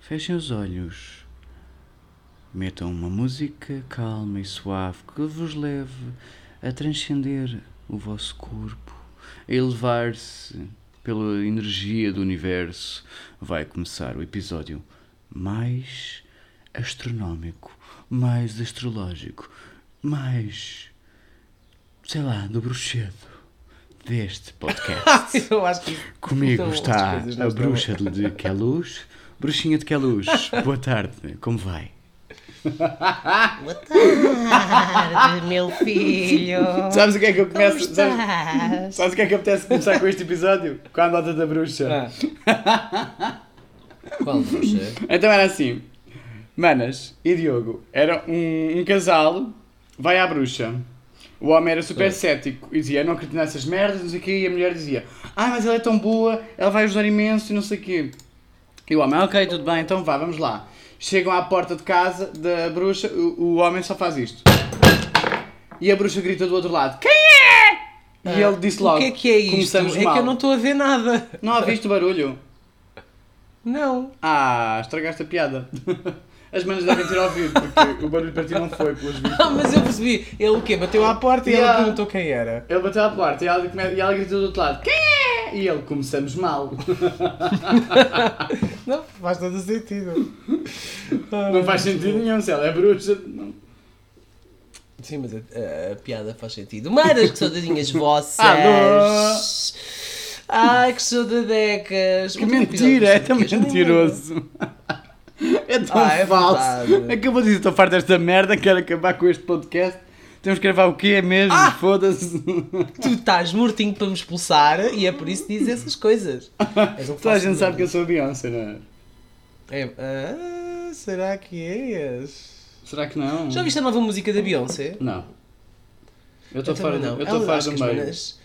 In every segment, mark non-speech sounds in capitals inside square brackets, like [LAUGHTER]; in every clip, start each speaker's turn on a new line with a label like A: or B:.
A: Fechem os olhos. Metam uma música calma e suave que vos leve a transcender o vosso corpo, a elevar-se pela energia do universo. Vai começar o episódio mais astronómico, mais astrológico, mais. sei lá, do bruxedo deste podcast.
B: [LAUGHS] Eu acho que isso-
A: Comigo
B: Então,
A: está
B: outras coisas não
A: a
B: estão.
A: bruxa de- de Queluz. Bruxinha de Queluz, boa tarde, como vai?
C: Boa tarde, meu filho.
A: Sabes o que é que eu
C: Como
A: começo? Sabes,
C: estás?
A: sabes o que é que eu apetece começar com este episódio? Com a nota da bruxa.
B: Ah. Qual bruxa?
A: Então era assim: Manas e Diogo era um, um casal, vai à bruxa. O homem era super cético e dizia: "Eu Não acredito nessas merdas, não sei o quê. E a mulher dizia: Ah, mas ela é tão boa, ela vai ajudar imenso e não sei o quê. E o homem: Ok, tudo bem, então vá, vamos lá. Chegam à porta de casa da bruxa, o, o homem só faz isto. E a bruxa grita do outro lado: Quem é? E ele disse logo:
B: o que é que é isto?
A: Começamos
B: é
A: mal.
B: que eu não estou a ver nada.
A: não ouviste o barulho?
B: Não.
A: Ah, estragaste a piada. [LAUGHS] As manas devem ter ouvido, porque o barulho para ti não foi, pelos vistos.
B: Ah, mas eu percebi. Ele o quê? Bateu à porta e ela
A: Yeah.
B: perguntou quem era.
A: Ele bateu à porta e ela, come- e ela gritou do outro lado: Quem é? E ele: Começamos mal.
B: Não, faz
A: [LAUGHS]
B: todo sentido. Ah,
A: Não faz sentido nenhum, se ela é bruxa. não.
B: Sim, mas a, a- a piada faz sentido. Maras,
A: [LAUGHS]
B: que saudadinhas vossas!
A: Ah, Alô?
B: Ai, que saudadecas!
A: Que mentira, é tão mentiroso. [LAUGHS] É tão
B: Ah, é
A: falso.
B: verdade.
A: Acabou de dizer: Estou farto desta merda, quero acabar com este podcast. Temos que gravar o quê É mesmo?
B: Ah! [LAUGHS]
A: Foda-se.
B: Tu estás mortinho para me expulsar e é por isso que dizes
A: [LAUGHS]
B: essas coisas. És um
A: Toda a
B: falso
A: gente sabe que eu
B: doido.
A: sou a Beyoncé, não é?
B: É, ah, será que és?
A: Será que não?
B: Já ouviste a nova música da Beyoncé?
A: Não. Eu estou
B: Eu
A: fora,
B: também
A: do-
B: não.
A: eu estou
B: Ela-
A: fora
B: acho
A: do
B: que as
A: meio.
B: manas-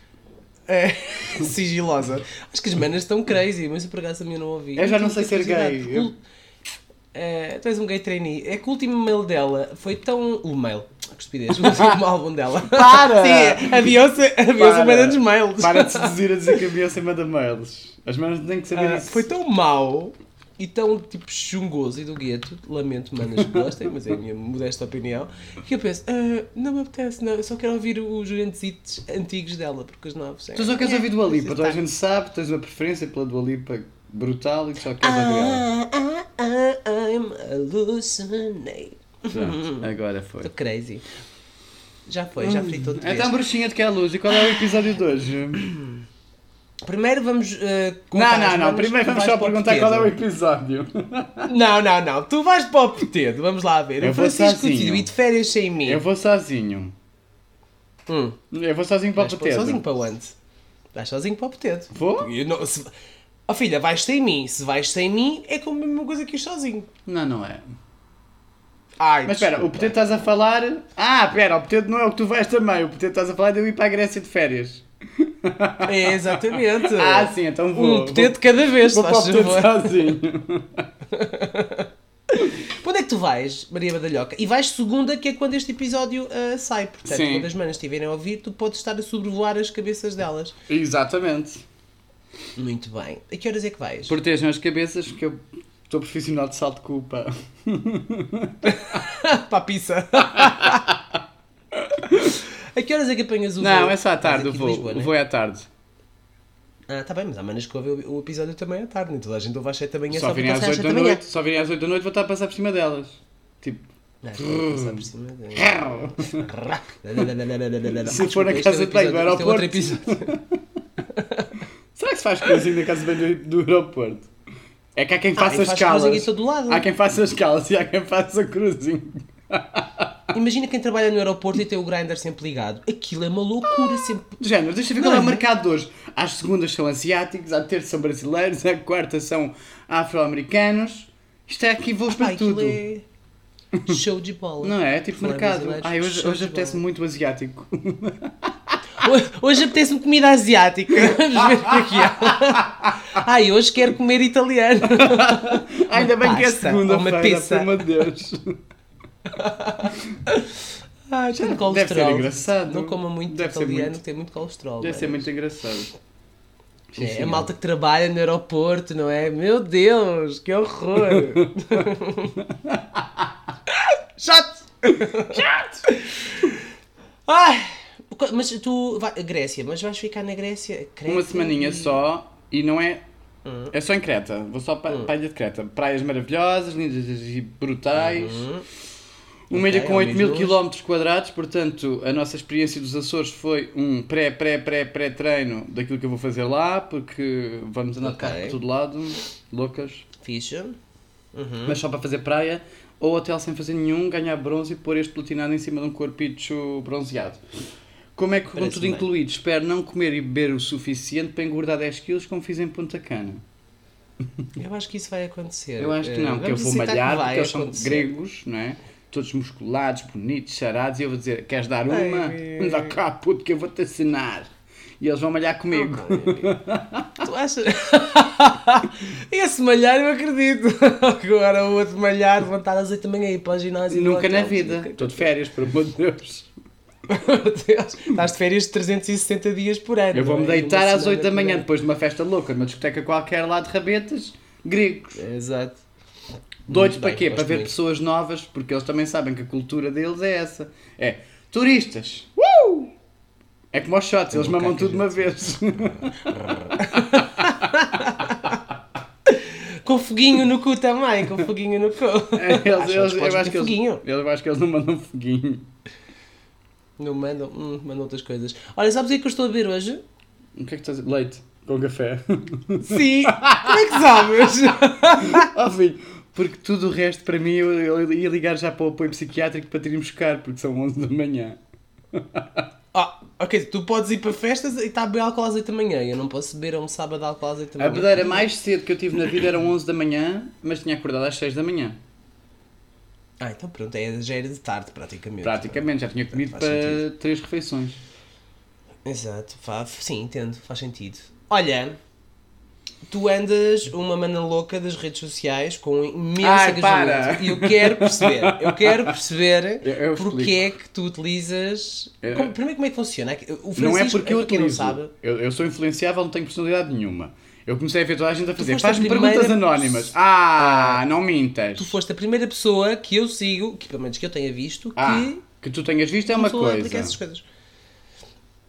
B: É, [LAUGHS] sigilosa. Acho que as manas estão crazy, mas eu por acaso a minha não ouvi.
A: Eu já não
B: Tenho
A: sei ser
B: curiosidade,
A: gay.
B: porque o- É, tu és um gay trainee. É que o último mail dela foi tão. O mail. Que estupidez, [LAUGHS] mas o último álbum dela.
A: Para!
B: Sim, a Beyoncé, a Beyoncé
A: Para!
B: manda-nos mails.
A: Para de seduzir a dizer que a Beyoncé manda mails. As manas têm que saber
B: Ah,
A: isso.
B: foi tão mau e tão tipo chungoso e do gueto, lamento manas que gostem, mas é a minha modesta opinião, que eu penso, ah, não me apetece, não, eu só quero ouvir os grandes antigos dela, porque os novos é.
A: Tu só queres ouvir Dua Lipa,
B: Sim,
A: toda a
B: tá.
A: gente sabe, tens uma preferência pela Dua Lipa brutal e tu só queres ouvir ela.
B: Ah, ah, ah, I'm hallucinating.
A: Pronto, agora foi.
B: Estou crazy. Já foi, já fui todo
A: Então, bruxinha de que é a luz, e qual é o episódio de hoje? Não,
B: Primeiro vamos. ah, contar
A: não,
B: as
A: não,
B: manas
A: primeiro
B: que
A: vamos
B: vais
A: só
B: para o
A: perguntar qual é o
B: petedo.
A: episódio.
B: Não, não, não. Tu vais para o petedo, vamos lá ver.
A: Eu
B: o
A: vou
B: Francisco
A: sozinho.
B: decidiu ir de férias sem mim.
A: [LAUGHS] Eu vou sozinho.
B: Hum.
A: Eu vou sozinho para o
B: Vais para-
A: Pateto.
B: sozinho para onde? Vais sozinho para o poteto.
A: Vou?
B: Eu não- se- Oh filha, vais sem mim. Se vais sem mim, é como a mesma coisa que ir sozinho.
A: Não, não é.
B: Ai,
A: Mas espera, o
B: desculpa.
A: Pateto estás a falar... Ah, espera, o Pateto não é o que tu vais também. O Pateto estás a falar de eu ir para a Grécia de férias.
B: É, exatamente.
A: [LAUGHS] Ah, sim, então vou.
B: Um poteto cada vez, se
A: Vou, vou para o
B: faz
A: Pateto
B: favor.
A: sozinho.
B: Para onde é que tu vais, Maria Badalhoca? E vais segunda, que é quando este episódio ah, sai. Portanto,
A: Sim.
B: quando as manas estiverem a ouvir, tu podes estar a sobrevoar as cabeças delas.
A: [LAUGHS] Exatamente.
B: Muito bem. A que horas é que vais?
A: Protejam as cabeças porque eu estou profissional de salto de culpa.
B: [LAUGHS] Para
A: [LAUGHS]
B: a pizza. a que horas é que apanhas o voo?
A: Não, é só à
B: Estás
A: tarde o
B: aqui de
A: voo.
B: Lisboa,
A: O
B: não é?
A: voo é à tarde.
B: Ah, tá bem, mas há manas que ouvem o episódio também à tarde, nem toda a gente ouve às 7 da manhã,
A: Só virem
B: porque
A: às
B: passa
A: 8 da
B: sete manhã.
A: noite. Só virem às 8 da noite vou estar a passar por cima delas. Tipo, [LAUGHS]
B: Não, tem que passar por cima de-
A: Se for na
B: Desculpa,
A: casa de
B: este é
A: banho do
B: um episódio-
A: aeroporto.
B: este é outro episódio.
A: será que se faz cozinha na casa de banho do do aeroporto? É que há quem
B: Ah,
A: faça
B: e faz cruising em
A: escalas.
B: todo lado.
A: Há quem faça escalas e há quem faça cruising.
B: Imagina quem trabalha no aeroporto e tem o grinder sempre ligado. Aquilo é uma
A: Ah,
B: loucura sempre.
A: Do género, deixa eu ver
B: Não
A: qual é o
B: é?
A: mercado de hoje. Às segundas são asiáticos, à terça são brasileiros, à quarta são afro-americanos. Isto é aqui voos
B: Pá,
A: para
B: aquilo
A: tudo.
B: é show de bola.
A: Não é? É tipo
B: Falar
A: mercado.
B: brasileiro,
A: Ai, hoje,
B: show
A: hoje
B: de
A: apetece
B: bola.
A: muito o asiático. [LAUGHS]
B: Hoje, hoje apetece-me comida asiática. [LAUGHS] Vamos ver o que é que
A: [LAUGHS]
B: há. Ai, hoje quero comer italiano.
A: Ainda bem que é
B: pasta ou uma
A: segunda-feira,
B: pizza.
A: pelo amor de Deus.
B: [LAUGHS] Ai, tem colesterol.
A: Deve Ah, ser engraçado.
B: Não coma muito
A: Deve ser
B: italiano,
A: muito-
B: tem muito colesterol.
A: Deve ser
B: mano.
A: muito engraçado.
D: Sim,
B: É,
D: senhor.
B: a malta que trabalha no aeroporto, não é? Meu Deus,
A: [LAUGHS]
B: que horror! Chato! Chato! Ai, co- mas tu. Vai, Grécia, mas vais ficar na Grécia? Creta
A: Uma semaninha
B: e-
A: só e não é.
B: Hum.
A: É só em Creta. Vou só para a ilha de Creta. Praias maravilhosas, lindas e brutais. Uma ilha
B: Uhum. Ok,
A: com
B: ao
A: 8 mil
B: menos.
A: quilómetros quadrados, portanto, a nossa experiência dos Açores foi um pré, pré, pré, pré treino daquilo que eu vou fazer lá, porque vamos andar de carro
B: Ok.
A: por todo lado, loucas.
B: Fixe.
A: Mas só para fazer praia ou hotel sem fazer nenhum, ganhar bronze e pôr este platinado em cima de um corpicho bronzeado. Como é que com
B: Parece
A: tudo
B: bem.
A: incluído? Espero não comer e beber o suficiente para engordar 10 kg como fiz em Punta Cana.
B: Eu acho que isso vai acontecer.
A: Eu acho que não,
B: Eh,
A: que eu
B: vamos
A: vou
B: aceitar que
A: malhar
B: vai
A: porque eles são
B: acontecer.
A: gregos, não é? Todos musculados, bonitos, charados, e eu vou dizer: queres dar
B: Ai,
A: uma?
B: meu.
A: Anda cá, puto, que eu vou-te ensinar. E eles vão malhar comigo.
B: Tu achas? [LAUGHS] Esse malhar eu acredito. Agora o outro malhar, levantar às 8 da manhã e ir para o ginásio.
A: Nunca
B: para o
A: na
B: hotel.
A: vida. Estou de férias, pelo amor de Deus.
B: [LAUGHS] Meu Deus, estás de férias de 360 dias por ano.
A: Eu vou-me
B: não é?
A: deitar
B: Uma
A: às
B: semana
A: 8 da
B: por
A: manhã
B: ano.
A: depois de uma festa louca, numa discoteca qualquer lá de rabetas, gregos.
B: É, Exato.
A: Doidos
B: Muito
A: para
B: bem,
A: quê?
B: gosto
A: Para ver
B: muito.
A: pessoas novas, porque eles também sabem que a cultura deles é essa. É turistas. Uh! É como aos shots, eles mamam tudo de uma vez.
B: [LAUGHS] Com foguinho no cu também, com foguinho no cu.
A: É, Eles,
B: Acho
A: eles,
B: que podes
A: eu, acho que
B: meter foguinho.
A: eles, eu acho que eles não mandam foguinho.
B: Não mandam, hum, mandam outras coisas. Olha, sabes o que eu estou a beber hoje?
A: O que é que estás a Leite com café. [LAUGHS]
B: Sim! Como é que sabes?
A: oh, filho, porque tudo o resto para mim eu, eu ia ligar já para o apoio psiquiátrico para te ir buscar, porque são 11 da manhã.
B: Ah, ok, tu podes ir para festas e está a beber álcool às 8 da manhã. Eu não posso beber a um sábado álcool às 8 da
A: A
B: manhã.
A: bedeira mais cedo que eu tive na vida eram 11 da manhã, mas tinha acordado às 6 da manhã.
B: Ah, então pronto, é, já era de tarde praticamente.
A: Praticamente, já tinha comido
B: Faz
A: para
B: sentido.
A: 3 refeições.
B: Exato, fa- sim, entendo, faz sentido. Olha, tu andas uma mana louca das redes sociais com imenso
A: Ai, para!
B: engajamento. E eu quero perceber,
A: [LAUGHS]
B: eu quero perceber
A: Eu- eu explico.
B: porque é que tu utilizas.
A: Eu-
B: como- primeiro, como é que funciona? É que O Francisco,
A: Não é porque eu
B: para quem não
A: utilizo.
B: sabe.
A: Eu, eu sou influenciável, não tenho personalidade nenhuma. Eu comecei a ver toda a gente a fazer.
B: foste a
A: Faz-me
B: primeira
A: perguntas anónimas. Ah, não mintas.
B: Tu foste a primeira pessoa que eu sigo, que pelo menos que eu tenha visto, que
A: Ah, que tu tenhas visto é uma
B: começou a aplicar
A: coisa.
B: essas coisas.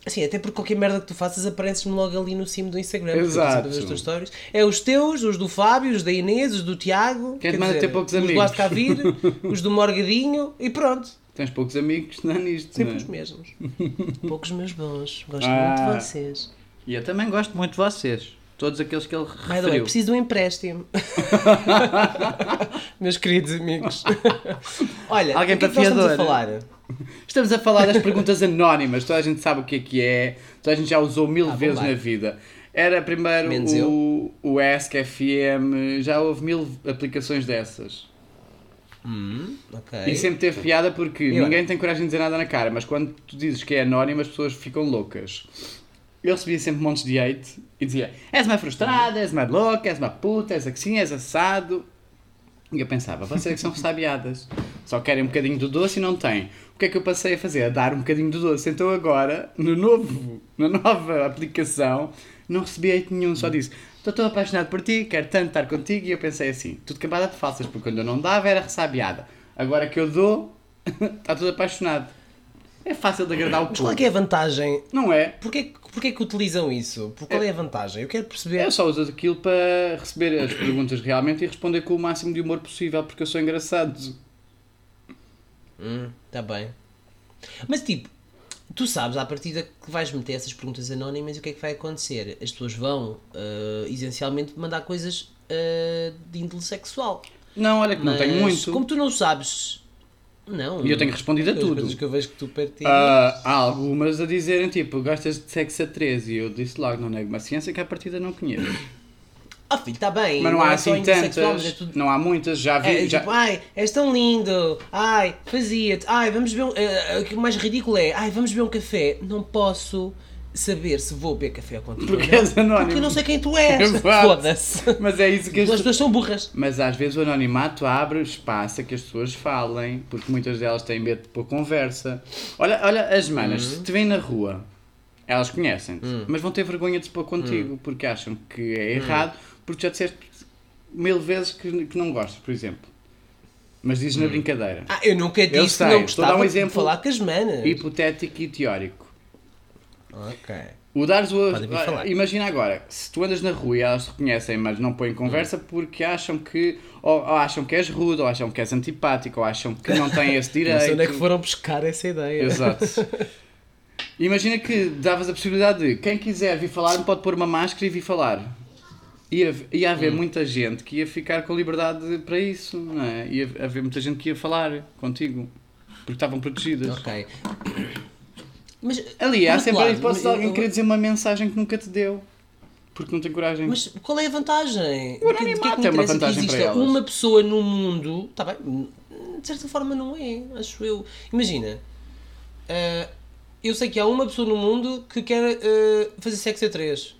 B: Assim, até porque qualquer merda que tu faças apareces-me logo ali no cimo do Instagram. porque eu estou
A: Exato.
B: sempre a ver As tuas stories. É os teus, os do Fábio, os da Inês, os do Tiago.
A: Quem te
B: quer
A: manda
B: dizer,
A: ter poucos
B: Os do
A: amigos. [LAUGHS]
B: Vasco Cavir, os do Morgadinho e pronto.
A: Tens poucos amigos, não é nisto.
B: Sempre
A: não é?
B: os mesmos. Poucos meus bons. Gosto
A: Ah.
B: muito de vocês.
A: E eu também gosto muito de vocês. Todos aqueles que ele referiu.
B: By the way, preciso de um
A: [LAUGHS]
B: empréstimo. meus
A: [LAUGHS]
B: queridos amigos. Olha,
A: Alguém
B: o que é
A: para
B: que nós estamos a
A: fiador?
B: falar?
A: Estamos a falar das perguntas anónimas. Toda a gente sabe o que é que é. Toda a gente já usou mil
B: bom,
A: vezes
B: vai.
A: na vida. Era primeiro
B: Ah, Menos
A: o, o Ask FM. Já houve mil aplicações dessas. Hum?
B: Ok.
A: E sempre teve piada porque
B: É E
A: ninguém tem coragem de dizer nada na cara, mas quando tu dizes que é anónimo as pessoas ficam loucas. Eu recebia sempre montes de hate e dizia és uma frustrada, és uma louca, és uma puta, és assim, és assado. E eu pensava, vocês é que são sabiadas, só querem um bocadinho do doce e não têm. O que é que eu passei a fazer? A dar um bocadinho do doce. Então agora, no novo, na nova aplicação, não recebi hate nenhum, só disse estou tão apaixonado por ti, quero tanto estar contigo. E eu pensei assim, tudo cambada de falsas, porque quando eu não dava era ressabiada. Agora que eu dou, [LAUGHS] está tudo apaixonado. É fácil de agradar o
B: Mas
A: povo.
B: qual é que é a vantagem
A: Não é?
B: Porquê, que- porquê que utilizam isso? Por qual é a vantagem? Eu quero perceber.
A: Eu só uso aquilo para receber as perguntas realmente e responder com o máximo de humor possível, porque eu sou engraçado.
B: Hum, tá bem. Mas tipo, tu sabes à partida que vais meter essas perguntas anónimas e o que é que vai acontecer? As pessoas vão, ah, essencialmente, mandar coisas ah, de índole sexual.
A: Não, olha que não tenho
B: Mas,
A: muito.
B: Como tu não sabes. Não.
A: E eu tenho respondido a
B: as
A: tudo.
B: coisas que eu vejo que tu partilhas.
A: Ah, há algumas a dizerem tipo, gostas de sexo a 13 e eu disse logo, não nego uma ciência que à partida não conheço.
B: Ah, filho, está bem.
A: mas não, há
B: é
A: assim
B: só índole
A: tantas,
B: sexual, mas é tudo-
A: não há muitas, já vi.
B: É,
A: já...
B: tipo, ai, és tão lindo, ai, fazia-te, ai, vamos ver. um- eh, o que mais ridículo é, ai, vamos ver um café. Não posso saber se vou beber café ou
A: [LAUGHS]
B: contigo.
A: Porque
B: não,
A: és anónimo.
B: é, Porque eu não sei quem tu és.
A: [LAUGHS] Exato.
B: Foda-se.
A: Mas é isso que
B: As
A: as
B: pessoas são burras.
A: Mas às vezes o anonimato abre espaço a que as pessoas falem, porque muitas delas têm medo de pôr conversa. Olha, olha as manas, se te vêm na rua Elas conhecem-te, mas vão ter vergonha de se pôr contigo porque acham que é errado, porque já disseste mil vezes que, que não gostas, por exemplo. Mas dizes na brincadeira.
B: Ah, eu nunca
A: Eu
B: disse
A: sei,
B: que não
A: estou a dar
B: gostava
A: um
B: de
A: exemplo.
B: falar com as manas.
A: Hipotético e teórico.
B: Ok.
A: O dares o.
B: Podem vir falar.
A: Imagina agora, se tu andas na rua e elas te reconhecem, mas não põem
B: Hum.
A: conversa porque acham que. Ou, ou acham que és rude, ou acham que és antipático, ou acham que não têm esse
B: [LAUGHS] Não sei onde é que
A: direito.
B: foram buscar essa ideia.
A: Exato. Imagina que davas a possibilidade de quem quiser vir falar pode pôr uma máscara e vir falar. Ia, ia haver
B: Hum.
A: muita gente que ia ficar com liberdade para isso, não é? Ia haver muita gente que ia falar contigo porque estavam protegidas.
B: Ok. Mas,
A: Ali, há
B: por outro
A: sempre a
B: lado,
A: hipótese de
B: mas-
A: alguém querer dizer uma mensagem que nunca te deu. Porque não tem coragem.
B: Mas qual é a vantagem?
A: O
B: De que- de
A: anonimato
B: me
A: é uma
B: interessa que
A: vantagem
B: exista
A: para elas.
B: uma pessoa no mundo, tá bem, de certa forma não é, acho eu. Imagina, ah, eu sei que há uma pessoa no mundo que quer ah, fazer sexo a três.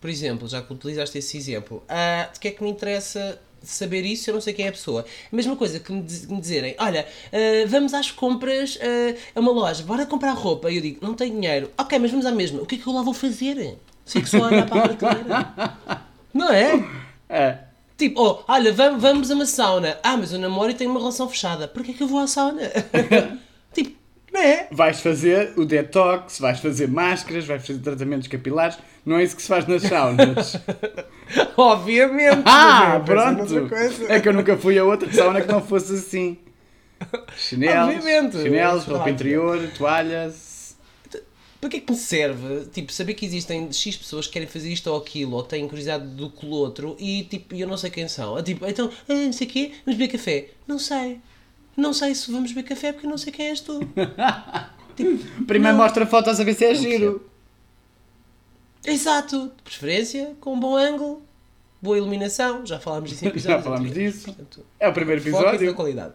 B: Por exemplo, já que utilizaste esse exemplo, ah, de que é que me interessa saber isso? Eu não sei quem é a pessoa. A mesma coisa que me, diz- me dizerem: Olha, ah, vamos às compras ah, a uma loja, bora comprar roupa. E eu digo: Não tenho dinheiro. Ok, mas vamos à mesma. O que é que eu lá vou fazer? Sei que só a olhar para a prateleira.
A: [LAUGHS]
B: Não é?
A: É.
B: Tipo, oh, olha, vamos, vamos a uma sauna. Ah, mas eu namoro e tenho uma relação fechada. Porquê que eu vou
A: [LAUGHS]
B: à sauna? tipo, não é?
A: Vais fazer o detox, vais fazer máscaras, vais fazer tratamentos capilares. Não é isso que se faz nas
B: [LAUGHS]
A: saunas.
B: [LAUGHS]
A: é,
B: Obviamente.
A: ah,
B: mas eu pensei noutra
A: pronto! É que eu nunca fui a outra sauna que não fosse
B: [LAUGHS]
A: assim. Chinelos,
B: Obviamente.
A: chinelos
B: Claro.
A: roupa interior, toalhas.
B: Para que é que me serve, tipo, saber que existem X pessoas que querem fazer isto ou aquilo, ou têm curiosidade do que o outro, e tipo, eu não sei quem são. Ah, Tipo, então, ah, não sei o quê, vamos beber café. Não sei. Não sei se vamos beber café porque eu não sei quem és tu.
A: [LAUGHS]
B: Tipo,
A: Primeiro mostra fotos a ver se é giro.
B: Exato. De preferência, com um bom ângulo, boa iluminação. Já falámos disso em
A: [LAUGHS]
B: episódios
A: Já falámos
B: anteriores,
A: disso.
B: portanto.
A: É o primeiro
B: Foca-se na
A: episódio.
B: qualidade.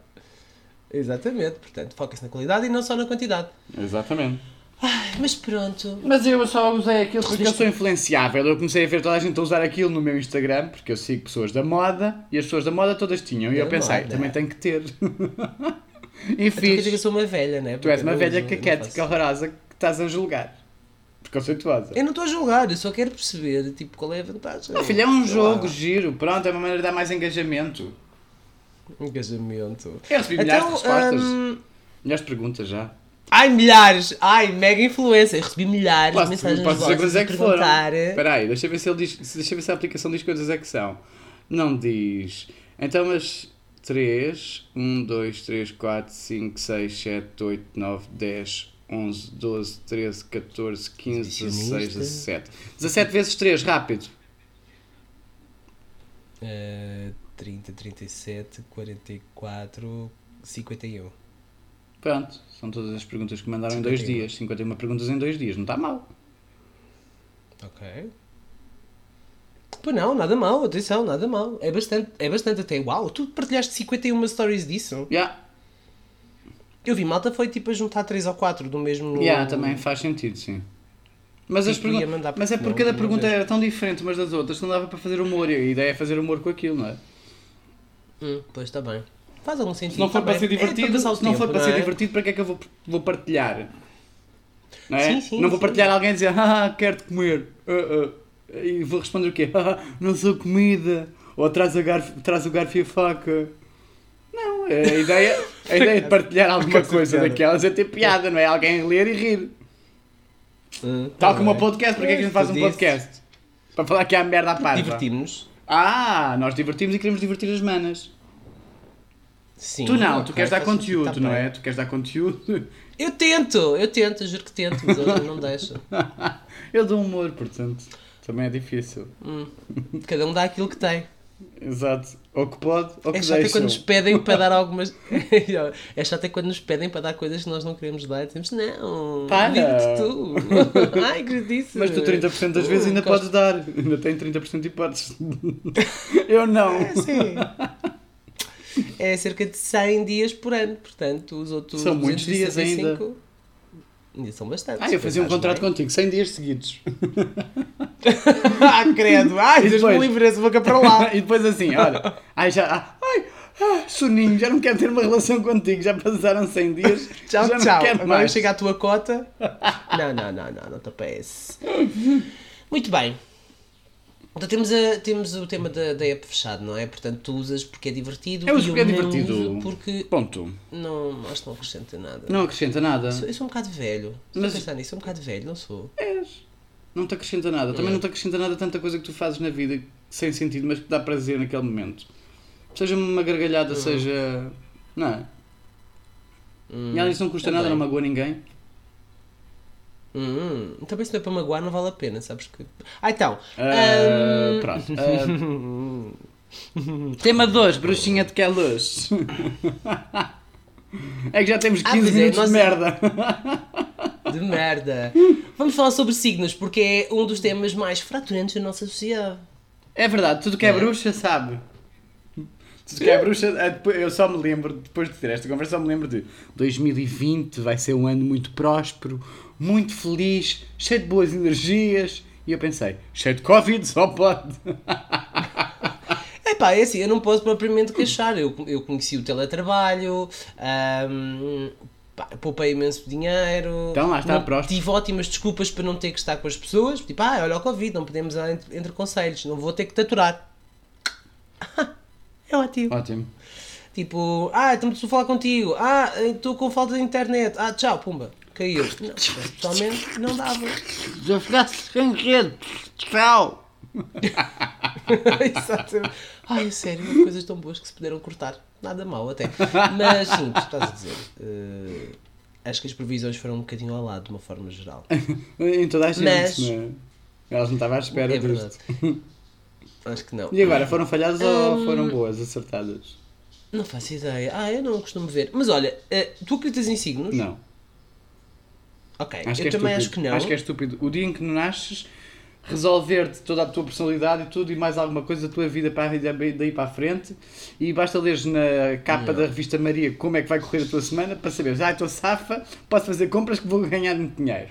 B: Exatamente, portanto, foca-se na qualidade e não só na quantidade.
A: Exatamente.
B: Ai, mas pronto.
A: Mas eu só usei aquilo porque eu sou é influenciável. Eu comecei a ver toda a gente a usar aquilo no meu Instagram, porque eu sigo pessoas da moda e as pessoas da moda todas tinham. E
B: Da
A: eu pensei,
B: moda.
A: também tenho que ter. [LAUGHS] e
B: Tu quer dizer que eu
A: fiz.
B: sou uma velha, né?
A: Tu és uma
B: Porque eu
A: velha
B: não-
A: caquete
B: não faço.
A: calorosa que estás a julgar. Preconceituosa.
B: Eu não estou a julgar, eu só quero perceber tipo, qual é a vantagem.
A: Oh, filho, é um jogo giro. Pronto, é uma maneira de dar mais engajamento.
B: Engajamento.
A: Eu recebi milhares de respostas.
B: Então, hum,
A: Milhares de perguntas já.
B: Ai, milhares! Ai, mega influencer! Recebi milhares de
A: Posso,
B: mensagens
A: posso dizer
B: vossas
A: quantas
B: a
A: é que foram?
B: perguntar.
A: Espera aí, deixa eu ver se ele diz, se- deixa eu ver se a aplicação diz quantas é que são. Não diz. Então, mas um, 3, 1, 2, 3, 4, 5, 6, 7, 8, 9, 10, 11, 12, 13, 14, 15, 16,
B: Exibicionista.
A: 17. 17 vezes 3, rápido.
B: Ah, 30, 37, 44, 51.
A: Pronto, são todas as perguntas que mandaram em dois
B: 51.
A: dias. 51 perguntas em dois dias, não está mal.
B: Ok. Pois não, nada mal, atenção, nada mal. É bastante, é bastante até. Uau, tu partilhaste 51 stories disso?
A: Já, yeah.
B: Eu vi malta foi tipo a juntar 3 ou 4 do mesmo.
A: Yeah, também faz sentido, sim. Mas, as
B: Tipo, ia
A: pergun-
B: mandar para
A: mas é porque
B: Portugal,
A: cada
B: não
A: pergunta
B: é?
A: era tão diferente umas das outras que não dava para fazer humor. E a ideia é fazer humor com aquilo, não é?
B: Hum, pois está bem. Faz algum sentido.
A: Se não for
B: tá
A: para
B: bem.
A: ser
B: É
A: divertido,
B: passar o
A: se não for
B: tempo,
A: para ser
B: é?
A: divertido, para que é que eu vou, vou partilhar? Não, é?
B: Sim, sim,
A: não vou
B: sim.
A: partilhar alguém e dizer, ah, quero-te comer. Ah, ah. E vou responder o quê? [LAUGHS] Ah, não sou comida. Ou traz o garfo, traz o garfo e a faca. Não, é a ideia,
B: [LAUGHS]
A: a ideia de partilhar alguma coisa daquelas é ter piada, não é? Alguém ler e rir.
B: Hum, tá
A: Tal como o
B: bem.
A: podcast, porque é que a gente
B: Pois,
A: faz um
B: tu dizes.
A: podcast? Para falar que há merda à parte.
B: Divertimos-nos.
A: Ah, nós divertimos e queremos divertir as manas.
B: Sim.
A: tu não, tu
B: ok,
A: queres dar
B: faz sentido,
A: conteúdo,
B: tá
A: não
B: bem.
A: é? Tu queres dar conteúdo. [LAUGHS]
B: Eu tento, eu tento, eu juro que tento, mas eles não deixam.
A: Eu dou humor, portanto. Também é difícil.
B: Cada um dá aquilo que tem.
A: Exato. Ou que pode, ou que
B: É chato é
A: deixa.
B: quando nos pedem para dar algumas. [LAUGHS] É chato é quando nos pedem para dar coisas que nós não queremos dar e dizemos não.
A: Para.
B: Digo-te tu. [LAUGHS] Ai, que disse.
A: Mas tu 30%
B: Uh,
A: das vezes
B: um
A: ainda podes dar. Ainda tem 30% de hipóteses. [LAUGHS] Eu não.
B: Sim. É cerca de 100 dias por ano, portanto, os outros.
A: São muitos dias ainda.
B: 265 Ainda são bastantes.
A: Ah, eu fazia um
B: pensares
A: contrato
B: bem.
A: contigo, 100 dias seguidos.
B: [LAUGHS] ah, credo! Ai,
A: E
B: Deus
A: depois?
B: me livre essa boca para
A: [LAUGHS]
B: lá!
A: e depois assim, olha. Ai, já. Ai, ah, soninho, já não quero ter uma relação contigo. Já passaram 100 dias.
B: [LAUGHS] Tchau,
A: já
B: tchau.
A: Não quero
B: Agora
A: mais.
B: chega à tua cota. [LAUGHS] Não, não, não, não, não topa esse. Muito bem. Então temos, a- temos o tema da, da app fechado, não é? Portanto, tu usas porque é divertido
A: Eu uso
B: e
A: porque é
B: eu não
A: divertido.
B: uso porque
A: Ponto.
B: não, acho que não acrescenta nada.
A: Não acrescenta nada.
B: Eu sou- eu sou um bocado velho. Estou
A: Mas-
B: a pensar nisso, sou um bocado velho, não sou?
A: Não te acrescenta nada.
B: É.
A: Também não te acrescenta nada tanta coisa que tu fazes na vida sem sentido, mas que te dá prazer naquele momento. Seja uma gargalhada,
B: Uhum.
A: seja. Não é? E além disso, não custa nada,
B: Hum, também.
A: não magoa ninguém.
B: Hum, também se não é para magoar, não vale a pena, sabes que. Ah, então.
A: Ah, Pronto. Ah, tema 2, bruxinha de que é luz. É que já temos
B: Ah,
A: 15
B: pois é,
A: minutos
B: nós-
A: de merda. [LAUGHS]
B: De merda. Vamos falar sobre signos, porque é um dos temas mais fraturantes da nossa sociedade.
A: É verdade, tudo que é bruxa sabe. Tudo que é bruxa, ah, depois- eu só me lembro, depois de ter esta conversa, só me lembro de 2020 vai ser um ano muito próspero, muito feliz, cheio de boas energias. E eu pensei, cheio de Covid, só pode.
B: É pá, é assim, eu não posso propriamente queixar. Eu, eu conheci o teletrabalho, ahm, pá, poupei imenso dinheiro.
A: Então, lá está,
B: não-
A: próximo.
B: Tive ótimas desculpas para não ter que estar com as pessoas. Tipo, ah, olha o Covid, não podemos andar entre, entre conselhos, não vou ter que te aturar. [LAUGHS] É ótimo.
A: Ótimo.
B: Tipo, ah, estamos a falar contigo. Ah, estou com falta de internet. Ah, tchau, pumba. Caiu.
A: [LAUGHS]
B: Não, totalmente não dava.
A: Já ficaste sem rede. Tchau.
B: [LAUGHS] Exato. Ai, a sério, coisas tão boas que se puderam cortar. Nada mal até. Mas sim, tu estás a dizer. eh, acho que as previsões foram um bocadinho ao lado, de uma forma geral.
A: [LAUGHS] Em toda a gente,
B: Mas-
A: né? Elas não estavam à espera
B: é
A: disto.
B: verdade. Acho que não.
A: E agora, foram falhadas
B: Hum.
A: ou foram boas, acertadas?
B: Não faço ideia. Ah, eu não costumo ver. Mas olha, eh, tu acreditas em signos?
A: Não.
B: Ok,
A: Acho que
B: eu
A: é estúpido.
B: também acho que não.
A: Acho que é estúpido. O dia em que nasces, resolver-te toda a tua personalidade e tudo e mais alguma coisa da tua vida para a vida daí para a frente e basta leres na capa da revista Maria como é que vai correr a tua semana para saberes, ah, estou safa, posso fazer compras que vou ganhar muito dinheiro.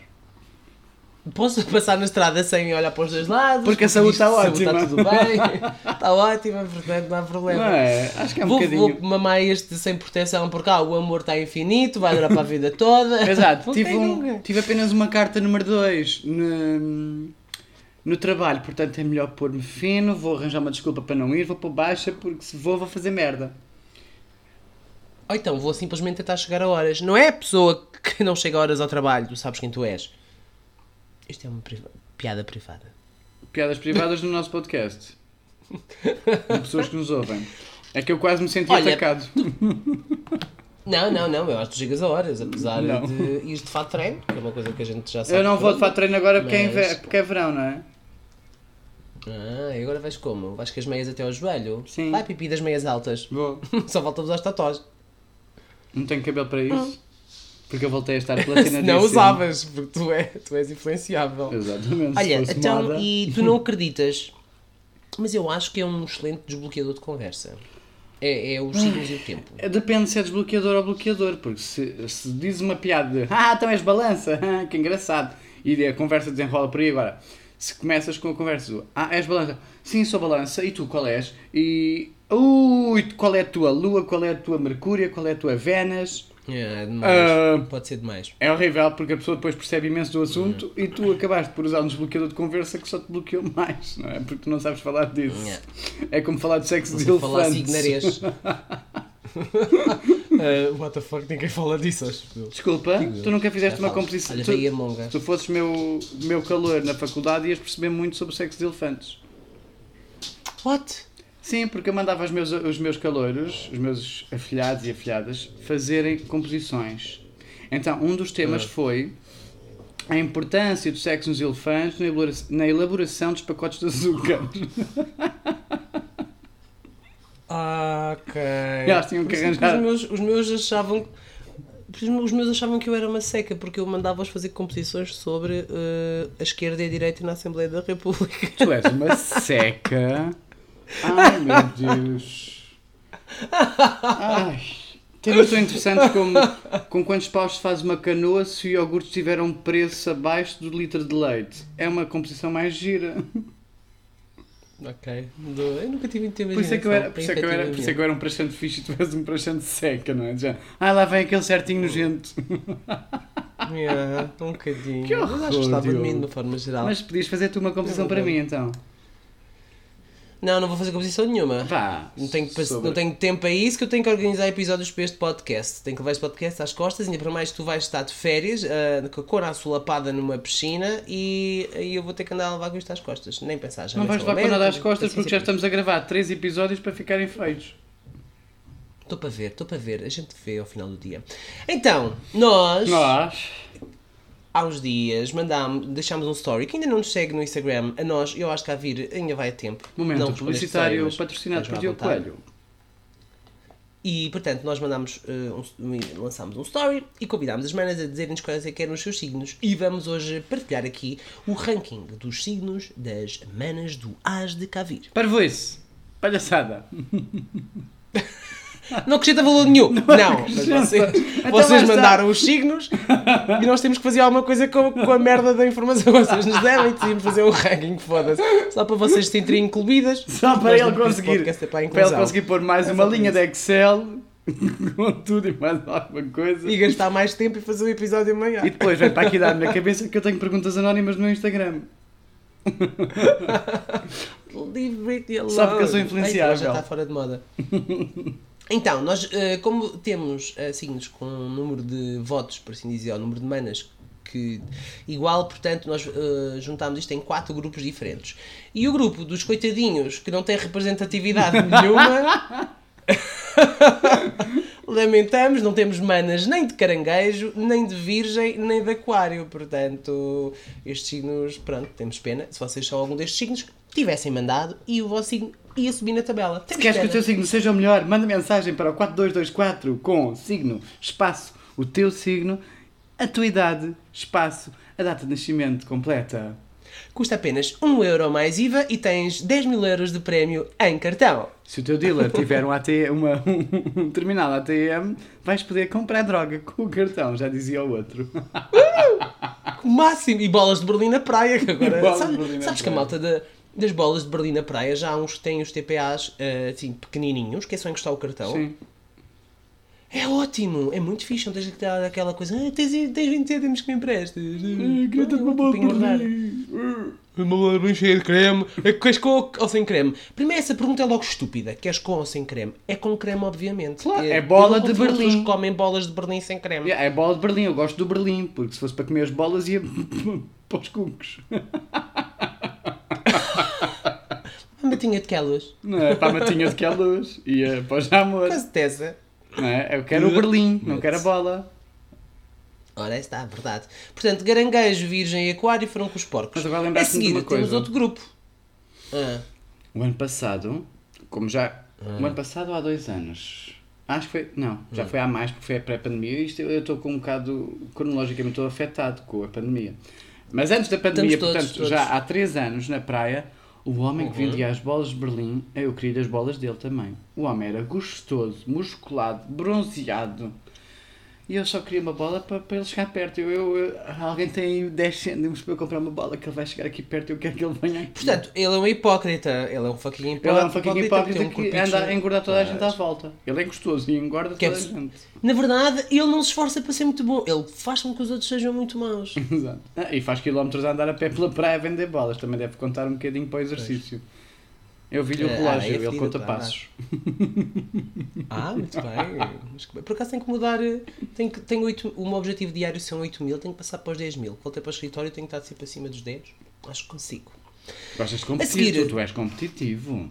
B: Posso passar na estrada sem olhar para os dois lados?
A: Porque a saúde está ótima.
B: Está tá tudo bem. está ótima, portanto não há problema.
A: Não é? Acho que é um
B: vou,
A: bocadinho...
B: vou mamar este sem proteção porque ah, o amor está infinito, vai durar para a vida toda.
A: [LAUGHS] Exato,
B: Não
A: tive,
B: tem
A: um-
B: nunca.
A: tive apenas uma carta número 2 no, no trabalho, portanto é melhor pôr-me fino, vou arranjar uma desculpa para não ir, vou para baixa, porque se vou, vou fazer merda.
B: Ou então vou simplesmente tentar chegar a horas. Não é a pessoa que não chega a horas ao trabalho, tu sabes quem tu és. Isto é uma priva- piada privada.
A: Piadas privadas no nosso podcast. De pessoas que nos ouvem. É que eu quase me senti
B: Olha,
A: atacado.
B: Não, não, não, eu acho que tu chegas a horas, apesar
A: Não.
B: de ir de fato treino, que é uma coisa que a gente já sabe.
A: Eu não vou de fato treino agora porque, é,
B: Mas-
A: inver- porque é verão, não é?
B: Ah, e agora vais como? Vais com as meias até ao joelho?
A: Sim.
B: Vai pipi das meias altas. [LAUGHS]
A: Vou.
B: Só falta-vos aos tatuagens.
A: Não tenho cabelo para isso. Porque eu voltei a estar
B: Se
A: platinadíssimo.
B: não usavas, porque tu, é, tu és influenciável.
A: Exatamente.
B: Olha,
A: se fosse
B: então,
A: moda.
B: e tu não acreditas, mas eu acho que é um excelente desbloqueador de conversa. É, é os signos e o tempo.
A: Depende se é desbloqueador ou bloqueador, porque se, se diz uma piada [LAUGHS] de Ah, então és balança, [LAUGHS] ah, que engraçado, e a conversa desenrola por aí agora. Se começas com a conversa do Ah, és balança, sim, sou balança, e tu qual és? E ui, qual é a tua lua, qual é a tua mercúria, qual é a tua Vênus?
B: É demais.
A: Ah.
B: Pode ser demais.
A: É horrível porque a pessoa depois percebe imenso do assunto
B: É.
A: e tu acabaste por usar um desbloqueador de conversa que só te bloqueou mais, não é? Porque tu não sabes falar disso.
B: Yeah.
A: É como falar de sexo de
B: Se eu falar
A: elefantes. [LAUGHS]
B: signarês. what the fuck, ninguém fala disso, acho que
A: Desculpa, tu nunca fizeste uma
B: falo.
A: composição.
B: É Olha,
A: tu-
B: veio a monga.
A: Se tu fosses meu, meu calor na faculdade, ias perceber muito sobre sexo de elefantes.
B: What?
A: Sim, porque eu mandava os meus, os meus calouros, os meus afilhados e afilhadas, fazerem composições. Então, um dos temas foi a importância do sexo nos elefantes na elabora- na elaboração dos pacotes de açúcar.
B: Ah, ok.
A: Elas tinham
B: Por
A: que
B: isso é
A: arranjar.
B: Os meus, os meus achavam que- por isso os meus achavam que eu era uma seca porque eu mandava-os fazer composições sobre eh, a esquerda e a direita na Assembleia da República.
A: tu és uma seca. Ai, meu Deus. Ai. Temas tão interessantes como com quantos paus se faz uma canoa se o iogurte tiver um preço abaixo do litro de leite. É uma composição mais gira.
B: Ok. Do- Eu nunca tive muito tempo
A: Por isso é que eu era, por isso é que eu era, por isso é que eu era um prachante fixe e tu és um prachante seca, não é? Já, ah, lá vem aquele certinho nojento.
B: Yeah, um bocadinho.
A: Que
B: Mas
A: horror,
B: acho que gostava de
A: Diogo.
B: mim, de uma forma geral.
A: Mas podias fazer tu uma composição
B: Não,
A: para
B: não.
A: mim, então.
B: Não, não vou fazer composição nenhuma.
A: Vá.
B: Não tenho, paci-
A: sobre-
B: não tenho tempo a isso que eu tenho que organizar episódios para este podcast. Tenho que levar este podcast às costas, ainda para mais tu vais estar de férias, ah, com a cor assolapada numa piscina e, e eu vou ter que andar a levar com isto às costas. Nem pensar já.
A: Não vais
B: neste
A: levar para
B: momento,
A: nada às costas
B: paciência
A: porque já
B: para isso.
A: estamos a gravar três episódios para ficarem feios.
B: Estou para ver, estou para ver. A gente vê ao final do dia. Então, nós...
A: Nós.
B: há uns dias mandámos, deixámos um story que ainda não nos segue no Instagram a nós, eu acho que a vir ainda vai a tempo.
A: Momento
B: Não respondeste
A: publicitário
B: story, mas
A: patrocinado por
B: estás à
A: Diogo
B: vontade.
A: Coelho.
B: E portanto, nós mandámos, eh, um- um- lançámos um story e convidámos as manas a dizerem-nos quais é que eram os seus signos. E vamos hoje partilhar aqui o ranking dos signos das manas do As de Cavir.
A: Parvoice. Palhaçada.
B: Não acrescenta valor nenhum! Não, mas
A: acrescenta.
B: vocês,
A: Então lá
B: vocês
A: está.
B: mandaram os signos e nós temos que fazer alguma coisa com, com a merda da informação [LAUGHS] que vocês nos deram e decidimos fazer um ranking, foda-se. Só para vocês se sentirem incluídas.
A: Só para
B: Nós
A: ele
B: não- este
A: conseguir.
B: podcast é para a
A: para ele
B: inclusão.
A: conseguir pôr mais uma linha de Excel [LAUGHS] com tudo e mais alguma coisa.
B: E gastar mais tempo e fazer o episódio amanhã.
A: E depois vem para aqui dar-me na cabeça que eu tenho perguntas anónimas no Instagram.
B: Leave Britney alone.
A: Sabe que eu sou
B: Ai,
A: influenciável.
B: já está fora
A: [LAUGHS]
B: de moda. então, nós, eh, como temos eh, signos com um número de votos, por assim dizer, ou número de manas que igual, portanto, nós eh, juntámos isto em quatro grupos diferentes. E o grupo dos coitadinhos que não
A: [LAUGHS]
B: tem representatividade nenhuma. Lamentamos, não temos manas nem de caranguejo, nem de virgem, nem de aquário. Portanto, estes signos, pronto, temos pena. Se vocês são algum destes signos, tivessem mandado e o vosso signo ia subir na tabela.
A: Se
B: Temos
A: queres que o
B: pena.
A: teu signo seja o melhor, manda mensagem para o 4224 com signo, espaço, o teu signo, a tua idade, espaço, a data de nascimento completa.
B: Custa apenas 1 euro mais IVA e tens 10 mil euros de prémio em cartão.
A: Se o teu dealer tiver um, ATM, uma- [LAUGHS] um terminal ATM, vais poder comprar droga com o cartão, já dizia o outro.
B: Máximo! E bolas de Berlim na praia, que
A: E [LAUGHS]
B: agora.
A: bolas
B: Sabe-
A: de Berlim na
B: sabes que a
A: praia.
B: malta da- das bolas de Berlim na praia já há uns que têm os TPAs eh, assim, pequenininhos, que é só encostar o cartão.
A: Sim.
B: É ótimo, é muito fixe, não tens que dar aquela coisa, ah, tens, tens 20 cêntimos que me emprestas.
A: Greta de uma bola
B: Tenho
A: por
B: guardado.
A: mim.
B: Uma bola bem cheia de creme. É que queres com ou sem creme? Primeiro, essa pergunta é logo estúpida. Queres com ou sem creme? É com creme, obviamente.
A: Claro,
B: Eu-
A: é bola
B: eu não
A: de
B: confio nas pessoas
A: Berlim.
B: que comem bolas de Berlim sem creme.
A: Yeah, É bola de Berlim, eu gosto do Berlim, porque se fosse para comer as bolas ia [LAUGHS] para os cucos.
B: Uma tinha de quelas.
A: Não é? Para a matinha de que é luz, ia para os amores.
B: Com certeza.
A: Não é? Eu quero o Berlim, não quero a bola.
B: Ora, está, verdade. Portanto, Garanguejo, Virgem e Aquário foram com os porcos.
A: Mas agora
B: a
A: lembraste-me de
B: seguir,
A: uma
B: temos
A: coisa.
B: outro grupo. Ah,
A: O ano passado, como já. O ano passado ou há dois anos? Acho que foi. Não,
B: Ah.
A: já foi há mais, porque foi a pré-pandemia. Isto eu eu estou com um bocado. cronologicamente estou afetado com a pandemia. Mas antes da pandemia,
B: Estamos todos,
A: portanto,
B: todos. Uhum.
A: já há três anos na praia, o homem que vendia as bolas de Berlim, eu queria as bolas dele também. O homem era gostoso, musculado, bronzeado. E eu só queria uma bola para, para ele chegar perto. Eu, eu- eu- alguém tem 10 cêntimos para eu comprar uma bola que ele vai chegar aqui perto e eu quero que ele venha aqui.
B: portanto, ele é um hipócrita. Ele é um fucking hipócrita.
A: Ele é um fucking
B: porque tem
A: hipócrita
B: um
A: que
B: corpinho
A: anda a
B: de-
A: engordar toda a gente à volta. Ele é gostoso e engorda
B: Que
A: toda
B: é
A: a
B: abs-
A: gente. [LAUGHS]
B: Na verdade, ele não se esforça para ser muito bom. Ele faz com que os outros sejam
A: [LAUGHS]
B: muito maus.
A: Exato. Ah, E faz quilómetros a andar a pé pela praia a vender bolas. Também deve contar um bocadinho para o exercício. Eu vi-lhe o
B: Ah,
A: relógio,
B: é
A: ele
B: fedido,
A: conta
B: pá,
A: passos.
B: Ah, muito bem. Mas que bem. Por acaso tenho que mudar. eh, Tenho, que- tenho oito- o meu objetivo diário são 8 mil, tenho que passar para os 10 mil. Voltei para o escritório, tenho que estar sempre acima dos 10. Acho que consigo.
A: Gostas de
B: A seguir-
A: competir, tu, tu és competitivo.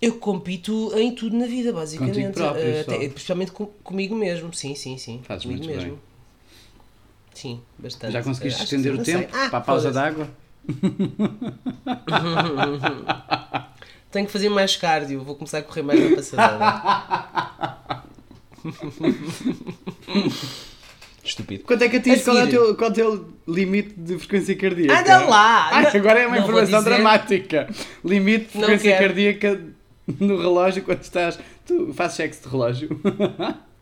B: Eu compito em tudo na vida, basicamente.
A: Contigo próprio,
B: Eh,
A: só.
B: até- principalmente com- comigo mesmo. Sim, sim, sim.
A: Fazes
B: comigo
A: muito
B: mesmo.
A: bem.
B: Sim, bastante.
A: Já conseguiste
B: Eh, acho que
A: estender
B: sim,
A: o
B: não sei.
A: tempo
B: Ah,
A: para a pausa
B: foda-se.
A: d'água?
B: Tenho que fazer mais cardio, vou começar a correr mais na passadeira. Estúpido.
A: Quanto é que atinges?
B: A
A: Qual é, o
B: seguir-
A: teu, qual é o teu limite de frequência cardíaca?
B: Anda lá!
A: Ai,
B: Não-
A: agora é uma
B: não vou
A: informação
B: dizer.
A: dramática. Limite de
B: Não
A: frequência
B: quero.
A: cardíaca no relógio quando estás. Tu fazes sexo de relógio. [LAUGHS]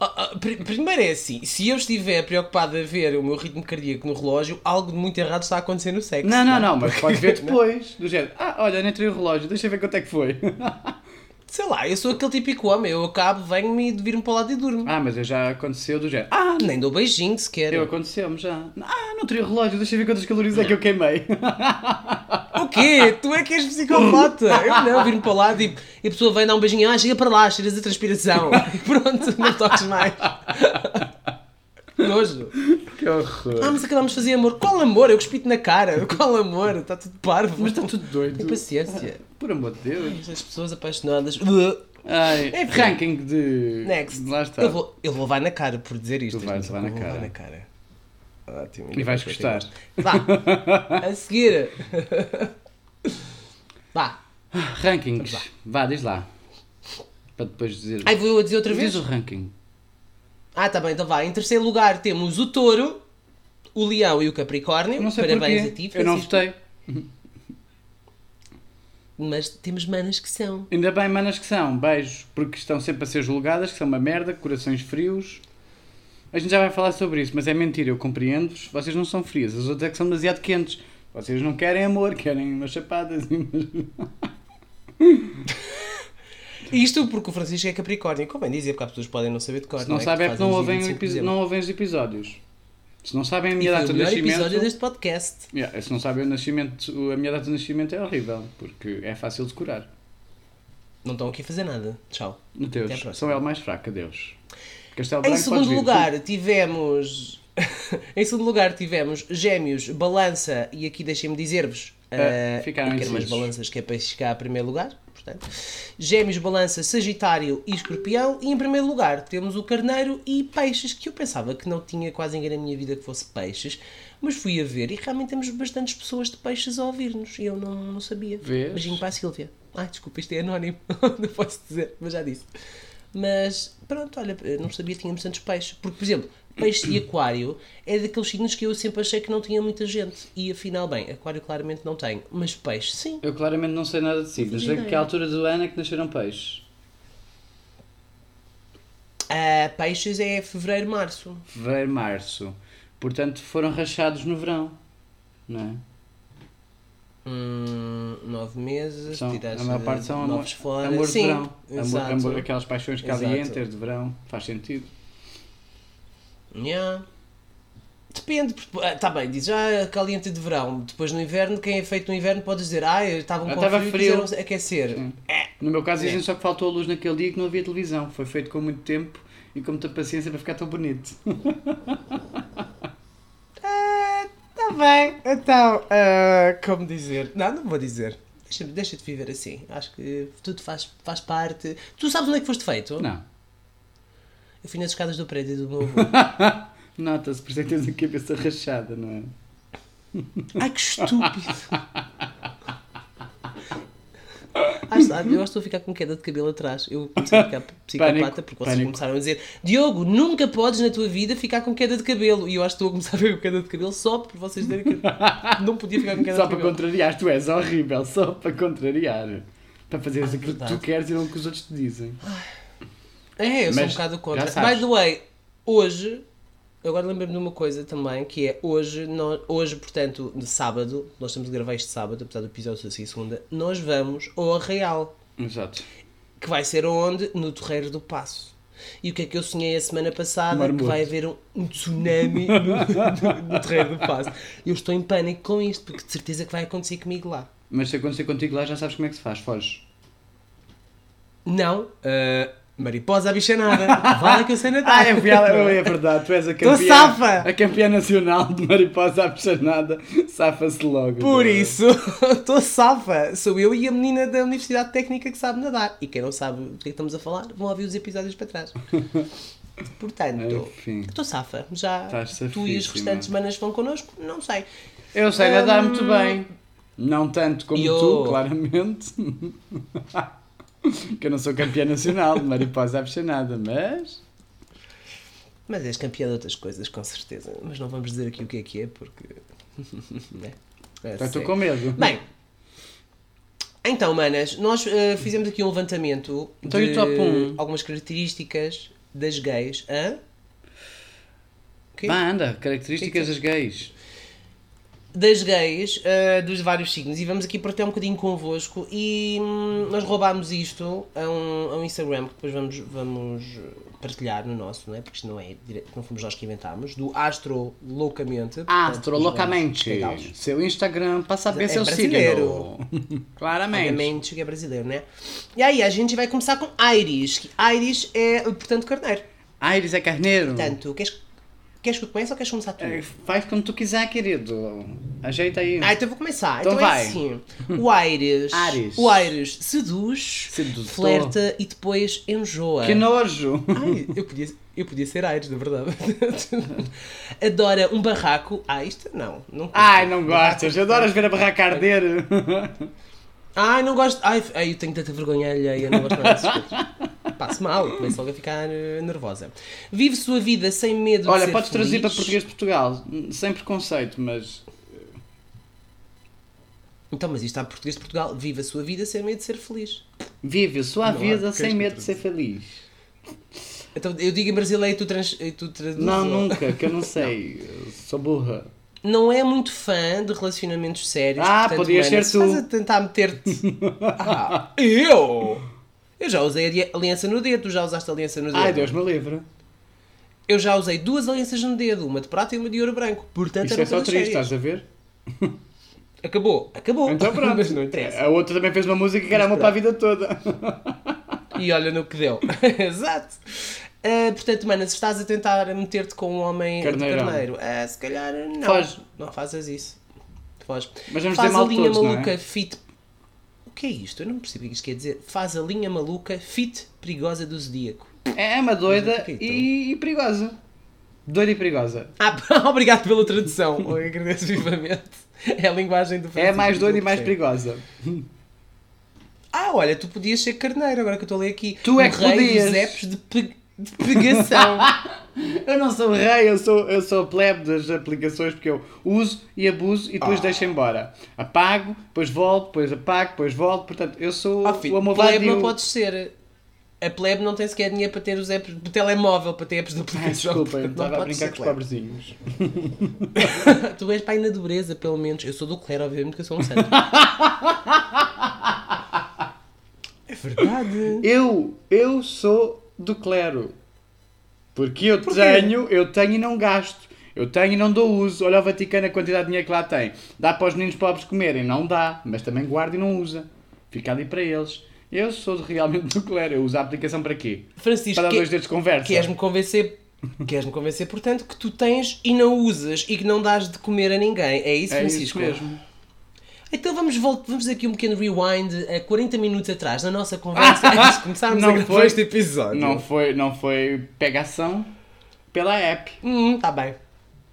B: Ah, ah, pri- primeiro é assim, se eu estiver preocupado a ver o meu ritmo cardíaco no relógio, algo de muito errado está a acontecer no sexo.
A: Não, não,
B: é?
A: né? não, mas podes ver depois. Do género, ah, olha, nem tirei o relógio, deixa eu ver quanto é que foi.
B: Sei lá, eu sou aquele típico homem, eu acabo, venho-me e viro-me para o lado e durmo.
A: [LAUGHS] Ah, mas eu já aconteceu do género. Ah,
B: Ah, nem dou beijinho sequer.
A: eu aconteceu-me já. Ah, não teria relógio, deixa eu ver quantas calorias é que eu queimei.
B: O quê? Tu é que és psicopata? Eu não, viro-me para o lado e, e a pessoa vem dar um beijinho, ah, chega para lá, cheiras a transpiração. [LAUGHS] E pronto, não toques mais. [LAUGHS] Nojo.
A: [LAUGHS] que horror.
B: Ah, mas acabamos de fazer amor. Qual amor? Eu cuspi-te na cara. [LAUGHS] Qual amor? Está tá tudo parvo.
A: Mas está tudo doido.
B: Tem paciência.
A: Por amor de Deus.
B: As pessoas apaixonadas.
A: Ai,
B: Enfim.
A: ranking de.
B: Next.
A: Lá está.
B: Ele vou, eu vou levar na cara por dizer isto.
A: Tu vais
B: Eu
A: levar na
B: vou
A: cara.
B: cara. Ótimo.
A: E vais gostar.
B: Vá. A seguir. Vá.
A: [LAUGHS] Rankings. Vá, diz lá. Para depois dizer.
B: Ai, vou eu a dizer outra vez?
A: diz o ranking.
B: Ah, tá bem, então vá. Em terceiro lugar temos o touro, o leão e o capricórnio.
A: Não sei
B: Parabéns
A: porquê.
B: a ti,
A: Eu não
B: Francisco.
A: votei.
B: Mas temos manas que são.
A: Ainda bem, manas que são. Beijos. Porque estão sempre a ser julgadas, que são uma merda, corações frios. A gente já vai falar sobre isso, mas é mentira, eu compreendo-vos. Vocês não são frias, as outras é que são demasiado quentes. Vocês não querem amor, querem umas chapadas e umas-
B: Isto porque o Francisco é Capricórnio, como bem dizia, porque há pessoas que podem não saber de cor.
A: Se não
B: é?
A: sabem é
B: fazem
A: porque não
B: os
A: ouvem,
B: 25 de
A: epi-
B: dezembro.
A: não ouvem os episódios. Se não sabem a
B: E
A: minha
B: foi
A: data
B: o
A: de
B: melhor
A: nascimento.
B: episódio deste podcast.
A: Yeah, se não sabem o nascimento, a minha data de nascimento é horrível, porque é fácil de curar.
B: Não estão aqui a fazer nada. Tchau. Até à próxima.
A: Deus, são ela mais fraca, Deus. Castelo
B: Em
A: Branco, podes
B: segundo
A: vir.
B: lugar tivemos. [LAUGHS] em segundo lugar tivemos Gêmeos, Balança e aqui deixem-me dizer-vos.
A: Ah,
B: ah,
A: ficaram
B: eu quero umas
A: indecisos.
B: balanças que é para chegar a primeiro lugar. Portanto, Gêmeos, Balança, Sagitário e Escorpião. E em primeiro lugar temos o Carneiro e Peixes, que eu pensava que não tinha quase ninguém na minha vida que fosse Peixes, mas fui a ver e realmente temos bastantes pessoas de Peixes a ouvir-nos. E eu não, não sabia.
A: Vês?
B: Beijinho para a Silvia. Ai, desculpa, isto é anónimo. [LAUGHS] não posso dizer, mas já disse. Mas pronto, olha, eu não sabia que tínhamos tantos peixes. Porque, por exemplo, peixe e aquário é daqueles signos que eu sempre achei que não tinha muita gente. E afinal, bem, aquário claramente não tenho, mas peixe sim.
A: Eu claramente não sei nada de signos.
B: fazia
A: Em que
B: ideia.
A: altura do ano é que nasceram peixes?
B: Ah, peixes é fevereiro, março.
A: Fevereiro, março. Portanto, foram rachados no verão. Não é?
B: Hum, nove meses,
A: São,
B: tirar
A: a maior parte são amor,
B: novos fora.
A: amor de
B: sim,
A: verão. Amor,
B: exato.
A: amor- aquelas paixões
B: Exato.
A: calientes de verão. Faz sentido.
B: Yeah. Depende, está bem, diz já caliente de verão, depois no inverno, quem é feito no inverno pode dizer, ah, estavam
A: Ah,
B: com
A: estava
B: frio,
A: frio."
B: quiseram aquecer.
A: Sim. No meu caso,
B: É.
A: dizem só que faltou a luz naquele dia e que não havia televisão. Foi feito com muito tempo e com muita paciência para ficar tão bonito.
B: Tá bem, então, ah, como dizer? Não, não vou dizer. Deixa-me- Deixa-te viver assim. Acho que tudo faz, faz parte. Tu sabes onde é que foste feito?
A: Não.
B: Eu fui nas escadas do prédio do meu avô.
A: Nota-se, por isso é que tens a cabeça rachada, não é?
B: Ai, que estúpido! Ai, sabe, Ah, eu acho que estou a ficar com queda de cabelo atrás. Eu comecei a ficar psicopata
A: Pânico,
B: porque vocês
A: pânico.
B: começaram a dizer Diogo, nunca podes na tua vida ficar com queda de cabelo. E eu acho que estou a começar a ver com queda de cabelo só por vocês dizerem que eu não é podia ficar com queda
A: Só
B: de
A: para
B: cabelo.
A: contrariar, tu és horrível, só para contrariar. Para fazeres aquilo que tu
B: Ah, verdade.
A: queres e não o que os outros te dizem.
B: É, eu sou um
A: Mas
B: bocado
A: já
B: contra.
A: sabes.
B: By the way, hoje, agora lembrei-me de uma coisa também, que é hoje, nós, hoje, portanto, de sábado, nós estamos a gravar este sábado, apesar do episódio ser assim segunda, nós vamos ao Arraial,
A: Exato.
B: que vai ser onde? No Torreiro do Passo. E o que é que eu sonhei a semana passada?
A: Marmoto.
B: Que vai haver um, um tsunami no, [LAUGHS] no, no Torreiro do Passo. Eu estou em pânico com isto, porque de certeza que vai acontecer comigo lá.
A: Mas se acontecer contigo lá, já sabes como é que se faz, foges.
B: Não, ah, mariposa à bicha nada. Vale que eu sei nadar.
A: Ah, é, real, é verdade, tu és a campeã.
B: safa!
A: A campeã nacional de mariposa apaixonada. Safa-se logo.
B: Por
A: Não é?
B: isso, [LAUGHS] estou safa. Sou eu e a menina da Universidade Técnica que sabe nadar. E quem não sabe do que é que estamos a falar, vão ouvir os episódios
A: [LAUGHS]
B: para trás. Portanto,
A: Enfim.
B: estou safa. Já
A: É. Estás
B: tu e as
A: safíssima.
B: restantes manas vão connosco? Não sei.
A: Eu sei nadar muito bem. Hum, Não tanto como
B: Eu-
A: tu, claramente. [LAUGHS] que eu não sou campeã nacional de mariposa apaixonada, mas.
B: Mas és campeã de outras coisas, com certeza. Mas não vamos dizer aqui o que é que é, porque. [LAUGHS] né? É
A: Já estou tá
B: sério.
A: com medo.
B: Bem. Então, manas, nós eh, fizemos aqui um levantamento
A: Então, e
B: de
A: o top um?
B: algumas características das gays. Hã? O quê?
A: Vá, anda, características das gays.
B: das gays, ah, dos vários signos, e vamos aqui partilhar um bocadinho convosco. E hum, nós roubámos isto a um, a um Instagram que depois vamos, vamos partilhar no nosso, não é? Porque isto não, é, dire- não fomos nós que inventámos, do Astro Loucamente.
A: Astro
B: Portanto,
A: loucamente.
B: os gays.
A: Ah, Seu Instagram para saber
B: É
A: seu
B: brasileiro.
A: signo. Claramente.
B: Obviamente que é brasileiro, né? E aí, a gente vai começar com Aires. Que Aires é, portanto, carneiro.
A: Aires é carneiro?
B: Portanto, queres, queres que eu comece ou queres começar tu?
A: É, Faz como tu quiser, querido. Ajeita aí.
B: Ah, então eu vou começar.
A: Então
B: Então,
A: vai.
B: é
A: [LAUGHS]
B: assim. O Aires.
A: Aires.
B: O Aires seduz,
A: Sedutor.
B: flerta e depois enjoa.
A: Que nojo.
B: Ai, eu podia, eu podia ser Aires, na verdade. [LAUGHS] Adora um barraco. Ah, isto não. não curto.
A: Ai, não gostas. Adoras ver a barraca arder. [LAUGHS]
B: Ai, não gosto. Ai, f- ai, eu tenho tanta vergonha alheia, não gosto nada dessas
A: [LAUGHS]
B: coisas. Passo mal, começo logo a ficar eh, nervosa. Vive sua vida sem medo de
A: Olha,
B: ser
A: podes traduzir para
B: feliz.
A: português de Portugal. Sem preconceito, mas.
B: Então, mas isto está em português de Portugal. Vive a sua vida sem medo de ser feliz.
A: Vive a sua
B: Não,
A: vida
B: queres
A: sem
B: que eu
A: medo de ser feliz.
B: Então, eu digo em brasileiro e tu, trans, e tu traduzes.
A: Não, nunca, que eu não sei. Eu Sou burra.
B: Não é muito fã de relacionamentos sérios.
A: Ah,
B: portanto,
A: podias
B: Ana,
A: ser
B: se
A: tu.
B: Estás a
A: [LAUGHS]
B: tentar meter-te. Ah, eu? Eu já usei a di- aliança no dedo, tu já usaste a aliança no dedo.
A: Ai, Deus me livre.
B: Eu já usei duas alianças no dedo, uma de prata e uma de ouro branco. Portanto,
A: Isto
B: eram
A: é só
B: coisas
A: triste,
B: sérias.
A: estás a ver?
B: Acabou, acabou.
A: Então pronto.
B: [LAUGHS] Mas não interessa.
A: A outra também fez uma música que era uma para a vida toda.
B: E olha no que deu. [LAUGHS] Exato. Ah, portanto, mana, se estás a tentar meter-te com um homem
A: Carneirão.
B: de carneiro, ah, se calhar não.
A: Foge.
B: Não faças isso. Foge.
A: Mas vamos
B: Faz
A: dizer mal
B: a linha
A: todos, não é?
B: maluca fit. O que é isto? Eu não percebi o que isto quer dizer. Faz a linha maluca fit perigosa do zodíaco.
A: É uma doida
B: Mas o que é que é,
A: e, e perigosa. Doida e perigosa.
B: Ah, [LAUGHS] obrigado pela tradução. Eu agradeço vivamente. É a linguagem do
A: É
B: Francisco,
A: mais doida e mais
B: sim.
A: perigosa.
B: Ah, olha, tu podias ser carneiro agora que eu estou a ler aqui.
A: Tu
B: O
A: é que
B: rei
A: podias.
B: dos apps de, pe... de
A: [LAUGHS]
B: pegação.
A: Eu não sou rei, eu sou, eu sou a plebe das aplicações porque eu uso e abuso e
B: Ah.
A: depois deixo embora. Apago, depois volto, depois apago, depois volto. Portanto, eu sou
B: Ah,
A: o
B: filho,
A: amovado
B: plebe
A: e
B: não
A: o...
B: podes ser. A plebe não tem sequer dinheiro para ter os apps de telemóvel, para ter apps de
A: Ai,
B: aplicação.
A: Desculpa, eu
B: portanto, não
A: estava a
B: podes
A: brincar
B: ser
A: com os
B: plebe.
A: pobrezinhos.
B: [LAUGHS] Tu és pai na dureza, pelo menos. Eu sou do clero, obviamente, que eu sou um
A: [LAUGHS]
B: santo. é verdade.
A: Eu, eu sou do clero. Porque eu tenho, eu tenho e não gasto. Eu tenho e não dou uso. Olha o Vaticano a quantidade de dinheiro que lá tem. Dá para os meninos pobres comerem? Não dá. Mas também guarda e não usa. Fica ali para eles. Eu sou de- realmente do clero. Eu uso a aplicação para quê?
B: Francisco,
A: Para dar
B: que-
A: dois dedos de conversa.
B: queres-me convencer... Queres-me convencer, portanto, que tu tens e não usas e que não dás de comer a ninguém. É isso,
A: é isso
B: Francisco?
A: mesmo.
B: Então vamos, voltar, vamos fazer aqui um pequeno rewind a 40 minutos atrás na
A: [LAUGHS]
B: nossa conversa antes de começarmos
A: Não
B: a gravar
A: foi-
B: este episódio.
A: Não foi, não foi pegação pela app.
B: Hum, tá bem.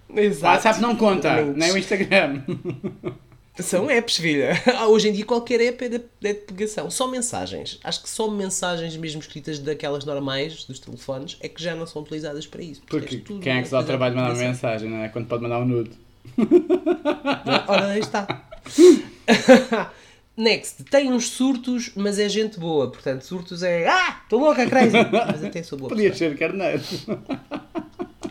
A: O
B: Exato.
A: WhatsApp não conta, né?
B: Links.
A: nem o Instagram.
B: [LAUGHS] São apps, filha. [LAUGHS] Ah, Hoje em dia qualquer app é de, é de pegação. Só mensagens. Acho que só mensagens mesmo escritas daquelas normais, dos telefones, é que já não são utilizadas para isso. Porque
A: Porque
B: és tudo
A: quem é que se dá o
B: uma
A: trabalho de mandar uma
B: coisa de
A: mensagem, não é? Quando pode mandar um nude.
B: pegação. Ah, Ora, aí está. [LAUGHS] Next. Tem uns surtos, mas é gente boa. Portanto, surtos é... Ah, estou louca,
A: [LAUGHS]
B: crazy. Mas até sou boa
A: Podias
B: pessoa.
A: ser
B: [LAUGHS]
A: carneiro.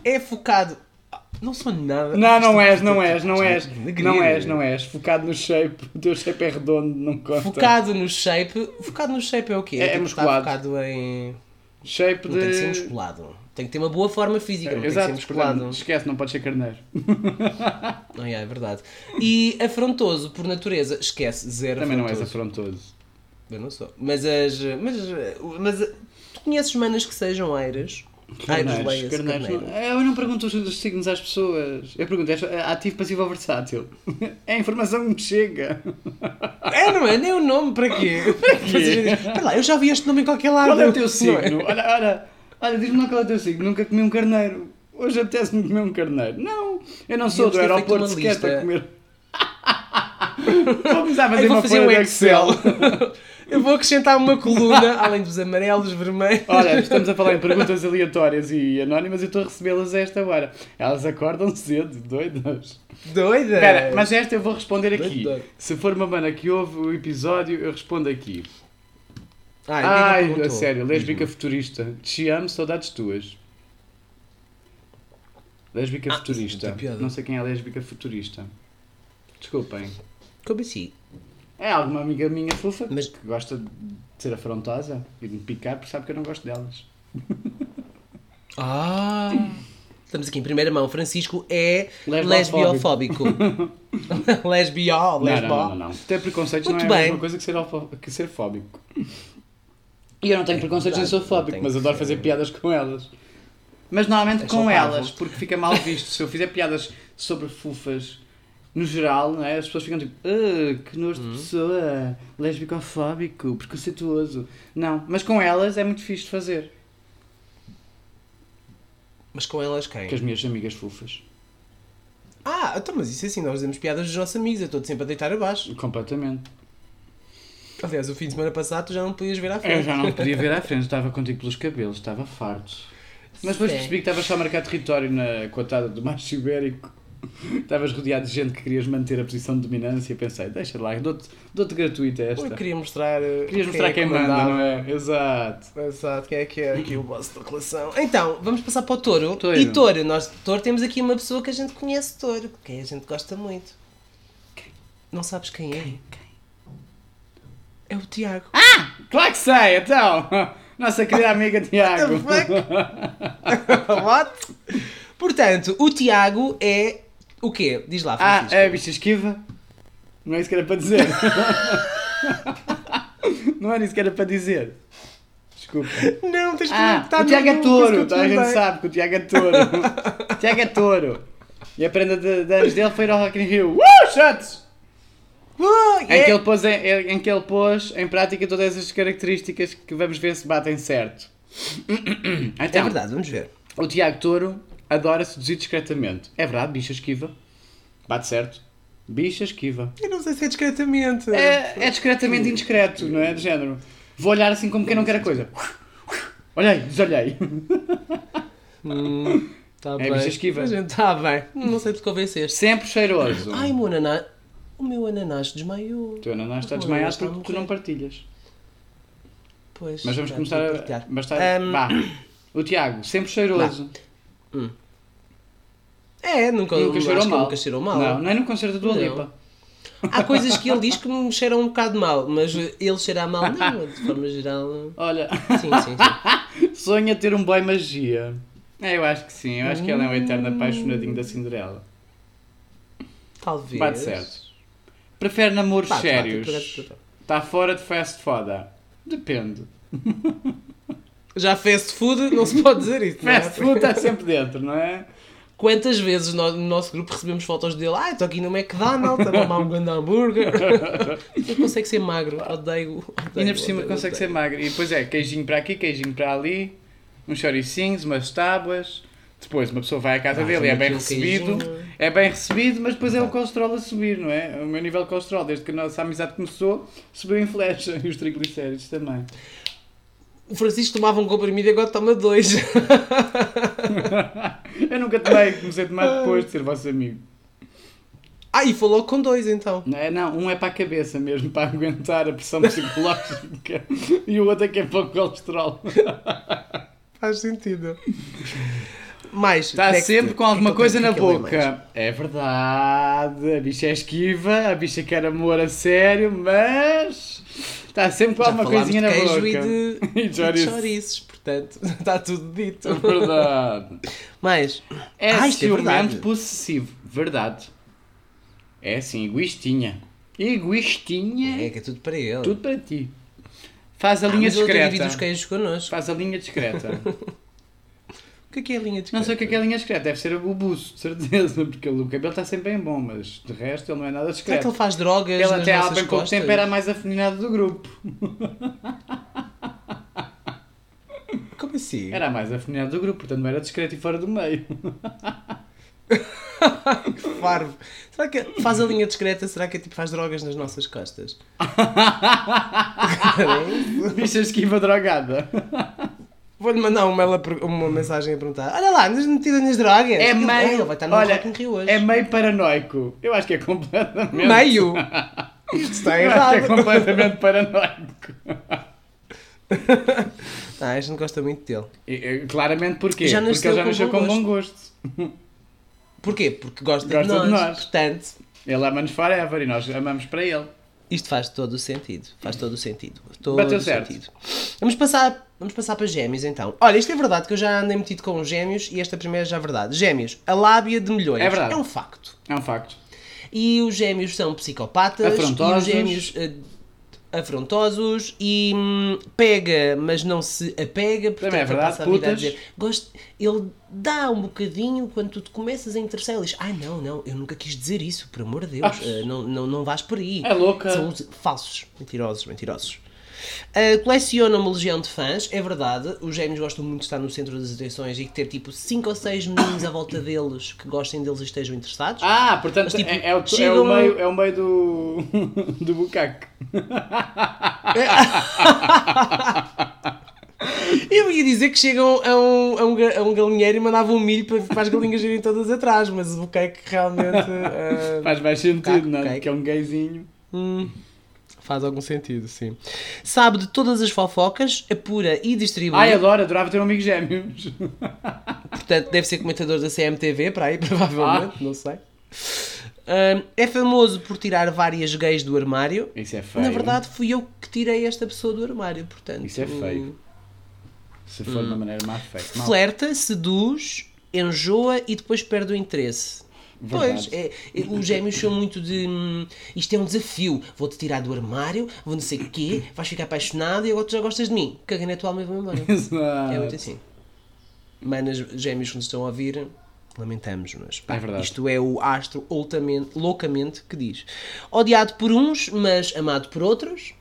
B: É focado... Ah, Não sou nada. é
A: Não, não
B: Estou-
A: és, não és, não és.
B: Negredo.
A: Não és, não és. Focado no shape. O teu shape é redondo, não conta.
B: Focado no shape. Focado no shape é o quê?
A: É- é
B: Tipo, Está
A: musculado.
B: focado em...
A: Shape
B: Não tem que ser
A: de.
B: musculado. Tem que ter uma boa forma física, não
A: Exato,
B: tem que ser um musculado.
A: portanto, esquece, não pode ser carneiro.
B: Não, yeah, é verdade. E afrontoso, por natureza, esquece, zero
A: Também não és
B: afrontoso.
A: afrontoso.
B: Eu não sou. Mas as... Mas, mas tu conheces manas que sejam eiras? Eiras,
A: Carneiros,
B: leias,
A: carneiros.
B: carneiro.
A: Eu não é? pergunto os- os signos às pessoas. Eu pergunto, és ativo, passivo ou versátil? [LAUGHS] É a informação que me chega.
B: É, não é? Nem o nome, para
A: [LAUGHS]
B: quê? Para quê? Espera lá, eu já vi este nome em qualquer lado.
A: Qual é o teu
B: Não
A: signo? Olha, olha, olha, diz-me lá qual é o teu signo. Nunca comi um carneiro. Hoje apetece-me comer um carneiro. Não, eu não sou do
B: Devíamos ter
A: aeroporto
B: feito uma
A: sequer
B: lista.
A: para
B: [LAUGHS]
A: comer. Vou começar a fazer
B: Eu vou
A: uma
B: fazer
A: folha
B: um
A: do
B: Excel.
A: Excel.
B: [LAUGHS] eu vou acrescentar uma
A: [LAUGHS]
B: coluna, além dos amarelos, vermelhos.
A: Olha, estamos a falar em perguntas aleatórias e anónimas e eu estou a recebê-las a esta hora. Elas acordam cedo, doidas.
B: Doida!
A: Espera, mas esta eu vou responder aqui.
B: Doido.
A: Se for uma mana que ouve o episódio, eu respondo aqui. Ai,
B: Ai, ninguém
A: a
B: é perguntou.
A: sério, lésbica futurista. Te amo, saudades tuas. Lésbica
B: Ah,
A: futurista.
B: tem piada.
A: Não sei quem é a lésbica futurista. Desculpem.
B: Como assim?
A: É alguma amiga minha fofa
B: Mas-
A: que gosta de ser afrontosa e de me picar porque sabe que eu não gosto delas.
B: Ah! Estamos aqui em primeira mão. Francisco é
A: Lesbiofóbico.
B: lesbiofóbico.
A: [LAUGHS]
B: Lesbió,
A: Não, não,
B: lesbó.
A: não, não, não. Ter preconceitos
B: Muito
A: não é a
B: bem.
A: mesma coisa que ser, alfo- que ser fóbico. E eu não tenho preconceitos nem
B: verdade,
A: sou fóbico,
B: tem
A: mas
B: que
A: adoro
B: ser.
A: fazer piadas com elas. Mas normalmente
B: És
A: com
B: um parvo.
A: elas, porque fica mal visto. Se eu fizer piadas sobre fufas, no geral, não é? as pessoas ficam tipo, "Ah, que nojo de pessoa, lesbicofóbico, preconceituoso. Não, mas com elas é muito fixe de fazer.
B: Mas com elas quem?
A: Com as minhas amigas fufas.
B: Ah, então, mas isso é assim, nós dizemos piadas dos nossos amigos, eu estou sempre a deitar abaixo.
A: Completamente.
B: Aliás, o fim de semana passado tu já não podias ver à
A: Eu
B: frente.
A: já não podia ver à frente, estava contigo pelos cabelos, estava farto. Mas depois
B: Sim.
A: percebi que estavas só a marcar território na cotada do macho ibérico. Estavas rodeado de gente que querias manter a posição de dominância e pensei, deixa lá, dou-te dou gratuita esta.
B: Eu queria mostrar. eh,
A: Querias mostrar quem, manda,
B: comandava.
A: não é? Exato.
B: Exato, quem é que é aqui o boss da coleção? Então, vamos passar para o touro.
A: Touro.
B: E touro, nós de touro temos aqui uma pessoa que a gente conhece touro, que a gente gosta muito. Não sabes quem é? É o Tiago. Ah,
A: Claro que sei, então! [LAUGHS] Nossa querida amiga Tiago. Ah,
B: What? [LAUGHS] Portanto, o Tiago é o quê? Diz lá,
A: [LAUGHS] Ah,
B: Francisco.
A: é a bicha esquiva? Não é isso que era para dizer. [LAUGHS] não era isso que era para dizer. Desculpa.
B: Não, tens que
A: Ah,
B: tá
A: o Tiago é
B: no- no-
A: touro,
B: no-
A: toda a gente sabe que o Tiago é
B: [LAUGHS]
A: touro. O Tiago é touro. E a prenda de, de anos dele foi ir ao Rock in Rio. Uh, shots!
B: Ah,
A: Em, que
B: é.
A: ele pôs em, em- em que ele pôs em prática todas as características que vamos ver se batem
B: [COUGHS]
A: certo.
B: É
A: Então,
B: verdade, vamos ver.
A: o Tiago Touro adora seduzir discretamente. É verdade, bicha esquiva. Bate certo. Bicha esquiva.
B: Eu não sei se é discretamente.
A: É, é discretamente indiscreto, não é? De género. Vou olhar assim como quem não quer a coisa. Olhei,
B: [LAUGHS]
A: desolhei.
B: Hum, tá bem.
A: bicha esquiva.
B: A gente tá bem. Não sei de que convenceste.
A: Sempre cheiroso.
B: Ai, meu ananás. O meu ananás desmaiou.
A: O teu ananás está
B: O meu
A: desmaiado
B: ananás está a
A: porque tu não
B: morrer.
A: partilhas.
B: Pois,
A: Mas vamos
B: já
A: começar
B: tinha
A: a.
B: partilhado.
A: Mas está...
B: Ahm,
A: Vá. O Tiago, sempre cheiroso.
B: É, nunca,
A: nunca cheirou mal.
B: nunca cheirou mal.
A: Não, nem no concerto do Dua
B: Não.
A: Lipa.
B: Há coisas que ele diz que me cheiram um bocado mal, mas eh, ele cheira mal, não, de forma geral.
A: Olha, [LAUGHS]
B: Sim, sim, sim.
A: sonha ter um boy magia. É, eu acho que sim. Eu acho que ele é um eterno apaixonadinho da Cinderela.
B: Talvez.
A: Bate certo. Prefere namoros
B: Bate, é bate,
A: sérios.
B: por acaso, por acaso.
A: Está fora de fast foda. Depende.
B: Já fast food, não se pode dizer isso. não é?
A: Fast food está sempre dentro, não é?
B: Quantas vezes nós, no nosso grupo recebemos fotos dele? Ah, estou aqui no McDonald's, a mamar um
A: [LAUGHS]
B: grande hambúrguer. Ele consegue ser magro, odeio. odeio
A: E ainda por cima
B: odeio,
A: consegue ser
B: odeio.
A: magro. E depois é queijinho para aqui, queijinho para ali, uns choricinhos, umas tábuas. Depois uma pessoa vai à casa
B: Ah,
A: dele e é
B: também
A: bem
B: aqui um
A: recebido.
B: queijinho.
A: É bem recebido, mas depois é o colesterol a subir, não é? O meu nível de colesterol, desde que a nossa amizade começou, subiu em flecha. [LAUGHS] E os triglicéridos também.
B: O Francisco tomava um comprimido e agora toma dois.
A: Eu nunca tomei, comecei a tomar depois de ser vosso amigo.
B: Ah, e falou com dois então.
A: Não, é, não, um é para a cabeça mesmo, para aguentar a pressão psicológica. [LAUGHS] e o outro é que é para o colesterol.
B: Faz sentido. Mais.
A: Está
B: Dexter.
A: Tá sempre com alguma
B: Então,
A: coisa
B: tem
A: na
B: que ler mais.
A: boca. É verdade, a bicha é esquiva, a bicha quer amor a sério, mas está sempre com
B: Já
A: alguma
B: falámos
A: coisinha na
B: de queijo
A: boca.
B: E de,
A: E
B: e de
A: chouriço.
B: chouriços, portanto, [LAUGHS] está tudo dito.
A: É verdade.
B: Mais.
A: É
B: Ah, isto é
A: ciumento
B: verdade.
A: possessivo. Verdade. É assim, egoístinha. Egoístinha
B: É
A: é
B: que é tudo para ele.
A: tudo para ti. Faz a
B: Ah,
A: linha
B: mas ele tem dividido
A: discreta.
B: os queijos connosco.
A: Faz a linha
B: [LAUGHS]
A: discreta.
B: O que é que é a linha de
A: Não sei o que é que é a linha discreta, deve ser o buço, de certeza, [LAUGHS] porque ele- o cabelo está sempre bem bom, mas de resto ele não é nada
B: Será que
A: discreto.
B: ele faz drogas
A: Ele
B: nas
A: até há
B: nossas
A: bem pouco
B: costas?
A: tempo era a mais afinada do grupo.
B: Como assim?
A: Era a mais afinada do grupo, portanto não era discreto e fora do
B: [LAUGHS]
A: meio.
B: Farvo. Será que faz a linha discreta? Será que é tipo faz drogas nas
A: [LAUGHS]
B: nossas costas?
A: Bicha esquiva drogada.
B: Vou-lhe mandar um mail a per- uma mensagem a perguntar. Olha lá, andas metida nas drogas.
A: É
B: Ele-
A: meio-
B: Ele vai estar no
A: olha,
B: Rock in Rio hoje.
A: É meio paranoico. Eu acho que é completamente. [LAUGHS]
B: meio. Isto está
A: Eu acho que é
B: errado.
A: completamente paranoico.
B: Ah, a gente gosta muito dele.
A: E, e, claramente porquê?
B: Já
A: Porque ele
B: nasceu
A: já
B: com
A: nasceu
B: bom
A: com bom gosto.
B: Porquê? Porque gosta,
A: Gosta
B: de,
A: de
B: nós.
A: nós.
B: Portanto,
A: Ele ama-nos forever e nós amamos para ele.
B: isto faz todo o sentido. Faz todo o sentido. Todo
A: Bateu
B: o
A: certo.
B: sentido. Vamos passar, vamos passar para gêmeos então. Olha, isto é verdade que eu já andei metido com gêmeos e esta primeira já é verdade. Gêmeos, a lábia de milhões.
A: É verdade.
B: É um facto.
A: É um facto.
B: E os gêmeos são psicopatas. E os
A: Afrontosos.
B: gêmeos eh, afrontosos. E hum, pega, mas não se apega. Portanto,
A: Também é
B: ele
A: verdade,
B: passa a vida a
A: putas.
B: dizer, "Gosto-" Ele dá um bocadinho quando tu te começas a interessar. Ele diz, ai não, não, eu nunca quis dizer isso, por amor de Deus.
A: Ah.
B: eh, não, não, não vais por aí.
A: É louca.
B: São os falsos, mentirosos, mentirosos. Uh, coleciona uma legião de fãs, é verdade. Os gêmeos gostam muito de estar no centro das atenções e ter tipo 5 ou 6 meninos à volta deles que gostem deles e estejam interessados.
A: Ah, portanto,
B: Mas, tipo,
A: é, é o, é,
B: chegam-
A: o meio, é o meio do, do [LAUGHS] bucaque.
B: [LAUGHS] Eu ia dizer que chegam a um, a um, ga- a um galinheiro e mandavam um milho para, para as galinhas irem todas atrás, mas o que é que realmente [LAUGHS] ah,
A: Faz mais sentido,
B: Bucaque,
A: não?
B: ok.
A: Que é um gayzinho.
B: hum, faz algum sentido, sim. Sabe de todas as fofocas, apura e distribui.
A: Ai, adoro, adorava ter um amigo gêmeos. [LAUGHS]
B: Portanto, deve ser comentador da CMTV, para aí, [LAUGHS] provavelmente, não sei. Ah, é famoso por tirar várias gays do armário.
A: Isso é feio.
B: Na verdade, fui eu que tirei esta pessoa do armário, portanto.
A: Isso é feio. Se for de
B: Hum.
A: uma maneira má feita. Mal.
B: Flerta, seduz, enjoa e depois perde o interesse.
A: Verdade.
B: Pois, é, é, os gêmeos são muito de. hum, isto é um desafio. Vou-te tirar do armário, vou não sei o quê, vais ficar apaixonado e agora tu já gostas de mim. Caguei na tua alma e vou embora.
A: [LAUGHS]
B: É muito
A: Exato.
B: assim. Manas, gêmeos que nos estão a ouvir, lamentamos, mas pá,
A: É verdade.
B: isto é o astro altamente, loucamente que diz. Odiado por uns, mas amado por outros.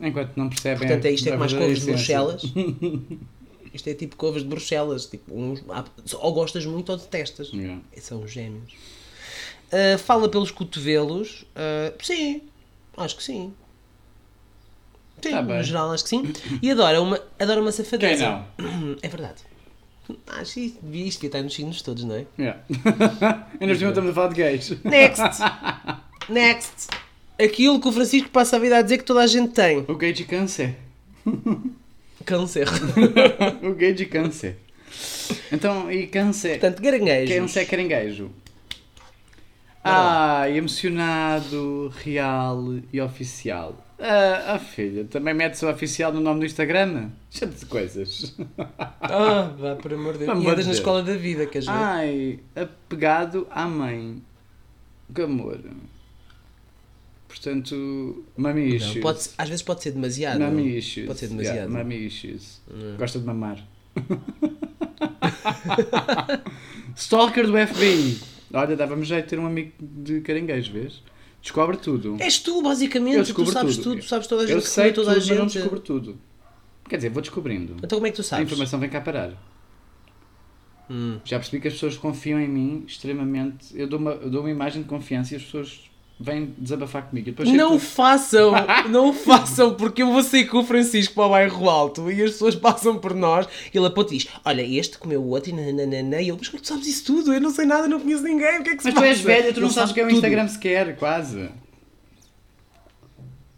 A: Enquanto não percebem.
B: Portanto, é isto é
A: a
B: que mais couves de
A: verdadeira
B: Bruxelas. [LAUGHS] Isto é tipo couves de Bruxelas. Tipo, uns, há- ou gostas muito ou detestas. É,
A: Yeah.
B: São os gêmeos. Ah, fala pelos cotovelos. ah, sim, acho que sim. Sim,
A: Tá bem.
B: no geral acho que sim. E adora uma, adora uma
A: essência.
B: safadeza.
A: Quem não?
B: É verdade. Acho que isto devia isto devia estar nos signos todos, não é?
A: Yeah. [LAUGHS] Ainda por cima estamos a falar de gays. [LAUGHS]
B: Next! Next! Aquilo que o Francisco passa a vida a dizer que toda a gente tem.
A: O gay de câncer.
B: Câncer. [LAUGHS]
A: O gay de câncer. Então, e câncer?
B: Portanto, é garanguejo.
A: Câncer é caranguejo. Ah, emocionado, real e oficial. Ah, ah, filha, também metes o oficial no nome do Instagram? Cheio de coisas.
B: Ah, vá, por amor de Deus.
A: Vamos
B: E andas na
A: dizer.
B: escola da vida, queres ver?
A: Ah, Ai, apegado à mãe. Que amor. Portanto, mami
B: Não,
A: issues.
B: pode ser- às vezes pode ser demasiado. não?
A: Mami issues.
B: Pode ser
A: Yeah,
B: demasiado.
A: mami issues. Gosta de mamar. [LAUGHS] Stalker do FBI. Olha, dava-me jeito de ter um amigo de caranguejo, vês? Descobre tudo.
B: És tu,
A: Eu
B: basicamente. Tu
A: descubro
B: sabes
A: tudo.
B: tudo, tu sabes toda a gente,
A: Eu
B: que
A: sei
B: comeu É, toda
A: tudo,
B: a
A: mas não
B: gente.
A: descubro tudo. Quer dizer, vou descobrindo.
B: Então como é que tu
A: A
B: sabes?
A: informação vem cá parar.
B: Hum.
A: Já percebi que as pessoas confiam em mim extremamente. Eu dou uma, eu dou uma imagem de confiança e as pessoas vêm desabafar comigo. E Depois sei
B: Não
A: tudo. [LAUGHS]
B: façam, não façam, porque eu vou sair com o Francisco para o bairro alto e as pessoas passam por nós e ele aponta e diz: Olha, este comeu o outro e nananana. E eu, mas como é que tu sabes isso tudo? Eu não sei nada, não conheço ninguém, o que é que se
A: Mas tu
B: passa?
A: és velha, tu não
B: Ele
A: sabes o que é o
B: sabe tudo.
A: Instagram sequer, quase.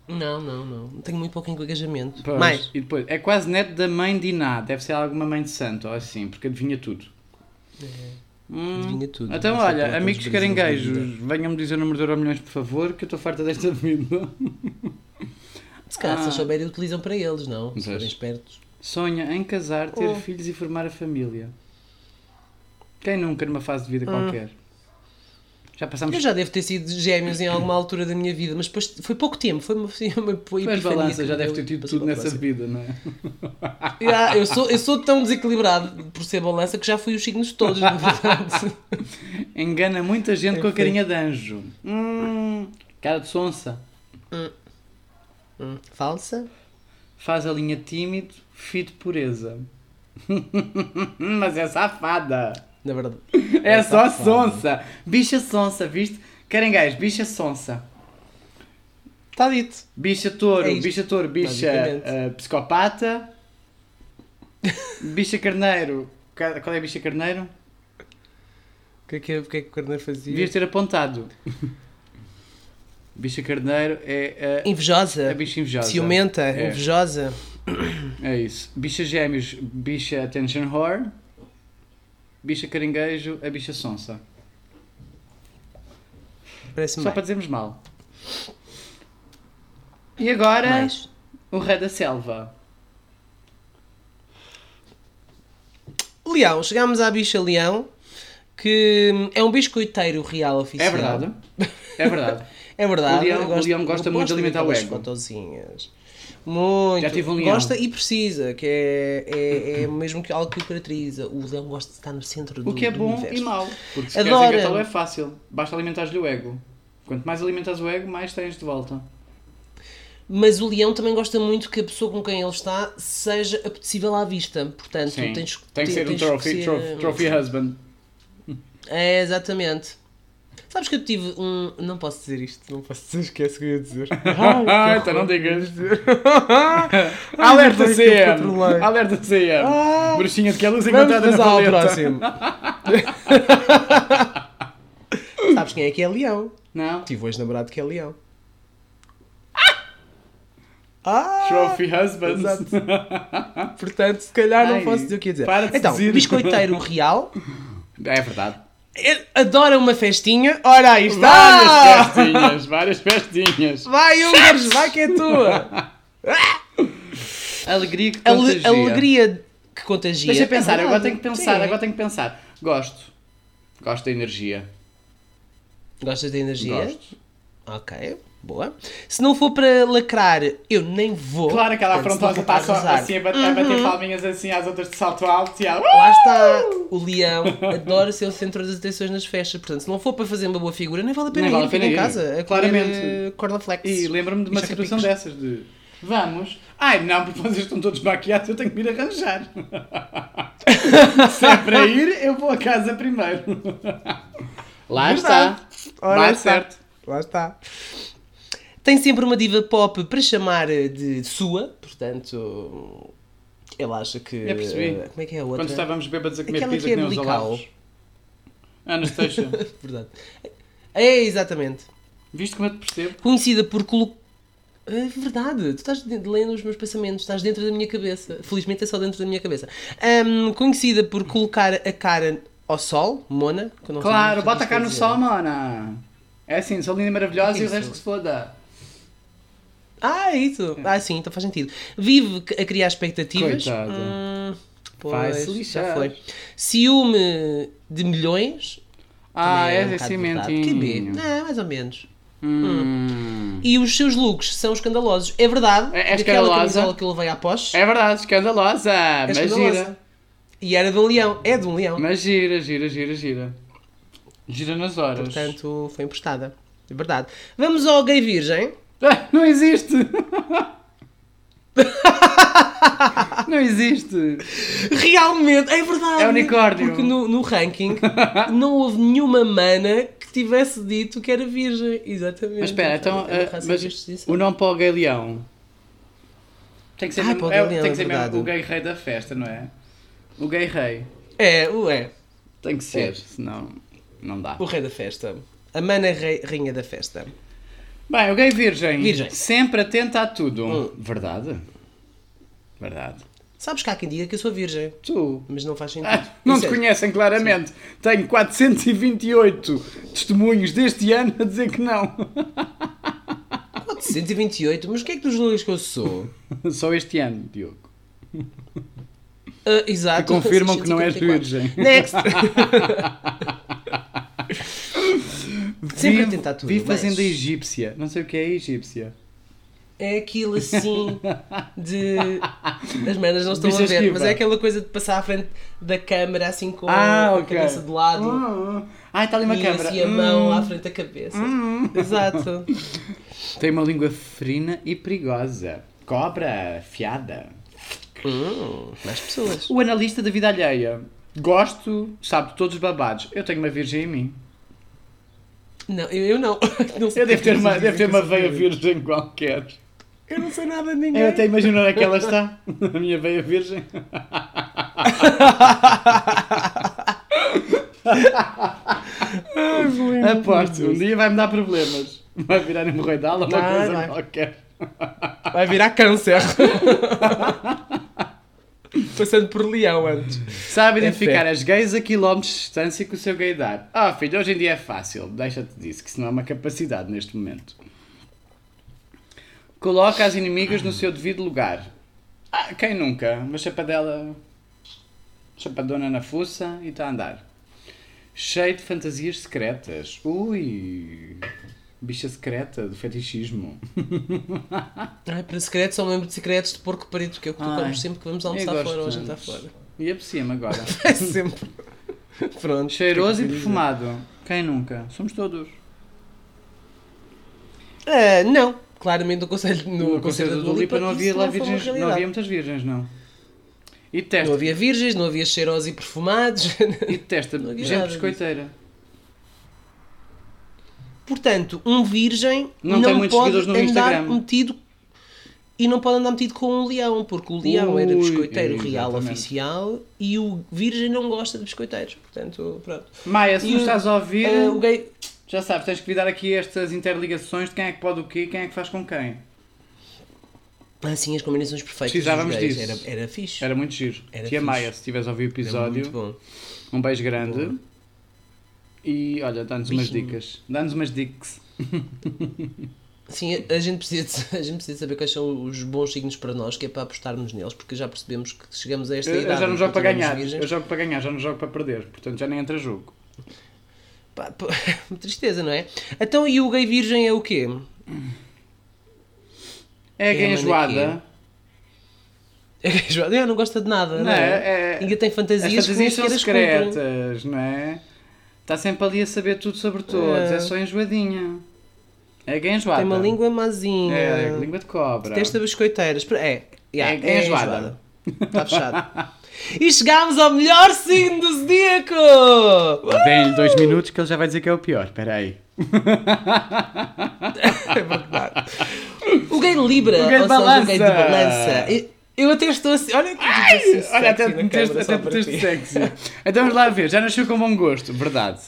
B: Não, não, não. Tenho muito pouco engajamento.
A: Pois,
B: Mais.
A: E depois, é quase neto da mãe de Iná, deve ser alguma mãe de santo ou assim, porque adivinha tudo. Hum.
B: Adivinha tudo.
A: Então,
B: Esta
A: olha,
B: pela
A: amigos
B: transgressão da vida.
A: caranguejos, venham-me dizer o número de Euromilhões, por favor, que eu estou farta desta [LAUGHS] vida.
B: Se calhar, se
A: Ah.
B: eles souberem, utilizam para eles, não? Se
A: Pois.
B: forem espertos.
A: Sonha em casar,
B: Oh.
A: ter filhos e formar a família. Quem nunca numa fase de vida qualquer? Já passámos
B: Ah. Eu já devo ter sido gêmeos em alguma altura da minha vida, mas depois foi pouco tempo, foi uma, [LAUGHS] foi uma
A: Tu és balança, já deve ter tido tudo nessa [LAUGHS] vida, não é?
B: Ah, eu, sou, eu sou tão desequilibrado por ser balança que já fui os signos
A: [LAUGHS]
B: todos, na verdade.
A: Engana muita gente com a carinha de anjo. Hum, cara de sonsa.
B: Falsa?
A: Faz a linha tímido, fito pureza. [LAUGHS] Mas é safada.
B: Na verdade.
A: É, só sonsa. Bicha sonsa, viste? Caranguejo, bicha sonsa.
B: Está dito.
A: Bicha touro,
B: É isto,
A: bicha touro, bicha
B: basicamente.
A: ah, psicopata. bicha carneiro. Ca- Qual é a bicha carneiro?
B: O que é que, o que, é que o Carneiro fazia?
A: Devias ter apontado. Bicha carneiro é ah,
B: Invejosa.
A: a bicha invejosa.
B: Ciumenta,
A: É.
B: invejosa.
A: É isso. Bicha gêmeos, bicha attention whore. Bicha caranguejo, a bicha sonsa.
B: Parece-me
A: Só
B: bem.
A: para dizermos mal. E agora,
B: Mais.
A: o rei da selva.
B: Leão, chegámos à bicha leão, que é um biscoiteiro real oficial.
A: É verdade. É verdade.
B: É verdade.
A: O leão-
B: eu
A: o leão gosta
B: eu
A: muito de alimentar
B: daquelas
A: o ego.
B: fotozinhas. Muito.
A: Já tive um leão.
B: Gosta e precisa, que é, é, [LAUGHS] é mesmo que algo que o caracteriza. O leão gosta de estar no centro do
A: O que é
B: do
A: bom
B: universo.
A: e mau. Porque se
B: Adora.
A: queres engatá-lo é fácil. Basta alimentares-lhe o ego. Quanto mais alimentas o ego, mais tens de volta.
B: Mas o leão também gosta muito que a pessoa com quem ele está seja apetecível à vista. Portanto,
A: Sim.
B: tens que
A: Tem que ser
B: ter-
A: um
B: tens
A: trophy,
B: ser,
A: trophy,
B: hum,
A: trophy [LAUGHS] husband.
B: É, exatamente. Sabes que eu tive um. Não posso dizer isto, não posso dizer, esquece o que eu
A: [LAUGHS]
B: ia dizer.
A: Ah, então não [LAUGHS] digas. Alerta
B: Ai, que eu
A: CM!
B: controlei.
A: Alerta CM!
B: Ah,
A: Bruxinha de que é luz
B: Vamos
A: encontrada na
B: passar ao
A: paleta.
B: próximo. Sabes quem é que é leão? [LAUGHS]
A: Não.
B: Tive um ex-namorado que é leão. Ah!
A: Trophy husband.
B: Exato. Portanto, se calhar
A: Ai,
B: não posso dizer o que ia dizer.
A: para de
B: então,
A: dizer.
B: biscoiteiro real
A: [LAUGHS] É verdade.
B: ele adora uma festinha. Ora, aí está!
A: Várias festinhas, várias festinhas.
B: Vai, Húngaros, vai que é tua!
A: Alegria que
B: Ale- alegria que contagia.
A: Deixa eu pensar,
B: É
A: agora
B: verdade.
A: tenho que pensar,
B: Sim.
A: agora tenho que pensar. Gosto. Gosto da energia.
B: Gostas de energia?
A: Gosto.
B: Ok, boa. Se não for para lacrar, eu nem vou.
A: Claro, aquela
B: Portanto, se não
A: afrontosa
B: for para
A: está só
B: arrasar.
A: assim a bater, a bater palminhas assim às outras de salto alto e uh! a...
B: Lá está, o leão adora ser o centro das atenções nas festas. Portanto, se não for para fazer uma boa figura, nem vale a pena
A: Nem
B: ir,
A: vale a
B: fica
A: pena
B: em
A: ir.
B: casa. A
A: Claramente.
B: comer, eh, cornflakes.
A: E lembro-me de uma
B: E
A: situação
B: chacapicos.
A: dessas de... Vamos. Ai não, porque vocês estão todos maquiados, eu tenho que me ir arranjar. [LAUGHS] Se é para ir, eu vou a casa primeiro. Lá
B: Verdade.
A: está.
B: Ora,
A: Vai
B: está.
A: certo.
B: Lá está. Tem sempre uma diva pop para chamar de sua, portanto, ele acha que.
A: Já percebi.
B: Como é que é a outra?
A: Quando estávamos bêbados a comer
B: Aquela
A: pizza
B: que é
A: que nem os
B: umbilical.
A: alavos. Anastasia,
B: [LAUGHS] Verdade. É, exatamente.
A: viste como eu te percebo?
B: Conhecida por colocar. É verdade, tu estás de- lendo os meus pensamentos, estás dentro da minha cabeça. Felizmente é só dentro da minha cabeça. Ahm, conhecida por colocar a cara ao sol, Mona. que eu não sei
A: Claro,
B: muito bem
A: bota a
B: o que
A: cara no
B: isto
A: sol,
B: quer dizer.
A: mana. É assim, sou linda e maravilhosa e o
B: Isso.
A: resto que se foda.
B: Ah, é isso. Ah, sim, então faz sentido. Vive a criar expectativas.
A: Coitada.
B: Hum,
A: Vai-se
B: pois, já
A: lixar.
B: foi. Ciúme de milhões.
A: Ah, é,
B: Também um
A: é
B: bocado
A: assim
B: verdade.
A: mentinho.
B: Que B.
A: né?
B: Não, mais ou menos.
A: Hum.
B: E os seus looks são escandalosos. É verdade.
A: É- é
B: daquela
A: escandalosa.
B: camisola que ele veio à pós.
A: É verdade, escandalosa. mas
B: escandalosa.
A: gira.
B: E era de um leão. É de um leão.
A: Mas gira, gira, gira, gira. Gira nas horas.
B: Portanto, foi emprestada. É verdade. Vamos ao gay virgem. [LAUGHS]
A: Ah, [LAUGHS] Não existe! [LAUGHS] Não existe!
B: Realmente, é verdade.
A: É unicórnio.
B: Porque no, no ranking
A: [LAUGHS]
B: não houve nenhuma mana que tivesse dito que era virgem. Exatamente.
A: Mas espera, então.
B: É uma
A: ah,
B: raça de
A: mas
B: justiça.
A: o nome para o gay leão. Tem que ser,
B: Ah,
A: mesmo,
B: para
A: é,
B: o gay leão,
A: tem
B: é
A: que ser
B: verdade.
A: mesmo o gay rei da festa, não é? O gay rei.
B: É, ué,
A: Tem que ser, senão não dá.
B: o rei da festa. A mana é rei- rainha da festa.
A: Bem, o gay virgem.
B: Virgem. Hum.
A: Sempre atenta a tudo. Verdade? Verdade.
B: Sabes que há quem diga que eu sou virgem,
A: Tu.
B: mas não faz sentido.
A: Ah, não
B: Isso
A: te
B: é-
A: conhecem claramente. Tenho 428 testemunhos deste ano a dizer que não. [LAUGHS]
B: Pode 128, mas o que é que tu julgas que eu sou?
A: Só este ano, Diogo.
B: Ah, exato.
A: Que confirmam que não és
B: 654.
A: virgem.
B: É, Next! Sempre
A: Vivo-
B: atenta a tudo.
A: Vivo fazenda
B: mas
A: egípcia. Não sei o que é egípcia.
B: É aquilo assim
A: [LAUGHS]
B: de. As manas não estão
A: Bicha
B: a ver, mas
A: esquiva.
B: é aquela coisa de passar à frente da câmara assim com
A: Ah,
B: a
A: ok.
B: cabeça de lado
A: Ah, ah, está ali uma
B: e
A: câmara.
B: assim a
A: Hum.
B: mão à frente da cabeça. Exato.
A: Tem uma língua fina e perigosa. Cobra, fiada.
B: Hum, mais pessoas.
A: O analista da vida alheia. Gosto, sabe de todos os babados. Eu tenho uma virgem em mim.
B: Não, eu, eu não. [LAUGHS] não sei
A: Eu devo
B: porque
A: ter uma, devo
B: vocês
A: ter
B: dizem que eu
A: uma
B: sou
A: veia
B: virgem.
A: virgem qualquer.
B: Eu não sei nada de ninguém.
A: Eu até imagino onde é que ela está. [LAUGHS] A minha veia
B: [LAUGHS]
A: virgem.
B: É
A: Aposto, um dia vai-me dar problemas. Vai virar hemorroidal ou uma
B: Vai,
A: coisa
B: vai.
A: qualquer.
B: Vai virar câncer. [LAUGHS] Passando por Leão antes.
A: Sabe
B: É
A: identificar
B: fé.
A: as gays a quilómetros de distância que o seu gay dá. Ah, filho, hoje em dia é fácil. Deixa-te disso, que isso não é uma capacidade neste momento. Coloca as inimigas no seu devido lugar. Ah, quem nunca? Uma chapadela... Chapadona na fuça e está a andar. Cheio de fantasias secretas. Ui... Bicha secreta do fetichismo.
B: Ai, para secretos, só me lembro de secretos de porco parido, que é o que tu
A: Ai,
B: comes sempre que vamos
A: eu
B: almoçar
A: gosto
B: fora ou jantar
A: tanto.
B: fora.
A: E aprecia-me
B: [LAUGHS]
A: agora.
B: É
A: [LAUGHS]
B: sempre. Pronto.
A: Cheiroso e perfumado. Quem nunca? Somos todos.
B: Ah, não. Claramente no conselho, no
A: né? No
B: conselho
A: concerto
B: da
A: do
B: Dua
A: Lipa
B: Lipa
A: não
B: isso
A: havia lá
B: foi uma
A: virgens, não
B: realidade.
A: havia muitas virgens, não. E
B: Não
A: testa,
B: havia virgens, não havia cheirosos e perfumados. [LAUGHS]
A: e testa,
B: não havia
A: gente
B: nada
A: biscoiteira.
B: Portanto, um virgem
A: Não
B: não,
A: tem muitos
B: pode
A: seguidores no
B: andar
A: Instagram.
B: metido e não pode andar metido com um leão, porque o leão era
A: Ui,
B: biscoiteiro real
A: exatamente.
B: oficial e o virgem não gosta de biscoiteiros. Portanto, pronto.
A: Maia, se
B: E
A: nos
B: o-
A: estás a ouvir,
B: Ah, o gay...
A: já sabes, tens que lhe dar aqui estas interligações de quem é que pode o quê e quem é que faz com quem.
B: Ah, sim, as combinações perfeitas. dos
A: Precisávamos
B: gays.
A: disso.
B: Era, era fixe.
A: Era muito giro.
B: Era
A: Tia
B: fixe.
A: Maia, se estiveres a ouvir o
B: Era muito
A: episódio,
B: bom.
A: um beijo grande. E olha, dá-nos umas
B: Beijinho.
A: dicas. Dá-nos umas dicas.
B: Sim, a- a gente, precisa, de- [LAUGHS] a gente precisa saber quais são os bons signos para nós, que é para apostarmos neles, porque já percebemos que chegamos a esta
A: Eu, eu
B: idade.
A: já não
B: em
A: jogo
B: que
A: para
B: continuamos
A: ganhar,
B: virgens.
A: eu jogo para ganhar, já não jogo para perder, portanto já nem entra jogo.
B: Pá, [LAUGHS] pá, tristeza, não é? Então, e o gay virgem é o quê? [LAUGHS]
A: É quem
B: É,
A: é
B: manda
A: enjoada.
B: É gay enjoado? Eu não gosta de nada, não,
A: Não,
B: é?
A: é, é,
B: Ainda tem
A: As fantasias
B: fantasias, que
A: são
B: nem sequer as cumprem.
A: secretas, não é? Está sempre ali a saber tudo sobre todos, é,
B: É.
A: só enjoadinha. É gay enjoada.
B: Tem uma língua mazinha.
A: É, língua de cobra.
B: Testa biscoiteiras. Espera, É, yeah,
A: É gay [LAUGHS] enjoada.
B: Está fechado. e chegámos ao melhor signo do zodíaco!
A: Dê-lhe dois minutos que ele já vai dizer que é o pior, espera aí.
B: [LAUGHS] É verdade. O gay Libra,
A: O gay
B: ou
A: balança.
B: seja, o gay de balança. Eu- Eu até estou assim. Olha que eu estou assim
A: Olha, até
B: sexy
A: te
B: na
A: meteste
B: câmara só
A: até te
B: para
A: meteste
B: ti.
A: sexy. Então vamos lá ver, já nasceu com bom gosto, verdade.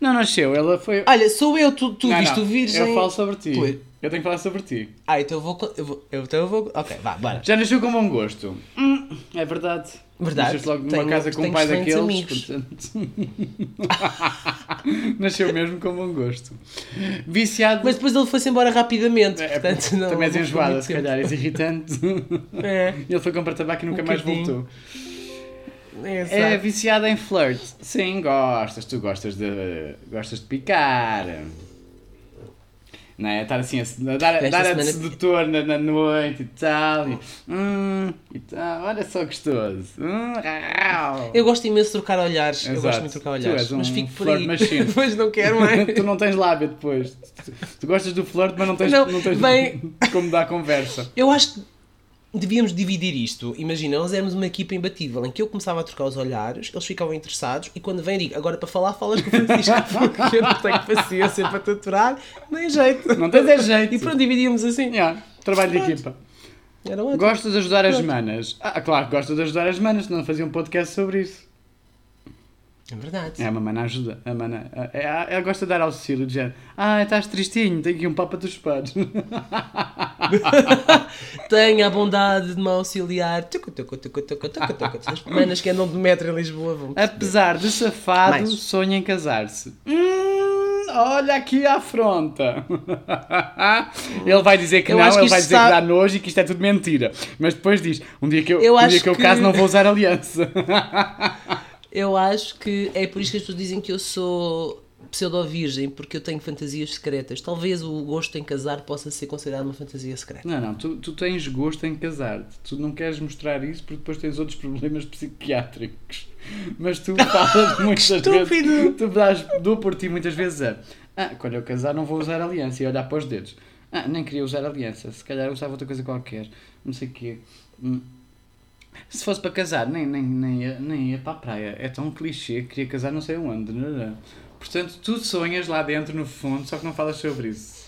A: Não nasceu, ela foi...
B: Olha, sou eu, tu, Ah, tu
A: Não,
B: viste
A: não,
B: o virgem.
A: Eu falo sobre ti.
B: Pois.
A: Eu tenho que falar sobre ti.
B: Ah, então eu vou. co- Eu vou, eu- então eu vou ok, vá, bora.
A: Já nasceu com bom gosto. Hum, é verdade.
B: Verdade.
A: Nasceste logo numa
B: Tenho-
A: casa com um
B: tenho
A: pai
B: excelentes
A: daqueles,
B: amigos.
A: portanto. [LAUGHS] Nasceu mesmo com bom gosto. Viciado.
B: Mas depois ele foi-se embora rapidamente.
A: É,
B: portanto, não,
A: também és
B: não foi
A: enjoada,
B: muito
A: se
B: tempo.
A: calhar, és
B: [LAUGHS]
A: irritante.
B: É,
A: Ele foi comprar tabaco e nunca
B: Um
A: mais
B: bocadinho.
A: voltou.
B: é,
A: É
B: exato.
A: viciada em flirt. Sim, gostas, tu gostas de. gostas de picar. Não é? Estar assim, a, dar,
B: Esta
A: dar a de
B: semana-
A: sedutor na, na noite e tal. E, hum, e tal. Olha só gostoso. Hum, au. [LAUGHS]
B: Eu gosto imenso de trocar olhares. Eu
A: Exato.
B: gosto muito de trocar
A: Tu
B: olhares.
A: és um
B: mas fico por
A: flirt
B: aí. [LAUGHS]
A: machine.
B: Depois não quero é.
A: [LAUGHS]
B: mais.
A: tu não tens lábio depois. Tu, tu gostas do flirt, mas não tens, não,
B: Não,
A: tens
B: bem-
A: [LAUGHS] como dar conversa.
B: Eu acho que devíamos dividir isto. Imagina, nós éramos uma equipa imbatível em que eu começava a trocar os olhares, eles ficavam interessados e quando vem digo, agora para falar, falas com o Francisco [LAUGHS] porque eu não tenho paciência para te aturar, nem jeito.
A: Não tens é jeito.
B: E pronto, dividíamos assim.
A: Yeah, trabalho de equipa.
B: Era ótimo.
A: Gostas de ajudar as
B: Pronto.
A: manas? Ah, claro, que gosto de ajudar as manas, não fazia um podcast sobre isso.
B: É verdade.
A: É, uma mana ajuda. A mana, é, é- ela gosta de dar auxílio, de género. Ah, estás tristinho, tenho aqui um papo a dos pares.
B: Tenha a bondade de me auxiliar. Tucu, tucu, tucu, tucu, tucu, tucu. As manas que andam de metro em Lisboa vão.
A: [LAUGHS] Apesar de safado,
B: Mais.
A: sonha em casar-se. Hum, olha aqui a afronta. [LAUGHS] ele vai dizer que
B: Eu
A: não,
B: acho que
A: ele vai
B: isto
A: dizer que dá
B: sabe-
A: nojo e que isto é tudo mentira. Mas depois diz: um dia que eu,
B: Eu
A: um dia
B: acho
A: que eu
B: que-
A: caso não vou usar aliança.
B: Eu acho que é por isso que as pessoas dizem que eu sou pseudo-virgem, porque eu tenho fantasias secretas. Talvez o gosto em casar possa ser considerado uma fantasia secreta.
A: não, não, tu, tu tens gosto em casar-te. Tu não queres mostrar isso porque depois tens outros problemas [LAUGHS] psiquiátricos. Mas tu falas muitas
B: estúpido!
A: vezes. Tu dás, dou por ti muitas vezes a. Ah, quando eu casar não vou usar aliança e olhar para os dedos. Ah, nem queria usar aliança. Se calhar usava outra coisa qualquer. Não sei o quê. Hum. Se fosse para casar, nem, nem, nem, ia, nem ia para a praia. É tão clichê, queria casar não sei onde. Não, não. Portanto, tu sonhas lá dentro, no fundo, só que não falas sobre isso.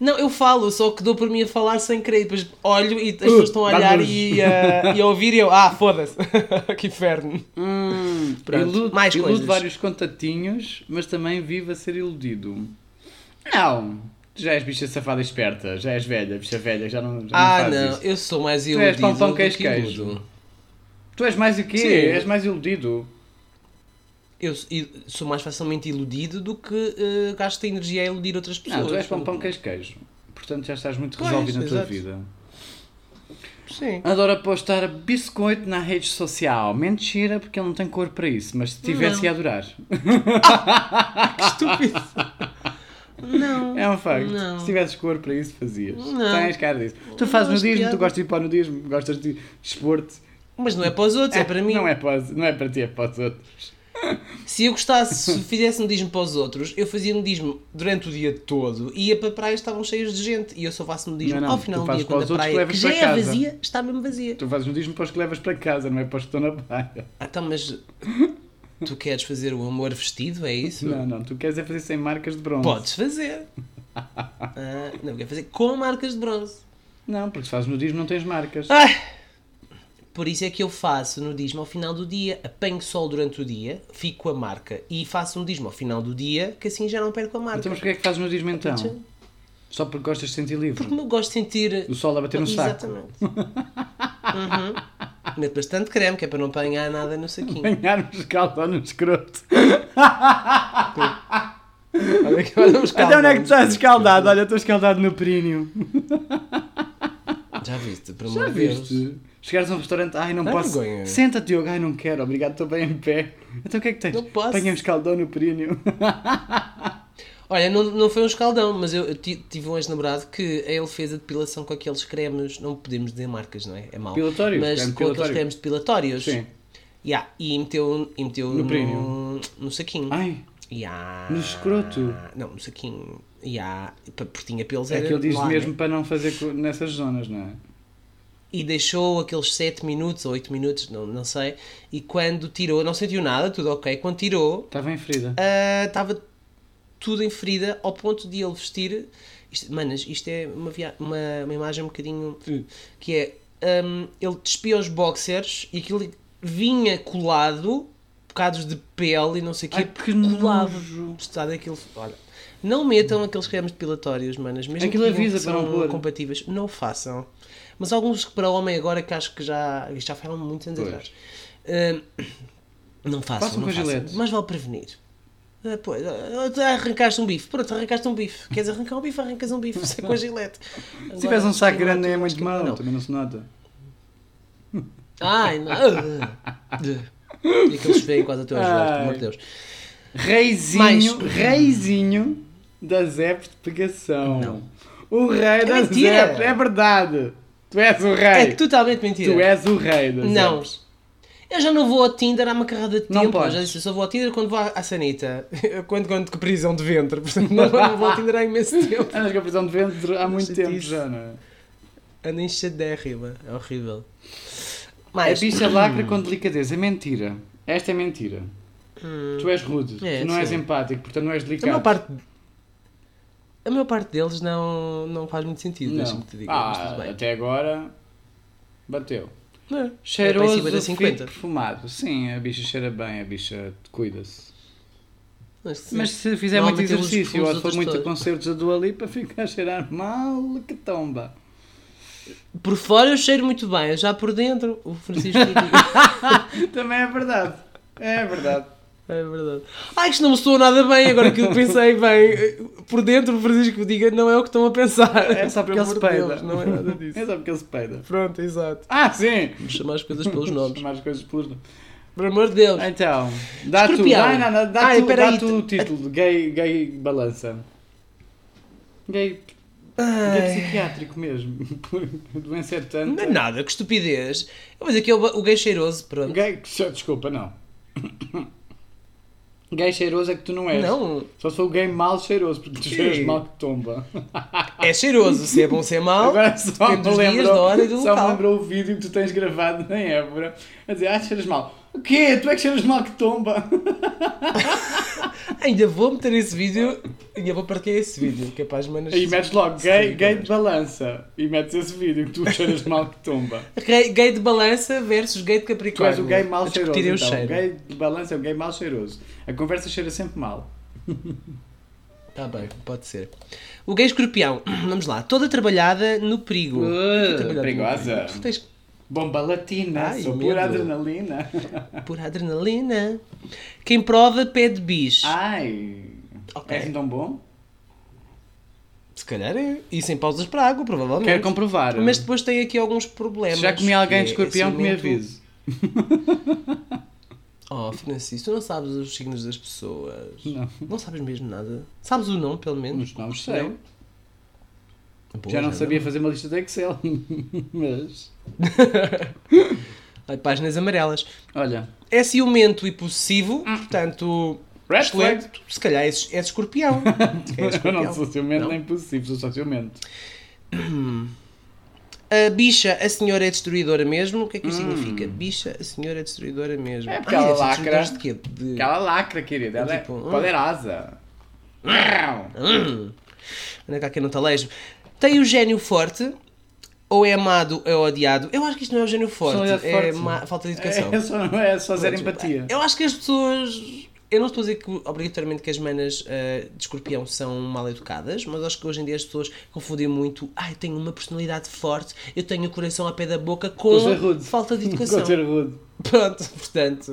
B: Não, eu falo, só que dou por mim a falar sem querer. Depois olho e as
A: Uh,
B: pessoas estão a olhar
A: um- [LAUGHS]
B: e, ah, e a ouvir e eu, ah, foda-se, [LAUGHS] que inferno.
A: Hum,
B: [LAUGHS] Pronto,
A: ilude,
B: mais
A: ilude
B: coisas.
A: vários contatinhos, mas também vive a ser iludido. Não, Tu já és bicha safada e esperta, já és velha, bicha velha, já não, já
B: Ah,
A: não fazes
B: não,
A: isso.
B: eu sou mais
A: és
B: iludido
A: pão, pão,
B: do
A: queijo,
B: que
A: queijo.
B: iludo.
A: Tu és mais o quê?
B: Sim.
A: És mais iludido.
B: Eu s- il- sou mais facilmente iludido do que eh, gasto energia a iludir outras pessoas.
A: Não, tu és pão, pão, queijo, queijo. Portanto, já estás muito
B: Pois,
A: resolvido na tua
B: exato.
A: vida.
B: Sim.
A: Adora postar biscoito na rede social. Mentira, porque ele não tem cor para isso, mas se tivesse ia adorar. Ah.
B: Que estúpido.
A: [LAUGHS]
B: não.
A: É um facto.
B: Não.
A: Se tivesses cor para isso, fazias.
B: Não.
A: Tens cara disso. Tu
B: Não
A: fazes
B: acho é.
A: nudismo,
B: piada.
A: tu gostas de ir para o nudismo, gostas de expor-te.
B: Mas não é para os outros, é, para mim.
A: Não é para, os- não é para ti, é para os outros.
B: Se eu gostasse, se fizesse nudismo para os outros, eu fazia nudismo durante o dia todo e ia para praias que estavam cheias de gente. E eu só faço nudismo
A: Não, não,
B: ao
A: tu
B: final do
A: fazes
B: dia, quando
A: para
B: a
A: os outros,
B: praia,
A: levas
B: que já
A: para
B: é
A: casa.
B: vazia, está mesmo vazia.
A: Tu fazes nudismo para os que levas para casa, não é para os que estão na praia.
B: Ah, então, mas tu queres fazer o amor vestido, é isso?
A: Não, não, tu queres é fazer sem marcas de bronze.
B: Podes fazer. Ah, não, quer fazer com marcas de bronze.
A: Não, porque se fazes nudismo não tens marcas.
B: Ai! Por isso é que eu faço nudismo ao final do dia. Apanho sol durante o dia, fico com a marca e faço nudismo ao final do dia, que assim já não perco a marca.
A: Então, mas porquê é que fazes nudismo então? Só porque gostas de sentir livre?
B: Porque me gosto de sentir
A: O sol a bater no saco.
B: Exatamente. Uhum. Meto bastante creme, que é para não apanhar nada no saquinho.
A: Banhar nos calções um no escroto.
B: Olha que olha os
A: Até onde é que tu
B: calmos.
A: estás escaldado? Olha, eu estou escaldado no períneo.
B: Já viste, por
A: Já
B: amor de Deus.
A: viste? Chegares a um restaurante, ai não
B: Dá
A: posso.
B: vergonha.
A: Senta-te, Diogo, ai não quero, obrigado, estou bem em pé. Então o que é que tens?
B: Não posso.
A: Apanha um escaldão no períneo.
B: Olha, não, não foi um escaldão, mas eu, eu ti- tive um ex-namorado que ele fez a depilação com aqueles cremes, não podemos dizer marcas, não é? É mau.
A: Depilatórios,
B: Mas
A: creme
B: com
A: depilatório.
B: aqueles cremes depilatórios.
A: Sim.
B: Yeah, e meteu, e meteu
A: No
B: no,
A: períneo.
B: no, saquinho.
A: [LAUGHS] Ai,
B: Yeah.
A: No escroto?
B: Não, no saquinho. Yeah. pa- Porque tinha pelos.
A: é
B: era
A: que ele diz
B: lá, né?
A: mesmo para não fazer co- nessas zonas, não é?
B: e deixou aqueles 7 minutos ou 8 minutos, não, não sei, e quando tirou, não sentiu nada, tudo ok, quando tirou,
A: Estava em Tá ferida.
B: ah, estava tudo em ferida ao ponto de ele vestir. Isto, manas, isto é uma, via- uma, uma imagem um bocadinho. que é. ahm, ele despia os boxers e aquilo vinha colado, bocados de pele e não sei o quê,
A: Ai, que
B: colado.
A: nojo.
B: Estado daquilo. Olha. Não metam aqueles cremes depilatórios, manas. Mesmo
A: Aquilo
B: que digam
A: avisa
B: que
A: para não
B: são
A: pôr.
B: compatíveis. Não façam. Mas alguns que para homem agora que acho que já. isto já foram muitos anos
A: Pois.
B: atrás. Ahm, não façam,
A: Façam com
B: não
A: a
B: façam.
A: Gillette.
B: Mas vale prevenir. Ah, Pois, ah, ah, arrancaste um bife, pronto, arrancaste um bife. Queres arrancar um bife? Arrancas um bife, [LAUGHS] sem com a gilete.
A: Se tiveres um saco grande, nem é
B: mais
A: muito mau, também não se nota.
B: Ai, tipo não. Ah, ah, ah. E aqueles que vêm quase até aos joelhos, pelo amor de Deus.
A: Reizinho,
B: Mais-
A: reizinho da ZEP de pegação.
B: Não.
A: O rei da
B: mentira.
A: ZEP, é verdade. Tu és o rei.
B: É totalmente mentira.
A: Tu és o rei da
B: Não.
A: Zeps.
B: Eu já não vou ao Tinder há uma carrada
A: é.
B: de
A: Não
B: tempo. Eu
A: podes.
B: já disse, eu só vou ao Tinder quando vou à, à Sanita. [LAUGHS] Quando, quando que prisão de ventre. Portanto, não, não vou ao Tinder
A: [LAUGHS]
B: há imenso tempo.
A: Andas com a É prisão de ventre há muito
B: chatice.
A: tempo já, não é?
B: Ando enxadérrima. É horrível.
A: A
B: Mas,
A: bicha lacra com delicadeza. É mentira. Esta é mentira. Tu és rude.
B: É,
A: tu não és
B: sim.
A: empático, portanto não és
B: A maior
A: delicado.
B: parte. A maior parte deles não, não faz muito sentido,
A: não.
B: deixa-me te dizer. mas tudo
A: ah,
B: bem.
A: até agora bateu.
B: Não.
A: Cheiroso,
B: É para em cima da
A: fito,
B: 50.
A: perfumado. Sim, a bicha cheira bem, a bicha cuida-se.
B: Mas, sim.
A: Mas se fizer muito
B: Normalmente eles
A: exercício
B: fumam
A: ou
B: os
A: se for
B: outros
A: muito a
B: todos.
A: concertos da Dua Lipa, [LAUGHS] fica a cheirar mal que tomba.
B: Por fora eu cheiro muito bem, já por dentro o Francisco
A: [LAUGHS]
B: diz.
A: Também é verdade. É verdade.
B: É verdade. Ai, isto não me soou nada bem, agora que eu pensei bem. Por dentro o Francisco diga não é o que estão a pensar.
A: É só porque
B: Pelo
A: ele se
B: amor de
A: peida.
B: Deus, Não é nada
A: [LAUGHS]
B: disso.
A: É só porque ele se peida.
B: Pronto, exato.
A: Ah, sim!
B: Vamos chamar as coisas pelos nomes.
A: Mais coisas pelos nomes.
B: Por amor de Deus.
A: Então, dá tu,
B: Escorpião.
A: dá, não, não, dá,
B: Ai,
A: tu,
B: peraí,
A: dá tu o título, gay, gay balança. Gay, gay psiquiátrico mesmo, [LAUGHS] doença
B: Não é
A: herdante.
B: nada, que estupidez. Mas aqui é o, o gay cheiroso, pronto.
A: Gay, desculpa, não. Gay cheiroso é que tu não és.
B: Não.
A: Só sou gay mal cheiroso, porque tu cheiras mal que tomba.
B: É cheiroso, se é bom, se é mau.
A: Agora só
B: depende
A: me
B: dos dias,
A: lembrou,
B: da hora e do
A: só me
B: local.
A: lembrou o vídeo que tu tens gravado em Évora a dizer, ah, cheiras mal. O quê? Tu é que cheiras mal que tomba?
B: Ainda vou meter esse vídeo, ainda vou partilhar esse vídeo, que é para as manas.
A: E metes logo gay,
B: Sim,
A: gay de balança e metes esse vídeo que tu cheiras mal que
B: [LAUGHS]
A: tomba.
B: Gay, gay de balança versus gay de
A: Tu
B: Capricórnio.
A: és o gay mal
B: A
A: cheiroso.
B: discutirem
A: Então.
B: É o cheiro.
A: O gay de balança é o gay mal cheiroso. A conversa cheira sempre mal.
B: Está Tá bem, pode ser. O gay escorpião, [CLEARS THROAT] vamos lá, toda trabalhada no perigo.
A: Uh,
B: Toda trabalhada no
A: perigosa.
B: perigo. Tu tens
A: Bomba latina,
B: Ai,
A: sou
B: medo.
A: pura
B: [LAUGHS]
A: adrenalina.
B: por adrenalina. Quem prova pede bis.
A: Ah, Ai,
B: Ok.
A: é assim tão bom?
B: Se calhar é. E sem pausas para água, provavelmente.
A: Quero comprovar.
B: Mas depois tem aqui alguns problemas.
A: Se já comi alguém de
B: que é
A: escorpião,
B: esse
A: que me
B: momento-
A: avise.
B: Oh, Francisco, tu não sabes os signos das
A: [LAUGHS]
B: pessoas.
A: Não.
B: Não sabes mesmo nada. Sabes o não, é pelo menos?
A: Os nomes sei.
B: Boa,
A: Já não sabia fazer uma lista de Excel. [LAUGHS] Mas,
B: Ai, páginas amarelas.
A: olha.
B: É ciumento e possessivo,
A: Hum.
B: portanto.
A: Red
B: excelente. Se calhar és, és
A: [LAUGHS]
B: escorpião. és
A: Eu não
B: escorpião.
A: sou ciumento
B: Não?
A: nem possível, sou só ciumento.
B: A bicha, a senhora é destruidora mesmo. O que é que isso significa? Bicha, a senhora é destruidora mesmo.
A: Hum. É porque ela
B: esses
A: lacra.
B: dois De quê? De-
A: Aquela lacra, querida, ela
B: Tipo,
A: é
B: hum.
A: poderosa.
B: Hum. Anda cá que eu não talejo. Tem o gênio forte, ou é amado ou é odiado. Eu acho que isto não é o gênio forte,
A: Personalidade
B: é
A: um forte.
B: ma- falta de educação.
A: É só, é só zero empatia.
B: Eu acho que as pessoas. Eu não estou a dizer que obrigatoriamente que as manas ah, de escorpião são mal educadas, mas acho que hoje em dia as pessoas confundem muito. Ai, eu tenho uma personalidade forte, eu tenho o coração ao pé da boca com
A: Vou ser rude.
B: falta
A: [LAUGHS]
B: de educação.
A: Vou ser rude.
B: Pronto, portanto.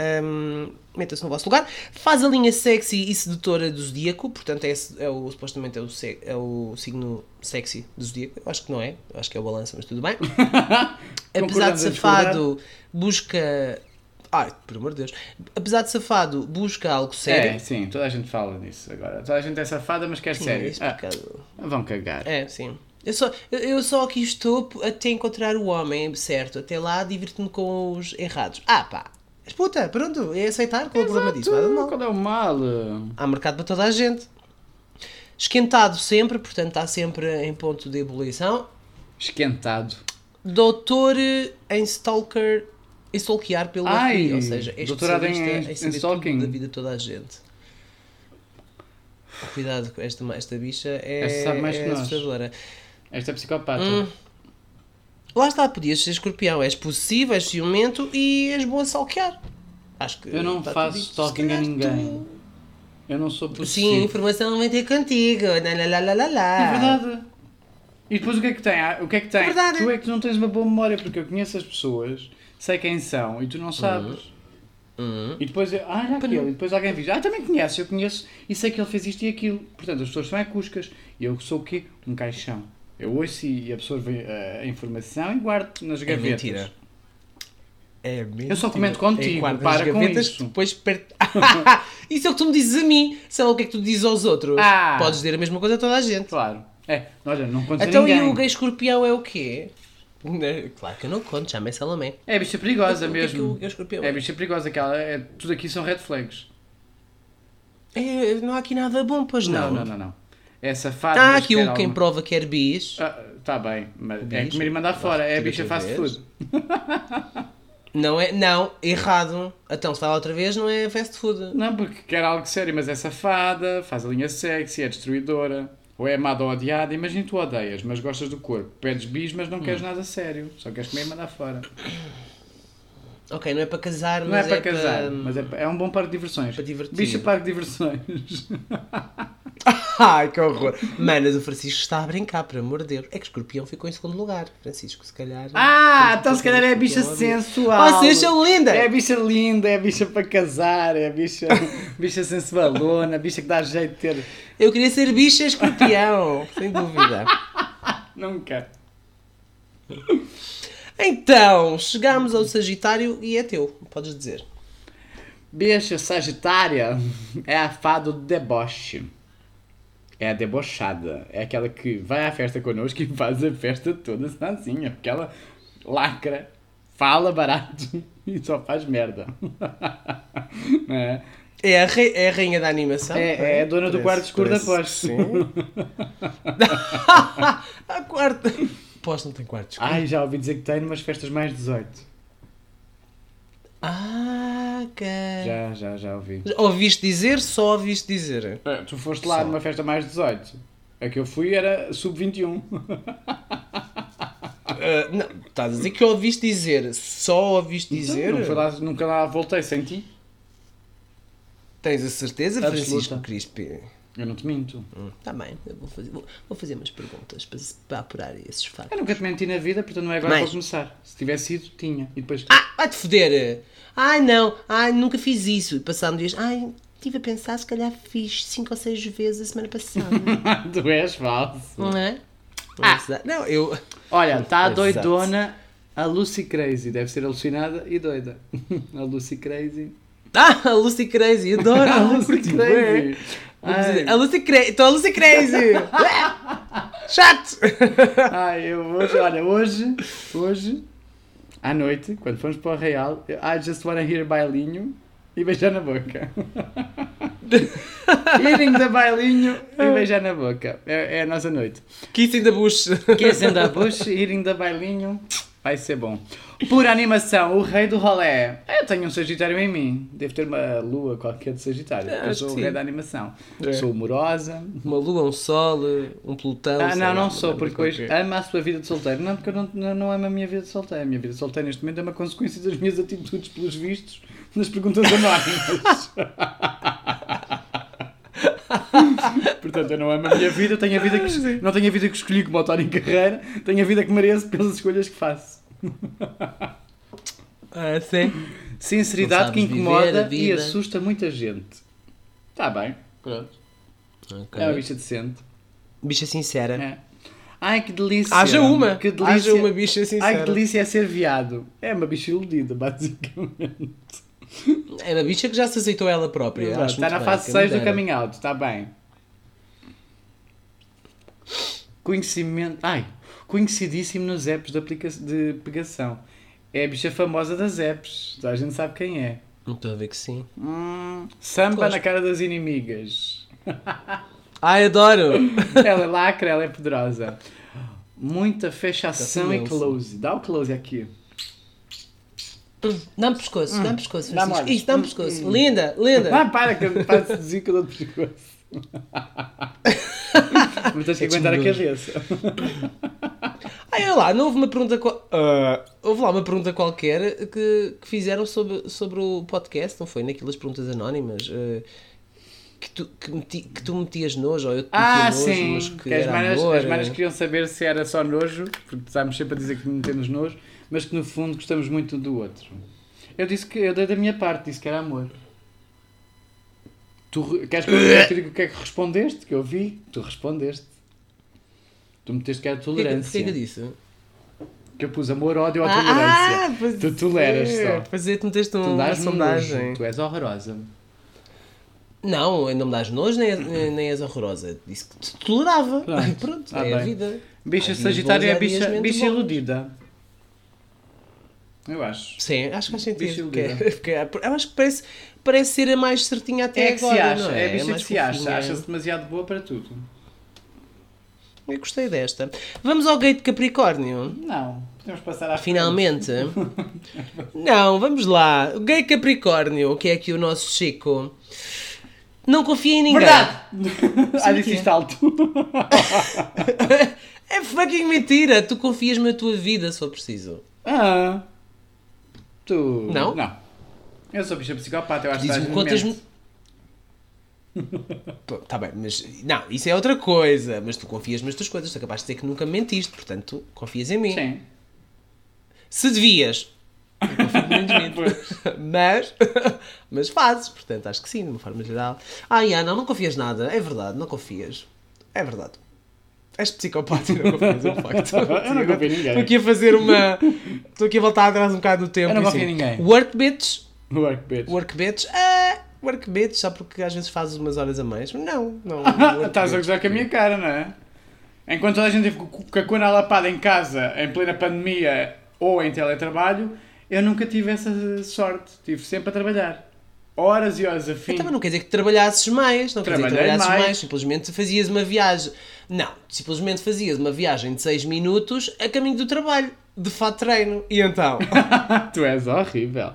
B: hum, Meta-se no vosso lugar. Faz a linha sexy e sedutora do zodíaco, portanto, é, esse- é o, supostamente é o, se- é o signo sexy do zodíaco. Eu acho que não é, eu acho que é o balança, mas tudo bem. Apesar de
A: Concordamos em
B: safado, busca. Ai, por amor de Deus. Apesar de safado, busca algo
A: É,
B: sério.
A: sim, toda a gente fala nisso agora. Toda a gente é safada, mas quer
B: É
A: sério.
B: isso,
A: Ah,
B: pecado.
A: vão cagar.
B: É, sim. Eu só, eu- eu só aqui estou p- até encontrar o homem certo. Até lá divirto-me com os errados. Ah, pá. Mas Puta, pronto, é aceitar. Qual é o problema disso? Nada de mal.
A: Qual é o mal?
B: Há mercado para toda a gente. Esquentado sempre, portanto está sempre em ponto de ebulição.
A: Esquentado.
B: Doutor em stalker, em stalkear pela
A: Ai,
B: FI, ou seja, é
A: doutorado em-
B: especialista
A: em
B: saber tudo
A: stalking.
B: da vida de toda a gente. Cuidado, com esta, esta bicha é,
A: Esta sabe mais
B: é
A: que nós.
B: assustadora.
A: Esta é psicopata.
B: Hum. Lá está, podias ser escorpião, és possessivo, és ciumento e és bom a salquear. Acho que
A: Eu não
B: está
A: faço
B: tudo dito. Se
A: stalking a
B: calhar
A: ninguém. Eu não sou
B: tu- Sim, a
A: possível.
B: informação vem ter contigo. Lá, lá, lá, lá, lá, lá.
A: É verdade. E depois o que é que tem? Ah, O que é que tem?
B: Ah. É verdade.
A: Tu é que não tens uma boa memória, porque eu conheço as pessoas, sei quem são e tu não sabes.
B: Uhum.
A: E depois, eu, ah, era aquele. E depois alguém diz, ah, também conheces, eu conheço e sei que ele fez isto e aquilo. Portanto, as pessoas são é cuscas. E eu sou o quê? Um caixão. Eu ouço e absorvo eh, a informação e guardo nas
B: É
A: gavetas.
B: mentira. É mentira.
A: Eu só comento contigo,
B: É guardas
A: para com
B: gavetas
A: isso.
B: que Depois per... [LAUGHS] isso é o que tu me dizes a mim. Sei lá o que é que tu dizes aos outros.
A: Ah.
B: Podes dizer a mesma coisa a toda a gente.
A: Claro. É, olha, não conta
B: Então
A: ninguém.
B: e o gay escorpião é o quê? Né? Claro que eu não conto, chama Salomé.
A: É bicha perigosa
B: O que é que o
A: mesmo.
B: gay escorpião
A: É
B: é?
A: bicha perigosa, aquela. É, tudo aqui são red flags.
B: É, não há aqui nada bom, pois não.
A: Não, não, não, não. É safado.
B: Há
A: mas
B: aqui um
A: quer
B: o quem
A: alguma-
B: prova quer bis.
A: Ah, tá bem, mas é
B: bicho?
A: comer e mandar fora, é a bicha
B: Outra
A: fast
B: vez?
A: food.
B: Não é, não, errado. Então, se está lá outra vez, não é fast food.
A: Não, porque quer algo sério, mas é safada, faz a linha sexy, é destruidora, ou é amada ou odiada. Imagina tu odeias, mas gostas do corpo, pedes bis, mas não
B: Hum.
A: queres nada sério, só queres comer e mandar fora.
B: Ok, não é para casar,
A: Não
B: mas
A: é para casar, mas é, pa- é um bom parque de diversões.
B: Para divertir.
A: Bicha parque de
B: [LAUGHS]
A: diversões.
B: Ai, que horror. Manas, o Francisco está a brincar, por amor de Deus. É que escorpião ficou em segundo lugar. Francisco, se calhar.
A: Ah, então se calhar é a bicha
B: Escorpião,
A: sensual.
B: Vocês são linda!
A: É a bicha linda, é a bicha para casar, é a bicha, [LAUGHS] bicha sensualona, bicha que dá jeito de ter.
B: Eu queria ser bicha escorpião, [LAUGHS] sem dúvida.
A: Nunca.
B: Então, chegámos ao Sagitário e é teu, podes dizer.
A: Bicha Sagitária é a fada do deboche. É a debochada. É aquela que vai à festa connosco e faz a festa toda sozinha. Porque ela lacra, fala barato [LAUGHS] e só faz merda. [LAUGHS] Não é?
B: É a, rei- é a rainha da animação.
A: É- é a dona do quarto escuro da Pós.
B: Sim. [LAUGHS] a quarta. Pós não tem quarto escuro.
A: Ai, já ouvi dizer que tem umas festas mais 18.
B: Ah, ok.
A: Já, já, já ouvi.
B: Ouviste dizer, só ouviste dizer.
A: É, Tu foste lá numa festa mais 18. A que eu fui era sub-21.
B: Ah, não, estás a dizer que ouviste dizer, só ouviste dizer.
A: Não, fui lá- nunca lá voltei sem ti.
B: Tens a certeza,
A: Absoluta.
B: Francisco Crispi?
A: Eu não te minto.
B: Está bem, eu vou fazer, vou, vou fazer umas perguntas para, se- para apurar esses
A: Eu
B: factos.
A: nunca te menti na vida, portanto não é agora que
B: Mas-
A: vou começar. Se tivesse sido, tinha. E depois.
B: Ah, vai-te foder! Ai não, ai nunca fiz isso. E passaram dias, ai, estive a pensar, se calhar fiz cinco ou seis vezes a semana passada. [LAUGHS]
A: [LAUGHS] tu és falso.
B: não é? Não, eu. [LAUGHS]
A: Olha, está
B: Exato.
A: doidona a Lucy Crazy. Deve ser alucinada e doida. [LAUGHS] a Lucy Crazy.
B: Ah, a Lucy Crazy, adoro [LAUGHS]
A: [LAUGHS]
B: a Lucy Crazy. é. Vamos dizer, A
A: Ai,
B: Lucy Crazy, estou a Lucy [LAUGHS] Crazy! Chato! [LAUGHS]
A: ai, eu hoje, olha, hoje, hoje, à noite, quando fomos para o Real, eu- I just wanna hear bailinho e beijar na
B: [LAUGHS]
A: boca. Hearing da bailinho e beijar na boca. É, é a nossa noite.
B: Kissing the Bush.
A: Kissing da Bush, Hearing da Bailinho, vai ser bom. Por animação, o rei do rolé. Eu tenho um Sagitário em mim. Devo ter uma lua qualquer de Sagitário.
B: É,
A: eu
B: acho
A: sou o
B: que
A: rei
B: sim.
A: da animação.
B: É.
A: Sou humorosa.
B: Uma lua, um sol, um pelotão.
A: Ah,
B: sei
A: não,
B: lá,
A: não sou,
B: lembro é.
A: porque hoje tá-
B: qualquer.
A: ama a sua vida de solteiro. Não, porque eu não, não, não amo a minha vida de solteiro. A minha vida de solteiro neste momento é uma consequência das minhas atitudes, pelos vistos, nas perguntas anónimas. [LAUGHS] Portanto, eu não amo a minha vida, tenho a vida que, es- não tenho a vida que escolhi como António Carreira, tenho a vida que mereço pelas escolhas que faço.
B: Ah, sim.
A: Sinceridade
B: Não
A: que
B: sabes viver a
A: incomoda e
B: vida.
A: assusta muita gente. Está bem, pronto.
B: Ok.
A: É uma bicha decente.
B: Bicha sincera.
A: É. Ai que delícia!
B: Haja uma!
A: Que delícia!
B: Haja uma bicha
A: Ai que
B: sincera.
A: delícia é ser viado. É uma bicha iludida, basicamente.
B: é uma bicha que já se aceitou ela própria.
A: Exato,
B: acho
A: Está tá na
B: muito
A: fase 6 do
B: bem, quem me dera.
A: coming out, está bem. Conhecimento. Ai, conhecidíssimo nos apps de, aplica... de pegação. É a bicha famosa das apps. Toda a gente sabe quem é.
B: Estou a ver que sim.
A: Hum, samba
B: Gosto.
A: na cara das inimigas.
B: Ai, adoro!
A: ela é lacra, ela é poderosa. Muita fechação
B: Tá
A: e
B: imenso.
A: close. Dá o close aqui.
B: Dá-me pescoço, dá-me pescoço,
A: Hum. Dá-me
B: Francisco.
A: olhos. Hum.
B: Isso, dá-me pescoço. Linda, linda.
A: Ah, para que eu me faço dizer que eu dou-te
B: [LAUGHS]
A: pescoço. Mas
B: É
A: tens que aguentar a cabeça.
B: Ah, olha lá, não houve uma pergunta. Qual... Ah, houve lá uma pergunta qualquer que, que fizeram sobre, sobre o podcast, não foi? Naquelas perguntas anónimas. ah, que tu, que, meti- que tu metias nojo, ou eu te metia
A: Ah,
B: nojo,
A: sim.
B: mas que
A: Que as,
B: era
A: manas,
B: amor,
A: as manas
B: ah.
A: queriam saber se era só nojo, porque estávamos sempre a dizer que não temos nojo, mas que no fundo gostamos muito um do outro. Eu disse que eu dei da minha parte, disse que era amor. Tu re- queres que eu te diga o que é que respondeste? Que eu vi, tu respondeste. Tu meteste que era
B: Porquê ah. que-
A: tolerância.
B: porquê que eu disse?
A: Que eu pus amor, ódio ou
B: Ah,
A: tolerância.
B: pois
A: tu toleras
B: é.
A: só.
B: Pois é, tu meteste
A: Tu
B: uma
A: dás
B: sondagem.
A: nojo. Tu és horrorosa.
B: Não, eu não me dás nojo, nem, nem, nem és horrorosa. Disse que te tolerava.
A: Pronto.
B: [LAUGHS] Pronto,
A: Ah,
B: é a
A: bem.
B: vida.
A: Bicha
B: Há dias
A: Sagitário
B: bons,
A: é
B: há dias
A: bicha,
B: menos
A: bicha
B: bons.
A: iludida. Eu acho.
B: Sim, acho que faz
A: Bicha
B: sentido.
A: iludida.
B: Porque, porque, eu acho que parece, parece ser a mais certinha até
A: É que
B: agora.
A: se acha,
B: não
A: é,
B: é?
A: a bicha
B: mais
A: que se acha,
B: fofinha.
A: acha-se demasiado boa para tudo.
B: Eu gostei desta. Vamos ao gate Capricórnio.
A: Não, podemos passar à [LAUGHS]
B: Finalmente. não, vamos lá. O gate Capricórnio, que é aqui o nosso Chico. Não confia em ninguém.
A: Verdade! ah, disse isto alto.
B: É fucking mentira! Tu confias na tua vida se for preciso.
A: ah. Tu.
B: Não?
A: Não. Eu sou bicha psicopata, eu acho que
B: Dizes-me
A: estás
B: quantas.
A: me
B: Pô, Tá bem, mas. Não, isso é outra coisa. Mas tu confias nas tuas coisas. Tu acabaste de dizer que nunca mentiste, portanto, tu confias em mim.
A: Sim.
B: Se devias. eu confio menos em mim. [LAUGHS] mas. Mas fazes, portanto, acho que sim, de uma forma geral. Ah, yeah, não, não confias nada. É verdade, não confias. É verdade. És psicopata e não confias, é um facto.
A: [LAUGHS] Eu não confio em ninguém.
B: Estou aqui a fazer uma. Estou aqui a voltar atrás um bocado no tempo.
A: Eu não
B: e
A: confio
B: assim,
A: em ninguém.
B: Work bitch.
A: Work bitch.
B: Work bitch. Ah, work bitch, só porque às vezes fazes umas horas a mais. Não, não.
A: [LAUGHS]
B: work
A: Estás a
B: bitch.
A: gozar com a minha cara, não é? Enquanto toda a gente teve co- com a cona alapada em casa, em plena pandemia ou em teletrabalho, eu nunca tive essa sorte. Tive sempre a trabalhar. Horas e horas a fim.
B: Também Então, não quer dizer que trabalhasses mais, não quer dizer que
A: Trabalhei
B: trabalhasses mais.
A: mais.
B: simplesmente fazias uma viagem. Não, simplesmente fazias uma viagem de 6 minutos a caminho do trabalho, de fato treino.
A: [LAUGHS]
B: E então, [LAUGHS]
A: Tu és horrível.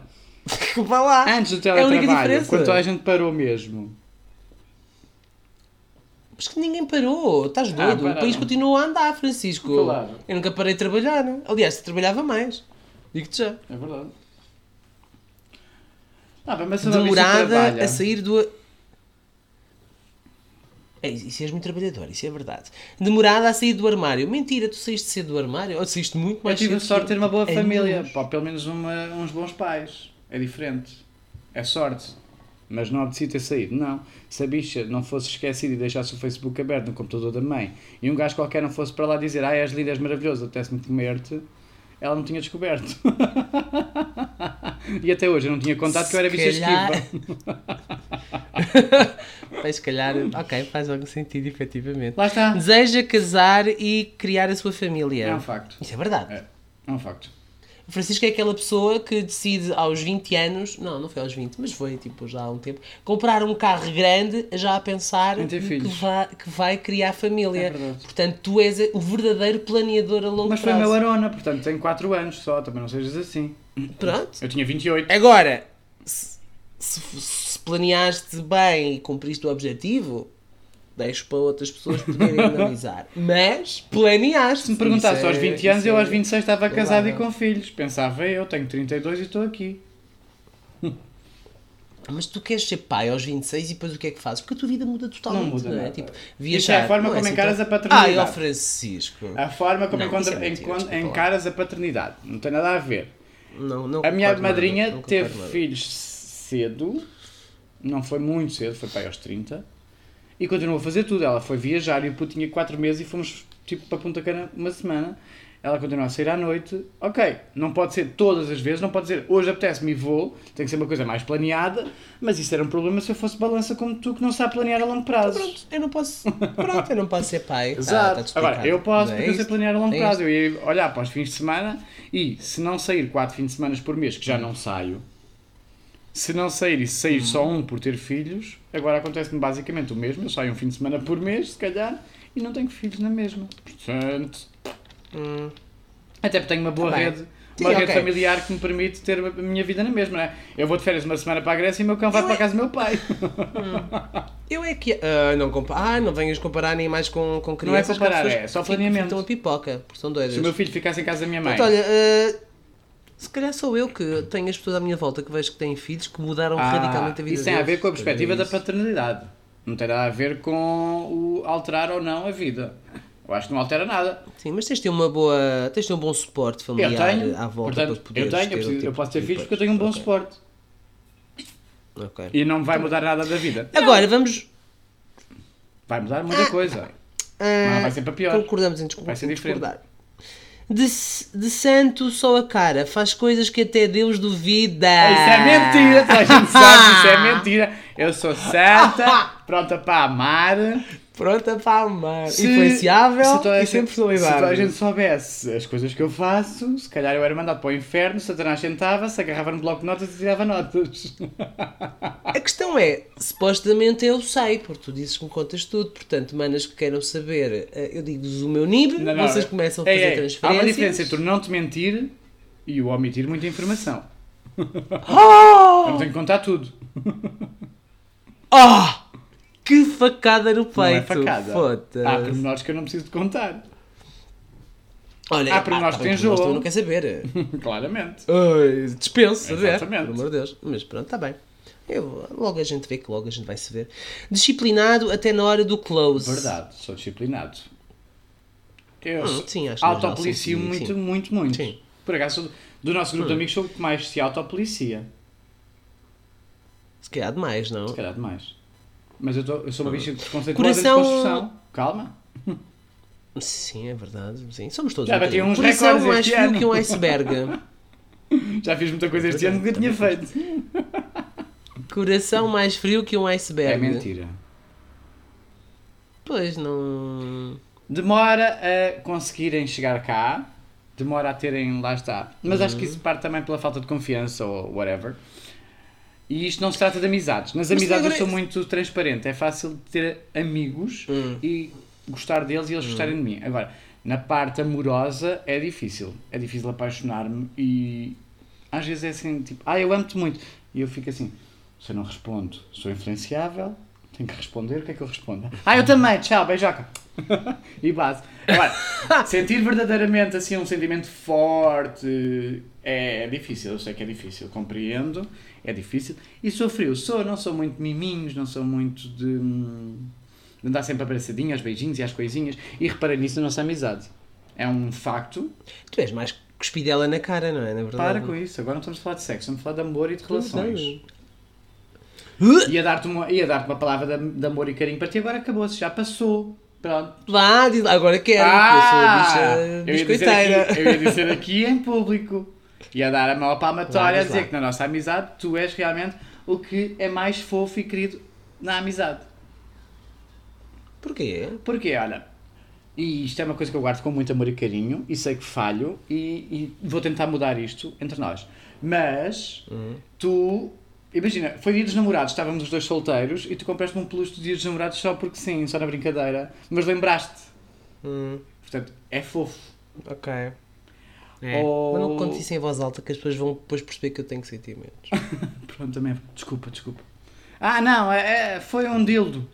B: vá lá.
A: Antes do
B: É a única
A: teletrabalho,
B: diferença.
A: quando toda a gente parou mesmo.
B: Mas que ninguém parou, estás
A: Ah,
B: doido. o
A: pararam.
B: país continua a andar, Francisco.
A: Claro.
B: Eu nunca parei de trabalhar. né? Aliás, trabalhava mais. Digo-te já.
A: É verdade. Ah, bem, mas se eu não visse que
B: Demorada
A: trabalha,
B: a sair do. É, Isso és muito trabalhador, isso é verdade. Demorada a sair do armário. Mentira, tu saíste cedo do armário? Ou saíste muito
A: Eu
B: mais
A: tive a
B: cedo
A: sorte de
B: que
A: ter
B: eu.
A: uma boa
B: É
A: família.
B: mesmo.
A: Pá, pelo menos uma- uns bons pais. É diferente. É sorte. Mas não obedeci ter saído, não. Se a bicha não fosse esquecida e deixasse o Facebook aberto no computador da mãe e um gajo qualquer não fosse para lá dizer ai, és linda, és maravilhoso, apetece-me comer-te, ela não tinha descoberto. [LAUGHS] e até hoje eu não tinha contado que eu era
B: Se
A: bicha
B: calhar-
A: esquiva.
B: [LAUGHS] Mas se calhar, ok, faz algum sentido, efetivamente.
A: Lá está.
B: Deseja casar e criar a sua família.
A: É um facto.
B: Isso é verdade.
A: É, é um facto.
B: O Francisco é aquela pessoa que decide aos 20 anos, não, não foi aos 20, mas foi tipo já há um tempo, comprar um carro grande já a pensar
A: Em ter
B: que,
A: filhos.
B: vai, que vai criar família.
A: É verdade.
B: Portanto, tu és o verdadeiro planeador a longo
A: Mas foi
B: prazo.
A: meu arona, portanto tenho 4 anos só, também não sejas assim.
B: Pronto.
A: Eu tinha 28.
B: Agora, se, se- se planeaste bem e cumpriste o objetivo, deixo para outras pessoas
A: [LAUGHS]
B: poderem analisar. Mas planeaste.
A: Se me perguntasse
B: Isso
A: aos
B: é-
A: 20 anos,
B: isso
A: eu
B: é-
A: aos 26 estava
B: provável.
A: casado e com filhos. Pensava eu, tenho 32 e estou aqui.
B: Mas tu queres ser pai aos 26 e depois o que é que fazes? Porque a tua vida muda totalmente,
A: Não muda
B: é?
A: nada.
B: Tipo,
A: Isso é a forma
B: não
A: como
B: assim
A: encaras
B: tão-
A: a paternidade. Ah,
B: Ah, e ao Francisco.
A: A forma como
B: Não,
A: encontra-
B: isso é mentira,
A: encon-
B: desculpa lá.
A: encaras a paternidade. Não tem nada a ver.
B: Não, não
A: A minha
B: concordo nada,
A: madrinha
B: não concordo
A: teve
B: nada.
A: filhos cedo. Não foi muito cedo, foi para aí aos 30. E continuou a fazer tudo. Ela foi viajar e o puto tinha 4 meses e fomos tipo para Punta Cana uma semana. Ela continua a sair à noite. Ok, não pode ser todas as vezes, não pode ser hoje apetece-me e vou. Tem que ser uma coisa mais planeada. Mas isso era um problema se eu fosse balança como tu que não sabe planear a longo prazo.
B: Pronto, eu não posso. Pronto, eu não posso ser pai. Tá- tá
A: Exato.
B: explicado.
A: Agora, eu posso,
B: Não é
A: porque eu sei
B: isto?
A: planear a longo
B: É
A: prazo. Eu ia olhar para os fins de semana e, se não sair 4 fins de semana por mês, que já não saio, se não sair e se
B: Hum.
A: sair só um por ter filhos, agora acontece-me basicamente o mesmo. Eu saio um fim de semana por mês, se calhar, e não tenho filhos na mesma. Portanto. Até porque tenho uma boa
B: Hum. Tá bem.
A: rede.
B: Sim,
A: uma rede
B: ok.
A: familiar que me permite ter a minha vida na mesma, não é? Eu vou de férias uma semana para a Grécia e o meu cão vai para a casa do
B: é-
A: meu pai.
B: [LAUGHS] Eu é que. Ah, não compa ah, não venhas comparar nem mais com, com crianças. que
A: comparar,
B: as pessoas
A: é só
B: fritam-
A: planeamento.
B: fritam a pipoca, porque são doidas.
A: Se o meu filho ficasse em casa da minha mãe.
B: Portanto, olha, ah, se calhar sou eu que tenho as pessoas à minha volta que vejo que têm filhos que mudaram
A: Ah,
B: radicalmente a vida
A: Isso tem a ver
B: deles.
A: com a perspectiva da
B: Olha isso.
A: paternidade. Não tem nada a ver com o alterar ou não a vida. Eu acho que não altera nada.
B: Sim, mas tens de ter uma boa. Tens de ter um bom suporte
A: Eu
B: familiar
A: tenho,
B: à volta
A: portanto,
B: para poderes
A: eu, tenho eu,
B: ter o
A: preciso-
B: tipo
A: eu posso ter
B: de
A: filhos porque eu
B: feedback.
A: tenho um bom
B: Ok, Então-
A: suporte.
B: ok.
A: E não vai mudar nada da vida.
B: Agora vamos.
A: Vai mudar muita coisa.
B: ah,
A: Mas vai ser para pior.
B: concordamos em desculpa.
A: Vai ser
B: em
A: diferente.
B: discordar. De, de santo só a cara, faz coisas que até Deus duvida.
A: Isso é mentira, toda a gente sabe que isso é mentira. Eu sou
B: [LAUGHS]
A: santa, pronta para amar.
B: Pronta para amar.
A: Se-
B: Influenciável
A: se toda a
B: e sem
A: gente- Se toda a
B: personalidade.
A: gente soubesse as coisas que eu faço, se calhar eu era mandado para o inferno, Satanás sentava-se, agarrava no bloco de notas e tirava
B: [LAUGHS]
A: notas.
B: A questão é, supostamente eu sei, porque tu dizes que me contas tudo, portanto, manas que queiram saber, eh, eu digo-vos o meu NIB,
A: Não, não,
B: vocês
A: não.
B: começam a
A: Ei,
B: fazer
A: ei, Há
B: transferências.
A: uma diferença entre o não te mentir e o omitir muita informação. Eu não tenho que contar tudo.
B: Oh! Que facada Ah, no peito!
A: Não é facada.
B: Foda-se.
A: Há pormenores que eu não preciso de contar. [LAUGHS]
B: Olha,
A: há pormenores que
B: há
A: enjoam.
B: tu não quer saber.
A: Claramente.
B: [LAUGHS] Ai, é? dispenso, saber.
A: Exatamente.
B: Pelo amor de Deus. Mas pronto, está bem. Eu, logo a gente vê que logo a gente vai se ver. Disciplinado até na hora do close.
A: Verdade, sou disciplinado. Eu
B: Hum, sim, acho que no geral
A: autopolicio
B: sim, sim,
A: muito,
B: assim, sim.
A: muito, muito.
B: Sim. Hum.
A: Por acaso, sou- do nosso grupo de amigos, sou o que mais se autopolicia.
B: Se calhar demais, não?
A: Se calhar demais. Mas eu, tô- eu sou uma bicha desconceituosa de
B: Coração-
A: construção. Calma.
B: Sim, é verdade. Sim. Somos todos
A: Já
B: um
A: bati
B: bocadinho.
A: uns
B: Coração
A: recordes
B: mais
A: este
B: frio
A: ano.
B: que um iceberg.
A: Já fiz muita coisa este
B: Pois é,
A: ano que eu tinha feito.
B: Coração mais frio que um
A: É
B: iceberg.
A: mentira.
B: Pois não.
A: demora a conseguirem chegar cá, demora a terem lá está. Mas acho que
B: Uhum.
A: isso parte também pela falta de confiança ou whatever. E isto não se trata de amizades. Nas
B: Mas
A: amizades
B: agora-
A: eu sou muito transparente. É fácil ter amigos
B: Hum.
A: e gostar deles e eles gostarem de mim. Agora, na parte amorosa é difícil. É difícil apaixonar-me e às vezes é assim, tipo, ah, eu amo-te muito. E eu fico assim, se eu não respondo, sou influenciável, tenho que responder, o que é que eu respondo? Ah, eu também, tchau, beijoca. e base. Agora, sentir verdadeiramente assim um sentimento forte é difícil, eu sei que é difícil, compreendo, é difícil. E sou frio, sou, não sou muito miminhos, não sou muito de. hum, de andar sempre abraçadinho aos beijinhos e às coisinhas. E reparei nisso na nossa amizade. É um facto.
B: Tu és mais cuspidela na cara, não é? Na verdade.
A: Para com isso, agora não estamos a falar de sexo, estamos a falar de amor e de
B: Pois não.
A: relações. Ia dar-te uma, ia dar-te uma palavra de, de amor e carinho para ti, agora acabou-se, já passou. Pronto.
B: Vá, diz lá, agora quero.
A: Ah!
B: eu
A: Eu ia,
B: sou
A: dizer
B: bicha
A: aqui,
B: biscoiteira.
A: eu ia dizer aqui em público. Ia dar a mão palmatória a
B: Vamos
A: dizer
B: lá.
A: que na nossa amizade tu és realmente o que é mais fofo e querido na amizade.
B: Porquê?
A: Porque, olha, e isto é uma coisa que eu guardo com muito amor e carinho, e sei que falho, e, e vou tentar mudar isto entre nós. Mas, tu, imagina, foi dia dos namorados, estávamos os dois solteiros, e tu compraste-me um peluche do dia dos namorados só porque sim, só na brincadeira, mas lembraste.
B: Hum,
A: Portanto, é fofo.
B: ok.
C: É.
A: Ou-
B: Mas não conto isso em voz alta que as pessoas vão depois perceber que eu tenho sentimentos.
A: Pronto, também, desculpa, desculpa. Ah, não, é- é- foi um dildo.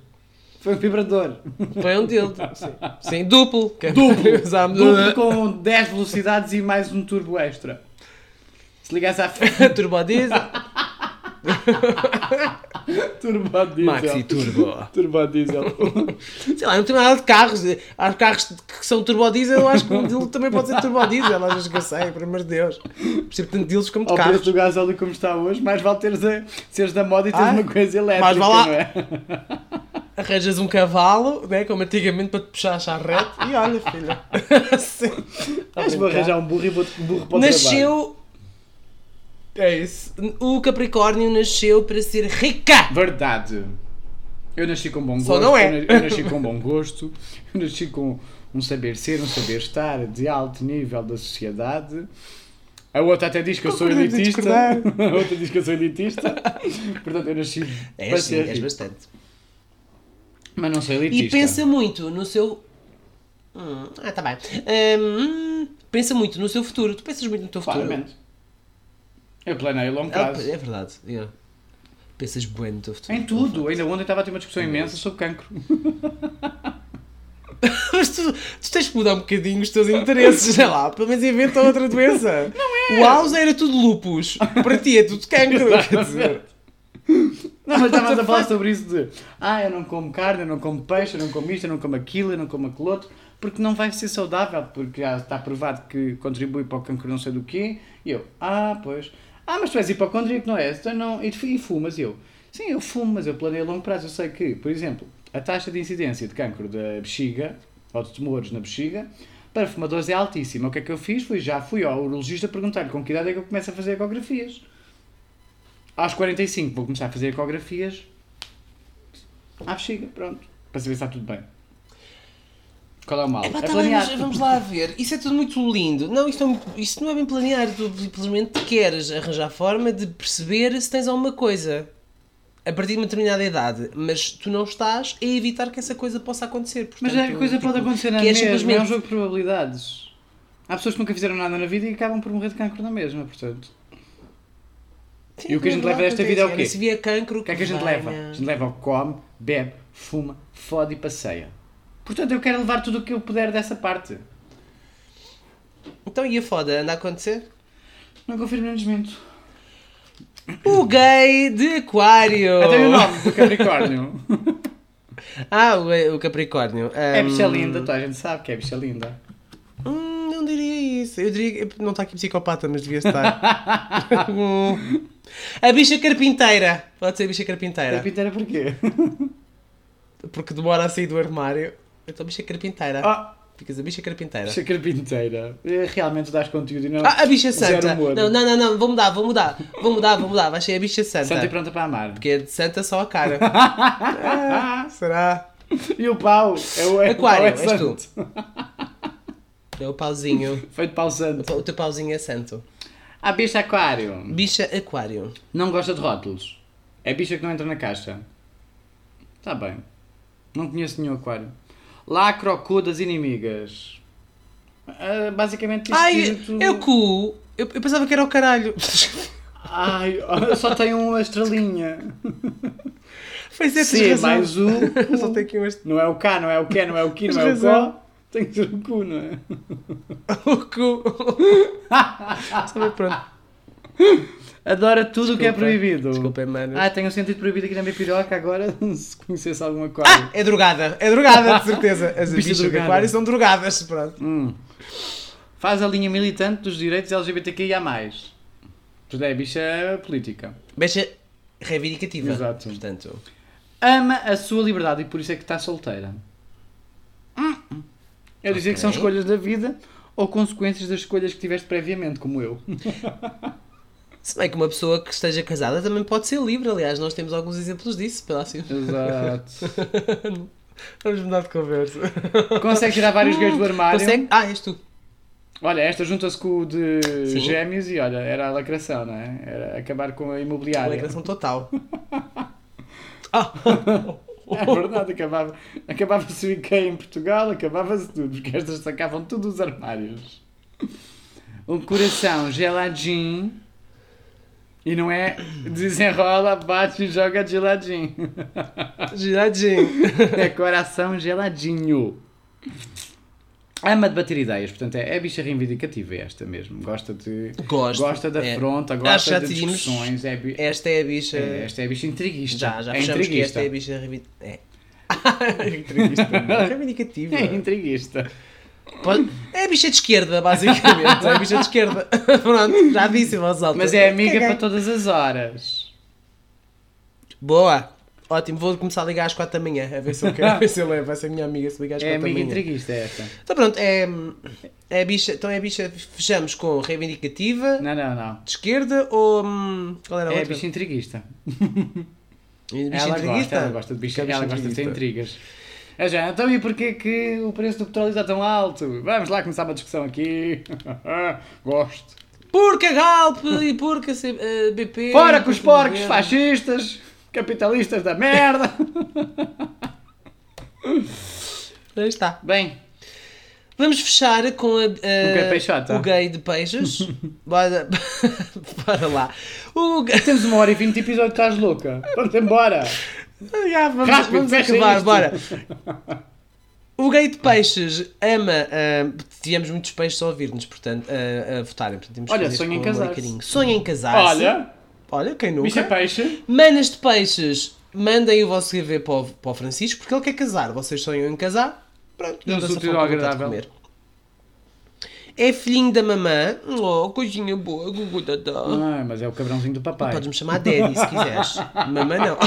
A: Foi um vibrador.
B: Põe um
A: [LAUGHS]
B: dildo. Sim. Sim, duplo. que é para [LAUGHS]
A: Duplo.
B: usarmos-
A: Duplo com 10 velocidades e mais um turbo extra. Se ligasse à frente,
B: [LAUGHS] Turbodiesel.
A: [LAUGHS] turbo diesel.
B: Maxi Turbo.
A: Turbo
B: [LAUGHS]
A: diesel.
B: Sei lá, não tenho nada de carros. Há carros que são turbodiesel, eu acho que um dildo também pode ser turbodiesel. Às vezes que eu sei, pelo amor de Deus. Percebo tanto dildos como de
A: Ao preço
B: carros.
A: do gás óleo como está hoje, mais vale teres a, seres da moda e teres
B: Ah,
A: uma coisa elétrica,
B: mais vale lá. Tá
A: não é?
B: Arranjas um cavalo, né, como antigamente, para te puxar a charrete. E olha, filha. [LAUGHS] Sim. Tá
A: Mas vou
B: brincar.
A: arranjar um burro e vou-te com o burro para o trabalho.
B: Nasceu. É isso. O Capricórnio nasceu para ser rica.
A: Verdade. Eu nasci com bom gosto.
B: Só não é.
A: Eu, na- eu nasci com bom gosto. Eu nasci com um saber ser, um saber estar de alto nível da sociedade. A outra até diz que eu sou
B: Concordamos em
A: elitista.
B: é
A: [LAUGHS]
B: discordar.
A: A outra diz que eu sou elitista. Portanto, eu nasci para
B: És É, sim,
A: ser
B: és
A: rico.
B: bastante.
A: Mas não sou elitista.
B: assim, E pensa muito no seu. Hum, ah, tá bem. Hum, pensa muito no seu futuro. Tu pensas muito no teu futuro.
A: Claramente. Eu planei a longo
B: Ah,
A: prazo.
B: é verdade. yeah. Pensas bem no teu futuro. [LAUGHS]
A: Em tudo. Ainda ontem estava a ter uma discussão imensa sobre cancro.
B: Mas tu, tu tens que mudar um bocadinho os teus interesses, sei lá. Pelo menos inventa outra doença. Não é? O Alza era tudo lupus. Para ti é tudo cancro. quer dizer.
A: Não, mas estávamos a falar sobre isso de ah, eu não como carne, eu não como peixe, eu não como isto, eu não como aquilo, eu não como aquilo outro, porque não vai ser saudável, porque já está provado que contribui para o cancro não sei do quê. E eu, ah, pois. Ah, mas tu és hipocondríaco, não és? Então não... E, tu- e fumas, e eu. Sim, eu fumo, mas eu planeio a longo prazo. Eu sei que, por exemplo, a taxa de incidência de cancro da bexiga, ou de tumores na bexiga, para fumadores é altíssima. O que é que eu fiz? Fui, já fui ao urologista perguntar-lhe com que idade é que eu começo a fazer ecografias. Aos 45 vou começar a fazer ecografias à bexiga, pronto. Para saber se está tudo bem. Qual é o mal?
B: Epá,
A: É
B: tá bem, mas
A: planear.
B: vamos lá ver. Isso é tudo muito lindo. Não, isto não, isto não é bem planear. Tu simplesmente queres arranjar forma de perceber se tens alguma coisa a partir de uma determinada idade. Mas tu não estás a evitar que essa coisa possa acontecer. Portanto,
A: Mas é, a coisa
B: tipo,
A: pode acontecer na
B: que é
A: mesma, é um
B: simplesmente-
A: jogo de probabilidades. Há pessoas que nunca fizeram nada na vida e acabam por morrer de cancro na mesma, portanto.
B: Sim,
A: E o que a gente
B: não
A: leva desta vida é o quê?
B: acontece. Olha, Se vier cancro,
A: O que é que a gente leva? A gente leva o que come, bebe, fuma, fode e passeia. Portanto, eu quero levar tudo o que eu puder dessa parte.
B: Então e a foda? Anda a acontecer?
A: Não confirmo nem desmento.
B: O gay de aquário!
A: Até o um nome do Capricórnio.
B: Ah, o, o Capricórnio.
A: é bicha
B: Ahm,
A: linda, toda a gente sabe que é bicha linda.
B: Hum, não diria isso. Eu diria que não está aqui psicopata, mas
A: [LAUGHS]
B: devia estar. Hum. a bicha carpinteira. Pode ser a bicha carpinteira.
A: Carpinteira porquê?
B: Porque demora a sair do armário. Então, bicha carpinteira.
A: Ah,
B: Ficas a bicha
A: [LAUGHS]
B: carpinteira.
A: Bicha carpinteira. É, Realmente dás conteúdo e não. é
B: Ah, a bicha
A: Zero
B: santa.
A: humor.
B: Não, não, não, não, vou mudar, vou mudar. Vou mudar, vou mudar. Vai ser a bicha santa.
A: Santa e pronta para amar.
B: Porque é de santa só a
A: [LAUGHS]
B: cara.
A: Ah,
B: Será?
A: e o pau? É o é, o pau
B: Aquário,
A: é
B: és
A: santo.
B: É o pauzinho.
A: Feito pau
B: O
A: santo.
B: pa- O teu pauzinho é santo.
A: A bicha aquário.
B: Bicha aquário.
A: Não gosta de rótulos. É bicha que não entra na caixa. Está bem. Não conheço nenhum aquário. Lacrocu das inimigas. Ah, basicamente isto
B: Ai,
A: diz tudo.
B: é o cu. Eu, eu pensava que era o caralho. [LAUGHS]
A: Ai, só tem uma estrelinha.
B: Foi certo, tens
A: C
B: razão. [LAUGHS]
A: mais o.
B: Eu só tenho aqui um [LAUGHS] umas
A: Não é o K, não é o Q, não é o Q, não é o
B: Tens
A: Có.
B: razão.
A: Tem que ser o cu, não é?
B: [LAUGHS] O cu. Sabe, pronto.
A: Adora tudo o que é
B: Desculpa.
A: proibido.
B: Desculpem, mano.
A: Ah, tenho um sentido proibido aqui na minha piroca agora, [LAUGHS] se conhecesse algum aquário.
B: É drogada, é drogada, de certeza. As
A: Bicha
B: bichas de
A: drogada.
B: aquário são drogadas, pronto.
A: Hum. Faz a linha militante dos direitos LGBTQIA+. Pois é, bicha política.
B: Bicha é reivindicativa.
A: Exato.
B: Portanto,
A: Ama a sua liberdade e por isso é que está solteira. Hum. Eu dizia que são
B: Ok.
A: escolhas da vida ou consequências das escolhas que tiveste previamente, como eu.
B: se bem que uma pessoa que esteja casada também pode ser livre, aliás, nós temos alguns exemplos disso, pela assim.
A: Exato. [LAUGHS]
B: Vamos mudar de conversa.
A: Consegue tirar vários gays do armário.
B: Consegue? Ah, és tu.
A: Olha, esta junta-se com o de
B: Sim.
A: gêmeos e olha, era a lacração, não é? Era acabar com a
B: A
A: imobiliária.
B: lacração total.
A: É verdade, acabava- acabava-se o IKEA em Portugal, acabava-se tudo, porque estas sacavam tudo os armários. Um coração geladinho. E não é desenrola, bate e joga geladinho.
B: [LAUGHS] Giradinho.
A: É coração geladinho. Ama debater ideias, portanto é, é bicha reivindicativa esta mesmo. Gosta de.
B: Gosto.
A: Gosta da
B: É.
A: afronta,
B: Acho que
A: gosta
B: já
A: de
B: tínhamos-
A: discussões. É, bi-
B: Esta é a bicha.
A: é, esta é bicha intriguista.
B: Já, já
A: é
B: fechamos que
A: intriguista.
B: esta é a bicha reivindicativa. [LAUGHS] É. [LAUGHS] reivindicativa.
A: É intriguista.
B: Pode- É a bicha de esquerda, basicamente. É a bicha de esquerda. [LAUGHS] Pronto, já disse, voz alta.
A: Mas é amiga
B: Caguei.
A: para todas as horas.
B: Boa. Ótimo, vou começar a ligar às 4 da manhã, a ver se eu quero, a ver se ele é, vai ser a minha amiga se ligar às
A: É
B: 4 da
A: amiga
B: manhã.
A: intriguista esta.
B: Então pronto, é, é a bicha, então é a bicha, fechamos com reivindicativa,
A: Não, não, não.
B: de esquerda ou, hum, qual era a
A: É
B: outra?
A: bicha intriguista.
B: É bicha
A: ela
B: intriguista?
A: gosta, ela gosta de bicha,
B: Porque é
A: ela gosta de ter
B: intriguista.
A: intrigas. É já, então e porquê que o preço do petróleo está tão alto? Vamos lá começar uma discussão aqui. [LAUGHS] Gosto.
B: Porque a Galp e porque a C- eh, a BP...
A: Fora com os
B: porque o
A: porcos
B: governo.
A: fascistas, capitalistas da [LAUGHS] merda.
B: Aí está.
A: Bem,
B: Vamos fechar com a, a-
A: gay peixota.
B: o gay de peixes. Bora, [LAUGHS] bora lá. O gay...
A: [LAUGHS] temos uma hora e vinte de episódio, estás louca? Vamos embora.
B: Ah, vamos,
A: Rápido,
B: vamos
A: fecha
B: acabar,
A: isto.
B: bora. O gay de peixes ama. ah, tivemos muitos peixes a ouvir-nos, portanho, a, a votarem. Portanto, temos que
A: Olha,
B: fazer isto
A: sonha em
B: com amor e
A: casar-se.
B: carinho. Sonha em casar-se.
A: Olha, é
B: Olha, quem
A: bicha
B: nunca.
A: peixe.
B: Manas de peixes, mandem o vosso CV para o, para o Francisco, porque ele quer casar. Vocês sonham em casar. Pronto,
A: Num
B: juntam-se a
A: sentido
B: fome com vontade de
A: agradável.
B: É filhinho da mamã. Oh, coisinha boa, gugu dadá.
A: Ah, mas é o cabrãozinho do papai.
B: Podes-me chamar Daddy se
A: [LAUGHS]
B: quiseres. Mamãe não.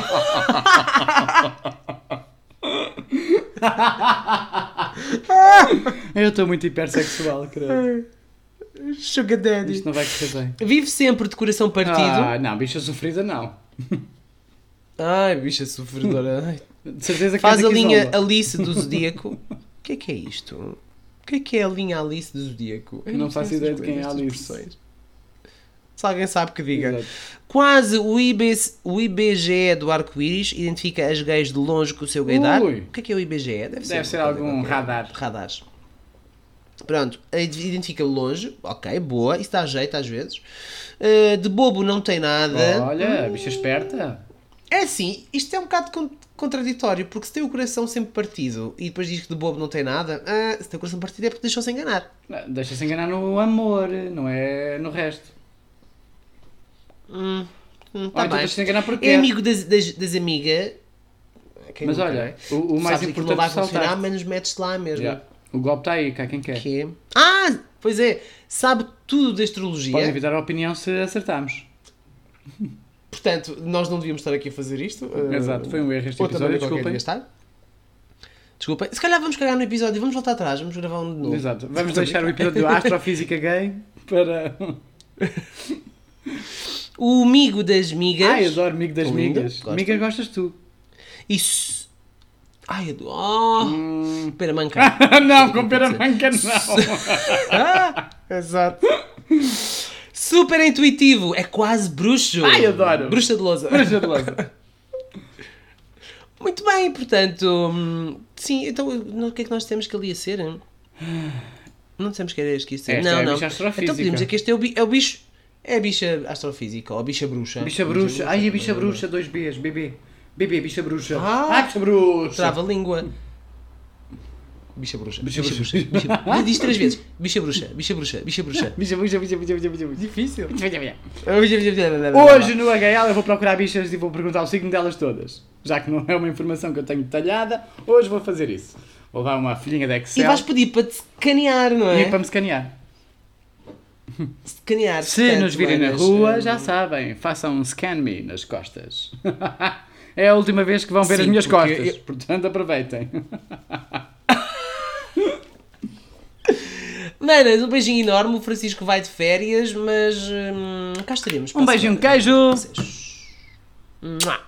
A: Eu estou muito hipersexual, credo.
B: Sugar Daddy.
A: Isto não vai correr bem.
B: Vive sempre de coração partido.
A: Ah, não, bicha sofrida não.
B: Ai, bicha sofredora.
A: [LAUGHS]
B: Ai.
A: De certeza que é
B: Faz
A: és
B: a
A: aqui
B: linha
A: isola.
B: Alice
A: [LAUGHS]
B: do Zodíaco. O que é que é isto? O que é que é a linha Alice do Zodíaco? Eu
A: Não
B: sei
A: faço ideia
B: essas
A: de quem é
B: coisas,
A: Alice.
B: estas expressões. Se alguém sabe que diga.
A: Exato.
B: Quase o, IBC, o IBGE do arco-íris identifica as gays de longe com o seu gaydar.
A: Ui.
B: O que é que é o IBGE? Deve,
A: Deve ser
B: uma coisa
A: algum radar.
B: Radares. Pronto, identifica longe, ok, boa, isso dá jeito às vezes. Uh, de bobo não tem nada.
A: Olha, bicha esperta.
B: É assim, isto é um bocado con- contraditório, porque se tem o coração sempre partido e depois diz que de bobo não tem nada, ah, se tem o coração partido é porque deixou-se enganar.
A: Não, Deixa-se enganar no amor, não é no resto.
B: Hum,
A: Ou
B: tá
A: então
B: bem.
A: deixa-se enganar porque
B: É amigo das, das, das amigas. Quem
A: Mas
B: nunca,
A: olha,
B: né?
A: o, o mais
B: Sabes que aquilo não
A: importante
B: vai
A: é
B: funcionar,
A: saltar.
B: menos metes lá mesmo.
A: Yeah. O golpe está aí, cá quem quer.
B: Que- Ah, pois é, sabe tudo de astrologia.
A: Podem evitar a opinião se acertarmos.
B: Portanto, nós não devíamos estar aqui a fazer isto. uh,
A: Exato, foi um erro este
B: outra maneira
A: episódio,
B: qualquer de
A: desculpem.
B: gastar. Desculpem. Se calhar vamos cagar no episódio e vamos voltar atrás, vamos gravar um de novo.
A: Exato. Vamos deixar o episódio da Astrofísica Gay para.
B: O amigo das migas.
A: Ai, adoro Migo das
B: Linda,
A: Migas.
B: gosto.
A: Migas gostas tu. [LAUGHS]
B: Isso. Ai, eu dou. Oh,
A: Hum.
B: pera manca.
A: [LAUGHS] não, com pera
B: [LAUGHS]
A: manca não.
B: Exato. Ah! Super intuitivo, é quase bruxo.
A: Ai, adoro.
B: Bruxa de lousa.
A: Bruxa de lousa.
B: Muito bem, portanto. hum, Sim, então no- o que é que nós temos que ali a ser? hein? Não temos que era isto que ia ser.
A: Esta
B: não,
A: é a
B: não.
A: bicha astrofísica.
B: Então podemos dizer que este é o, bi- é o bicho. É a bicha astrofísica ou a bicha bruxa.
A: Bicha bruxa. Ai, a bicha bruxa, dois Bs, BB. BB, bicha bruxa.
B: Ah.
A: Ai, bicha bruxa.
B: Trava a língua. Bicha bruxa.
A: Bicha bruxa.
B: bruxa. Diz três vezes. Bicha bruxa, bicha bruxa, bicha
A: [LAUGHS]
B: bruxa.
A: Bicha, bicha, bicha, bicha, bicha, bicha.
B: Difícil.
A: Hoje no HL eu vou procurar bichas e vou perguntar o signo delas todas. Já que não é uma informação que eu tenho detalhada, hoje vou fazer isso. Vou levar uma filhinha da
B: E
A: Excel
B: vais pedir para te escanear, não
A: e
B: é?
A: para me escanear.
B: Escanear.
A: Se
B: portanto,
A: nos virem na
B: manas,
A: rua,
B: hum,
A: já sabem, façam um scan me nas costas. [LAUGHS] É a última vez que vão ver
B: Sim,
A: as minhas
B: porque
A: costas,
B: eu-
A: portanto aproveitem.
B: Manas, um beijinho enorme. O Francisco vai de férias, mas hum, cá estaremos. para
A: Um
B: a
A: beijo e um
B: semana.
A: queijo!
B: Vocês. Mua.